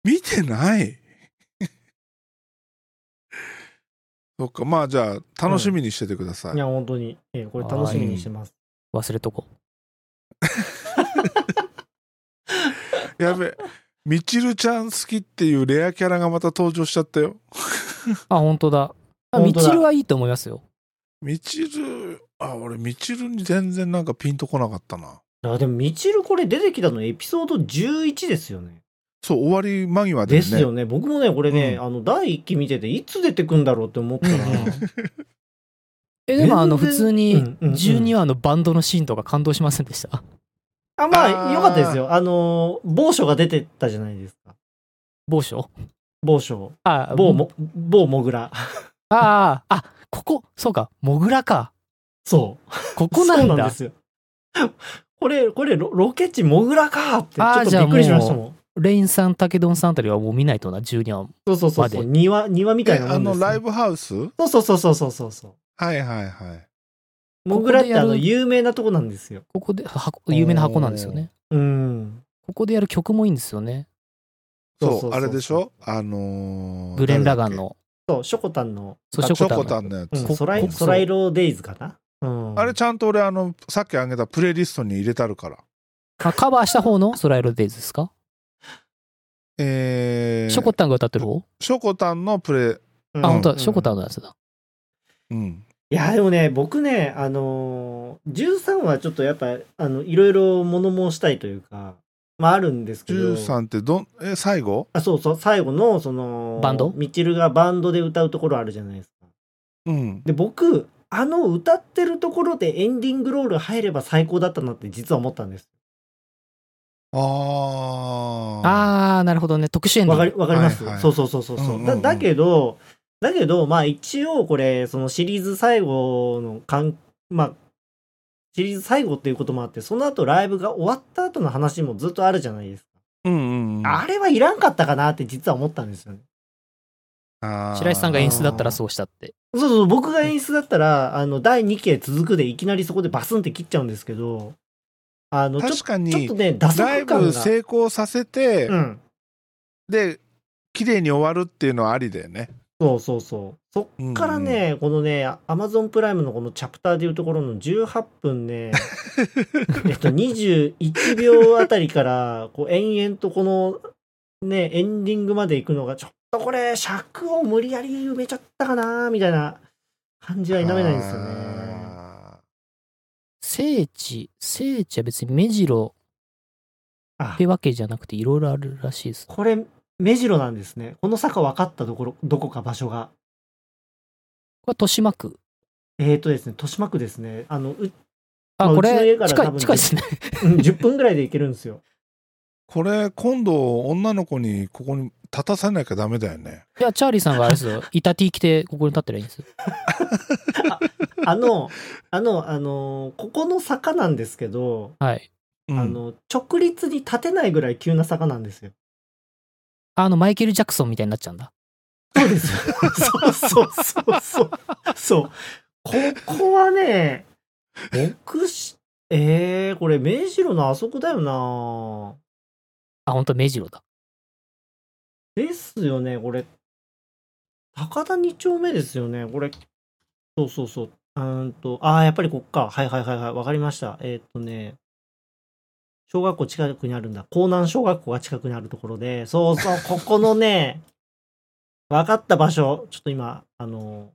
[SPEAKER 1] 見てない そっかまあじゃあ楽しみにしててください、
[SPEAKER 3] いや、本当に。えこれ楽しみにしてます。
[SPEAKER 2] 忘れとこ
[SPEAKER 1] やべみちるちゃん好きっていうレアキャラがまた登場しちゃったよ
[SPEAKER 2] う。あ、本当だ。あ、
[SPEAKER 3] 本
[SPEAKER 2] み
[SPEAKER 3] 当だ
[SPEAKER 2] ちるはいいと思いますよ。
[SPEAKER 1] みちるあ俺みちるに全然なんかピンとこなかったない
[SPEAKER 3] や、でも、みちるこれ出てきたのエピソード11ですよね。
[SPEAKER 1] そう終わり間際でね
[SPEAKER 3] ですよね。僕もね、これね、
[SPEAKER 1] う
[SPEAKER 3] あの、第1期見てて、いつ出てくんだろうって思ったら、
[SPEAKER 2] え、 でもあの、普通
[SPEAKER 3] うん
[SPEAKER 2] に
[SPEAKER 3] うんうん
[SPEAKER 2] 12話のバンドのシーンとか感動しませんでした。
[SPEAKER 3] あ、ま
[SPEAKER 1] あ
[SPEAKER 3] あ、
[SPEAKER 1] ー
[SPEAKER 3] よかったですよ。あのー、某所が出てたじゃないですか。
[SPEAKER 2] 某所
[SPEAKER 3] 某所。
[SPEAKER 2] あ、
[SPEAKER 3] 某も、某モグラ。
[SPEAKER 2] ああ、あ、ここ、そうか、モグラか。
[SPEAKER 3] そう。
[SPEAKER 2] ここなん
[SPEAKER 3] そうなん
[SPEAKER 2] だ
[SPEAKER 3] で。すよ。これ、これロ、ロケ地モグラかーって、ち
[SPEAKER 2] あー
[SPEAKER 3] ょっと
[SPEAKER 2] じ
[SPEAKER 3] び
[SPEAKER 2] ゃあ
[SPEAKER 3] っくりしましたもん。
[SPEAKER 2] レインさん、タケドンさんあたりはもう見ないとな、12話。
[SPEAKER 3] そうそうそうそう。
[SPEAKER 2] まで
[SPEAKER 3] 庭、庭みた
[SPEAKER 1] え
[SPEAKER 3] いなも
[SPEAKER 1] あ
[SPEAKER 3] んですよ、
[SPEAKER 1] のライブハウス
[SPEAKER 3] そうそうそうそうそうそう。
[SPEAKER 1] はいはいはい
[SPEAKER 3] モグラってあ
[SPEAKER 2] ここ
[SPEAKER 3] の、
[SPEAKER 2] でやる
[SPEAKER 3] 有名なとこなんですよ。
[SPEAKER 2] ここで、箱、有名な箱なんですよね。
[SPEAKER 3] うん。
[SPEAKER 2] ここでやる曲もいいんですよね。
[SPEAKER 1] そう
[SPEAKER 3] そうそうそう
[SPEAKER 1] あれでしょあのー
[SPEAKER 2] グレン・ラガンの。
[SPEAKER 3] そう、ショコタンの、
[SPEAKER 2] そう、
[SPEAKER 1] 誰だっけあチ
[SPEAKER 2] ショ
[SPEAKER 1] ョ
[SPEAKER 2] コ
[SPEAKER 1] コ
[SPEAKER 2] タ
[SPEAKER 1] タ
[SPEAKER 2] ン
[SPEAKER 1] ン
[SPEAKER 2] の。
[SPEAKER 1] のやつ
[SPEAKER 3] うん
[SPEAKER 2] こ
[SPEAKER 3] ソライ、
[SPEAKER 2] こ
[SPEAKER 3] ソライローデイズかな。うん。
[SPEAKER 1] あれちゃんと俺あのさっきあげたプレイリストに入れてあるから
[SPEAKER 2] あカバーした方のソライロデイズですか
[SPEAKER 1] えー、
[SPEAKER 2] ショコタンが歌ってる方
[SPEAKER 1] ショコタンのプレイ、
[SPEAKER 3] うん
[SPEAKER 2] あ、本当
[SPEAKER 3] う
[SPEAKER 2] だ、
[SPEAKER 3] ん
[SPEAKER 2] ショコタンのやつだ。
[SPEAKER 1] うん、
[SPEAKER 3] いや、でもね、僕ね、あのー、13はちょっとやっぱ、あの、いろいろ物申したいというか、まああるんですけど、
[SPEAKER 1] 13ってどんえ最後
[SPEAKER 3] あ、そうそう、最後の、その、
[SPEAKER 2] バンド
[SPEAKER 3] みちるがバンドで歌うところあるじゃないですか。
[SPEAKER 1] うん
[SPEAKER 3] で、僕、あの歌ってるところでエンディングロール入れば最高だったなって実は思ったんです。
[SPEAKER 1] ああ
[SPEAKER 2] あー、なるほどね。特殊エンディ
[SPEAKER 3] わ
[SPEAKER 2] ン
[SPEAKER 3] か
[SPEAKER 2] グ
[SPEAKER 3] り、わかります、
[SPEAKER 1] はいはい
[SPEAKER 3] そうそうそうそう。う
[SPEAKER 1] うんうんうん
[SPEAKER 3] だ。だけど、だけど、まあ一応これ、そのシリーズ最後の関、まあ、シリーズ最後っていうこともあって、その後ライブが終わった後の話もずっとあるじゃないですか。
[SPEAKER 1] うんうんうん
[SPEAKER 3] あれはいらんかったかなって実は思ったんですよね。
[SPEAKER 1] あー
[SPEAKER 2] 白石さんが演出だったらそうしたって。
[SPEAKER 3] そうそうそう、僕が演出だったら、あの、第2期へ続くでいきなりそこでバスンって切っちゃうんですけど、あの、ちょ
[SPEAKER 1] 確か
[SPEAKER 3] ちょっ
[SPEAKER 1] に
[SPEAKER 3] とね、打
[SPEAKER 1] ラ
[SPEAKER 3] 足
[SPEAKER 1] イ
[SPEAKER 3] 感
[SPEAKER 1] ブ
[SPEAKER 3] が。
[SPEAKER 1] 成功させて、
[SPEAKER 3] うん。
[SPEAKER 1] で綺麗に終わるっていうのはありだよね
[SPEAKER 3] そうそうそう。そっからね、このね、アマゾンプライムのこのチャプターでいうところの18分ね、えっと、21秒あたりから、こう、延々とこの、ね、エンディングまで行くのが、ちょっとこれ、尺を無理やり埋めちゃったかな、みたいな感じは否めないんですよね。
[SPEAKER 1] あ
[SPEAKER 2] 聖地、聖地は別に目白
[SPEAKER 3] あ
[SPEAKER 2] ってわけじゃなくていろいろあるらしいです。
[SPEAKER 3] これ、目白なんですね。この坂分かったところ、どこか場所が。
[SPEAKER 2] これ豊島区。
[SPEAKER 3] えーとですね、豊島区ですね。あの、うま
[SPEAKER 2] あ、こ
[SPEAKER 3] あうちの家
[SPEAKER 2] れ、
[SPEAKER 3] から
[SPEAKER 2] 近
[SPEAKER 3] 多
[SPEAKER 2] い、
[SPEAKER 3] 分
[SPEAKER 2] 近いですね。
[SPEAKER 3] うん10分ぐらいで行けるんですよ。
[SPEAKER 1] ーこれ今度女の子にここに立たさなきゃダメだよね
[SPEAKER 2] いや、チャーリーさんがあれです よ。板 T 着て、ここに立ってりゃいいんですよ。
[SPEAKER 3] あの、あの、あの、ここの坂なんですけど、
[SPEAKER 2] はい。
[SPEAKER 1] うん
[SPEAKER 3] あの、直立に立てないぐらい急な坂なんですよ。
[SPEAKER 2] あの、マイケル・ジャクソンみたいになっちゃうんだ。
[SPEAKER 3] そうです。そうそうそうそう。そう。ここはね、僕し、えー、これ、明治郎のあそこだよな
[SPEAKER 2] あ、本当目白だ。
[SPEAKER 3] ですよね、これ。高田2丁目ですよね、これ。そうそうそう。うーんと、ああ、やっぱりこっか。はいはいはいはい。わかりました。えーっとね、小学校近くにあるんだ。江南小学校が近くにあるところで、そう そう、ここのね、わかった場所。ちょっと今、あの、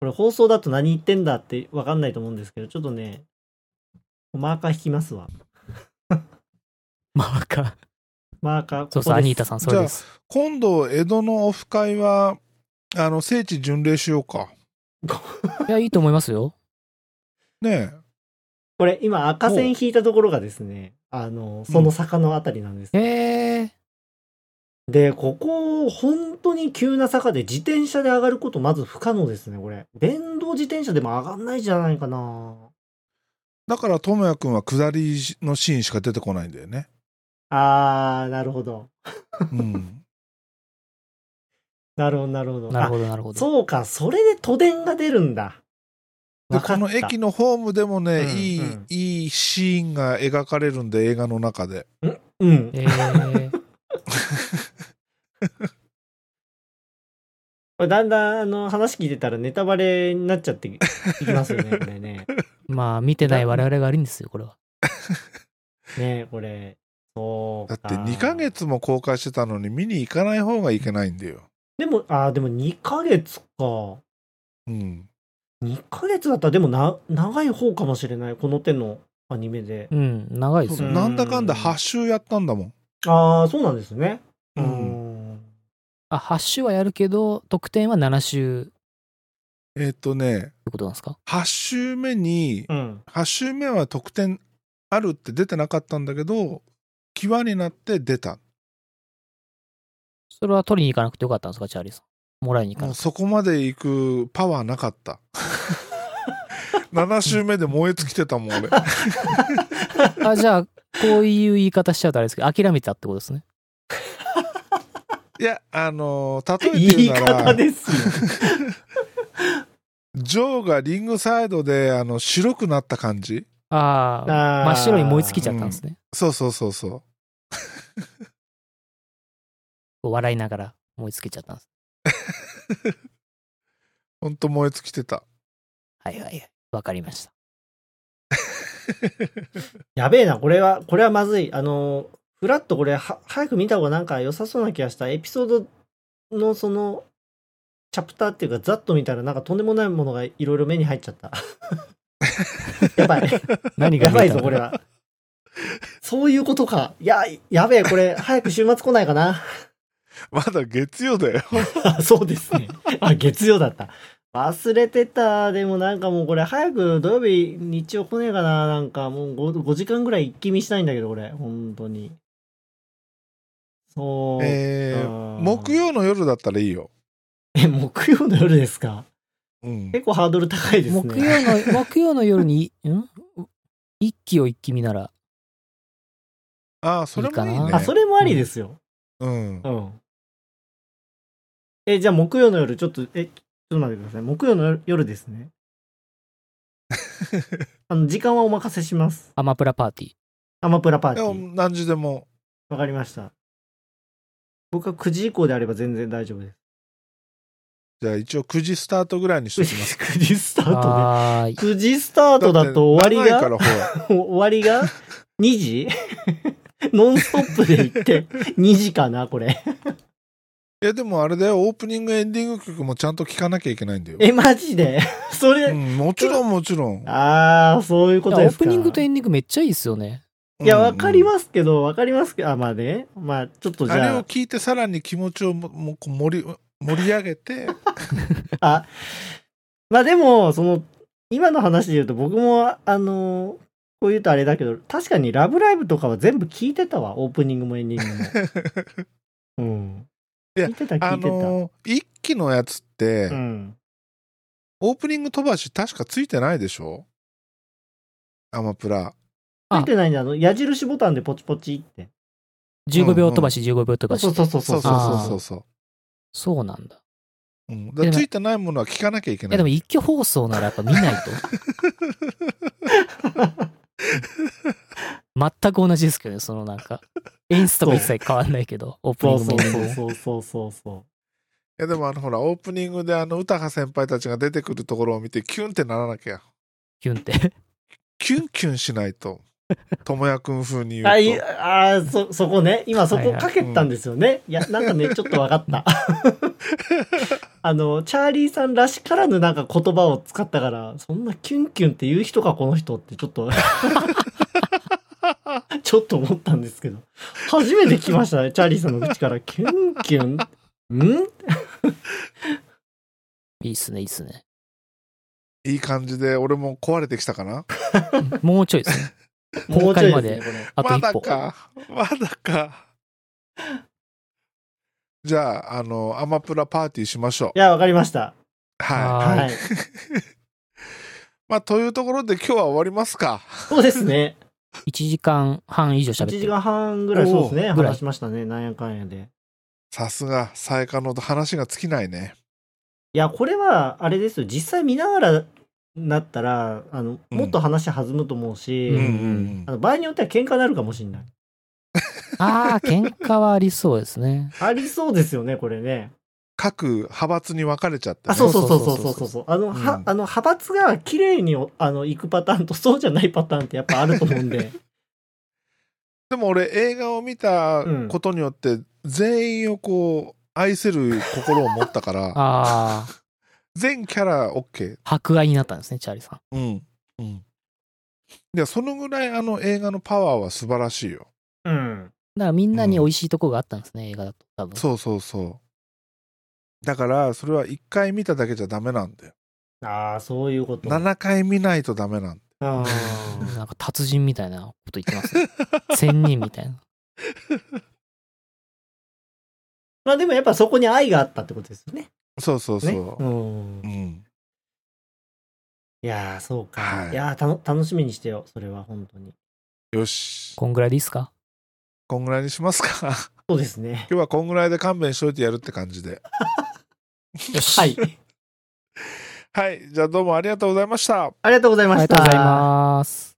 [SPEAKER 3] これ放送だと何言ってんだってわかんないと思うんですけど、ちょっとね、マーカー引きますわ。
[SPEAKER 2] マーカー。
[SPEAKER 3] マーカー、ここ
[SPEAKER 2] そうそう、アニータさん、それです。
[SPEAKER 1] 今度、江戸のオフ会は、あの、聖地巡礼しようか。
[SPEAKER 2] いや、いいと思いますよ。
[SPEAKER 1] ね
[SPEAKER 3] これ今赤線引いたところがですね、あの、その坂のあたりなんです。
[SPEAKER 2] へえ。
[SPEAKER 3] で、ここ、本当に急な坂で自転車で上がることまず不可能ですね、これ。電動自転車でも上がんないんじゃないかな。
[SPEAKER 1] だから、ともやくんは下りのシーンしか出てこないんだよ ね。
[SPEAKER 3] あー、なるほど。
[SPEAKER 1] うん。
[SPEAKER 3] なるほど、なるほど。
[SPEAKER 2] なるほど、なるほ
[SPEAKER 3] あ
[SPEAKER 2] ど。
[SPEAKER 3] そうか、それで都電が出るんだ。
[SPEAKER 1] で、
[SPEAKER 3] わか
[SPEAKER 1] こ
[SPEAKER 3] った
[SPEAKER 1] の駅のホームでもね、
[SPEAKER 3] うん
[SPEAKER 1] いい、
[SPEAKER 3] うん
[SPEAKER 1] いいシーンが描かれるんで、映画の中で。
[SPEAKER 3] うん。
[SPEAKER 2] へえ。
[SPEAKER 3] これだんだん、あの、話聞いてたらネタバレになっちゃっていきますよね、これね。
[SPEAKER 2] まあ、見てない我々が悪いんですよ、これは。
[SPEAKER 3] ねこれ。そう
[SPEAKER 1] だっ
[SPEAKER 3] か。
[SPEAKER 1] て、2ヶ月も公開してたのに、見に行かない方がいけないんだよ。
[SPEAKER 3] でも、あー、でも2ヶ月か。
[SPEAKER 1] うん。
[SPEAKER 3] 2ヶ月だったらでもな長い方かもしれないこの手のアニメで
[SPEAKER 2] うん、長いですよ。
[SPEAKER 1] なんだかんだ8週やったんだもん。
[SPEAKER 3] ああそうなんですね
[SPEAKER 1] う。
[SPEAKER 3] うんん
[SPEAKER 2] あ、8週はやるけど、得点は7週って
[SPEAKER 1] えっ、とね、
[SPEAKER 2] ことなんですか
[SPEAKER 1] 8週目に
[SPEAKER 3] う、ん
[SPEAKER 1] 8週目は得点あるって出てなかったんだけど、際になって出た。
[SPEAKER 2] それは取りに行かなくてよかったんですか、チャーリーさん。もらいに行か
[SPEAKER 1] も
[SPEAKER 2] な
[SPEAKER 1] う
[SPEAKER 2] くて。
[SPEAKER 1] そこまで行くパワーなか った。7週目で燃え尽きてたもん、 俺。
[SPEAKER 2] あ、じゃあ、こういう言い方しちゃうとあれですけど、諦めたってことですね。
[SPEAKER 1] いや、あのー例えて
[SPEAKER 3] 言い
[SPEAKER 1] 言うな
[SPEAKER 3] 方
[SPEAKER 1] ら、
[SPEAKER 3] ですよ
[SPEAKER 1] ジョーがリングサイドで、あの、白くなった感じ
[SPEAKER 2] ああ、
[SPEAKER 3] あー
[SPEAKER 2] 真っ白に燃え尽きちゃったんですね。
[SPEAKER 1] そうそうそうそう。
[SPEAKER 2] こう笑いながら燃え尽きちゃったんです。
[SPEAKER 1] ほんと燃え尽きてた。
[SPEAKER 2] はいはいはい。わかりました。
[SPEAKER 3] やべえなこれはこれはまずいあのフラッとこれは早く見た方がなんか良さそうな気がしたエピソードのそのチャプターっていうかざっと見たらなんかとんでもないものがいろいろ目に入っちゃった やばい
[SPEAKER 2] 何が
[SPEAKER 3] や
[SPEAKER 2] 見えたの
[SPEAKER 3] ばいぞ、これ。は。そういうことか。いや、やべえ、これ、早く週末来ないかな。
[SPEAKER 1] まだ月曜だよ。
[SPEAKER 3] あそうですね。あ、月曜だった。忘れてた。でもなんかもうこれ、早く土曜日、日曜来ねえかな。なんかもう 5, 5時間ぐらい一気見したいんだけど、これ。本当に。そう。
[SPEAKER 1] えー
[SPEAKER 3] あー
[SPEAKER 1] 木曜の夜だったらいいよ。
[SPEAKER 3] え、木曜の夜ですか
[SPEAKER 1] うん。
[SPEAKER 3] 結構ハードル高いですね。
[SPEAKER 2] 木曜 の、木曜の夜に、ん一気を一気見なら、
[SPEAKER 1] ああ、それもいい
[SPEAKER 2] いいか
[SPEAKER 1] ね。
[SPEAKER 2] な
[SPEAKER 3] あ、それもありですよ。
[SPEAKER 1] うん。
[SPEAKER 3] うん。え、じゃあ木曜の夜、ちょっと、え、ちょっと待ってください。木曜の夜で すね。あの、時間はお任せします。
[SPEAKER 2] アマプラパーティー。
[SPEAKER 3] アマプラパー
[SPEAKER 1] い
[SPEAKER 3] テ
[SPEAKER 1] や
[SPEAKER 3] ィー。
[SPEAKER 1] 何時でも。
[SPEAKER 3] わかりました。僕は9時以降であれば全然大丈夫です。
[SPEAKER 1] じゃあ一応9時スタートぐらいにしときます。
[SPEAKER 3] 9時スタートね。
[SPEAKER 2] あーい。
[SPEAKER 3] 9時スタートだと終わり
[SPEAKER 1] だって
[SPEAKER 3] が、
[SPEAKER 1] 長いからほ
[SPEAKER 3] 終わりが2時ノンストップで行って2時かな、これ。
[SPEAKER 1] ら。え、でもあれだよ、オープニング、エンディング曲もちゃんと聴かなきゃいけないんだよ。
[SPEAKER 3] え、マジでそれ、
[SPEAKER 1] うん、もちろんもちろん。
[SPEAKER 3] あー、そういう
[SPEAKER 2] い
[SPEAKER 3] こ
[SPEAKER 2] や
[SPEAKER 3] と
[SPEAKER 2] オ
[SPEAKER 3] で
[SPEAKER 2] ー
[SPEAKER 3] すか。
[SPEAKER 2] プニングとエンディングめっちゃいいですよね。
[SPEAKER 1] うん
[SPEAKER 3] いや、わかりますけど、わかりますけど、あ、まあね。まあ、ちょっとじ
[SPEAKER 1] あれ
[SPEAKER 3] ゃ
[SPEAKER 1] を聞いてさらに気持ちをももうこう盛り盛り上げ て
[SPEAKER 3] あ、あ、まあでも、その、今の話で言うと僕も、あのーこう言うとあれだけど、確かにラブライブとかは全部聞いてたわ、オープニングもエンディング も。うん。
[SPEAKER 1] いや
[SPEAKER 3] 聞いてた、聞
[SPEAKER 1] あ
[SPEAKER 3] いてた。
[SPEAKER 1] の一期のやつって、
[SPEAKER 3] うん。
[SPEAKER 1] オープニング飛ばし確かついてないでしょアマプラ
[SPEAKER 3] ついてないんだ、あの、矢印ボタンでポチポチって。
[SPEAKER 2] 15秒飛ばし、15秒飛ばし。
[SPEAKER 3] そうそうそう
[SPEAKER 1] そ
[SPEAKER 3] そうう。
[SPEAKER 1] そう
[SPEAKER 2] あ
[SPEAKER 1] そう
[SPEAKER 2] ー
[SPEAKER 1] そうそう
[SPEAKER 2] そうなんだ。
[SPEAKER 1] うん、だからついてないものは聞かなきゃいけ
[SPEAKER 2] い
[SPEAKER 1] な
[SPEAKER 2] や、
[SPEAKER 1] い
[SPEAKER 2] でも一挙放送ならやっぱ見ないと。 全く同じですけどね、そのなんか。演出とか一切変わんないけど、オープニ
[SPEAKER 3] そ
[SPEAKER 2] ン
[SPEAKER 3] う
[SPEAKER 2] グ
[SPEAKER 3] そ
[SPEAKER 2] も
[SPEAKER 3] う
[SPEAKER 2] エンディン
[SPEAKER 3] そう
[SPEAKER 2] グも。
[SPEAKER 3] そうそうそうそ
[SPEAKER 1] いやでもあのほらオープニングであの歌羽先輩たちが出てくるところを見てキュンってならなきゃ
[SPEAKER 2] キュンって。
[SPEAKER 1] キュンキュンしない と智也君風に言
[SPEAKER 3] う。あ、いう
[SPEAKER 1] と
[SPEAKER 3] あーそ、そこね。今そ
[SPEAKER 2] はい
[SPEAKER 3] こ
[SPEAKER 2] はい
[SPEAKER 3] かけたんですよね。いや、なんかね、ちょっとわかった。 あの、チャーリーさんらしからぬなんか言葉を使ったから、そんなキュンキュンって言う人か、この人って、ちょっと。ちょっと思ったんですけど。初めて来ましたね、チャーリーさんの口から。キュンキュンん
[SPEAKER 2] いいっすね、いいっすね。
[SPEAKER 1] いい感じで俺も壊れてきたかな
[SPEAKER 2] もうちょいですね。
[SPEAKER 3] もうちょ
[SPEAKER 2] 公開
[SPEAKER 3] い
[SPEAKER 2] ま
[SPEAKER 3] で
[SPEAKER 2] です
[SPEAKER 3] ね、
[SPEAKER 2] あと
[SPEAKER 1] ま
[SPEAKER 2] 一
[SPEAKER 1] だ
[SPEAKER 2] 歩。
[SPEAKER 1] かまだかじゃああのアマプラパーティーしましょ
[SPEAKER 3] いや、わかりました。
[SPEAKER 1] うは
[SPEAKER 2] あ
[SPEAKER 1] い
[SPEAKER 2] はい
[SPEAKER 3] はい。
[SPEAKER 1] まあというところで今日は終わりますか
[SPEAKER 3] そうですね。
[SPEAKER 2] 1時間半以上喋っ
[SPEAKER 3] 1
[SPEAKER 2] て
[SPEAKER 3] 時
[SPEAKER 2] る。
[SPEAKER 3] 間半ぐらい、そうですね。
[SPEAKER 2] おーぐらい
[SPEAKER 3] 話しましたね。なんやかんやで。
[SPEAKER 1] さすがサイカの話が尽きないね
[SPEAKER 3] いや、これは、あれですよ。実際見ながらなったら、あの、
[SPEAKER 1] うん
[SPEAKER 3] もっと話弾むと思うし、
[SPEAKER 2] うん
[SPEAKER 3] あの場合によっては喧嘩になるかもしれない。
[SPEAKER 2] ああ、喧嘩はありそうです ね。
[SPEAKER 3] ありそうですよね、これね。
[SPEAKER 1] 各派閥に分かれちゃって、ね、
[SPEAKER 3] あ、そうそうそう
[SPEAKER 2] そ
[SPEAKER 3] そうう
[SPEAKER 2] そうそう
[SPEAKER 3] そうそうそう。あの、は、
[SPEAKER 1] う
[SPEAKER 3] あ
[SPEAKER 1] ん
[SPEAKER 3] の、派閥が綺麗に、あの、行くパターンと、そうじゃないパターンってやっぱあると思うんで。
[SPEAKER 1] でも俺映画を見たことによって全員をこう愛せる心を持ったから
[SPEAKER 2] ああ、
[SPEAKER 1] 全キャラ OK
[SPEAKER 2] 博愛になったんですね、チャーリーさん。
[SPEAKER 1] うんうんいやそのぐらいあの映画のパワーは素晴らしいよ
[SPEAKER 3] うん。
[SPEAKER 2] だからみんなに美味しいとこがあったんですね、映画だと。多分。
[SPEAKER 1] そうそうそうだからそれは1回見ただけじゃダメなんだよ
[SPEAKER 3] ああ、そういうこと。
[SPEAKER 1] 7回見ないとダメなんだよ
[SPEAKER 3] あー
[SPEAKER 2] なんか達人みたいなこと言ってますね。仙人みたいな。
[SPEAKER 3] まあでもやっぱそこに愛があったってことですよね。
[SPEAKER 1] そうそうそう、
[SPEAKER 3] ね。うん
[SPEAKER 1] う。ん
[SPEAKER 3] いやー、そうか。
[SPEAKER 1] はい
[SPEAKER 3] い、やーたの、楽しみにしてよ。それは本当に。
[SPEAKER 1] よし
[SPEAKER 2] こんぐらいでいいっすか
[SPEAKER 1] こんぐらいにしますか
[SPEAKER 3] そうですね。
[SPEAKER 1] 今日はこんぐらいで勘弁しといてやるって感じで
[SPEAKER 2] よし。
[SPEAKER 3] はい。
[SPEAKER 1] はいじゃあどうもありがとうございました
[SPEAKER 3] ありがとうござい
[SPEAKER 2] あ
[SPEAKER 3] ま
[SPEAKER 2] り
[SPEAKER 3] し
[SPEAKER 2] がと
[SPEAKER 3] た。
[SPEAKER 2] うございます。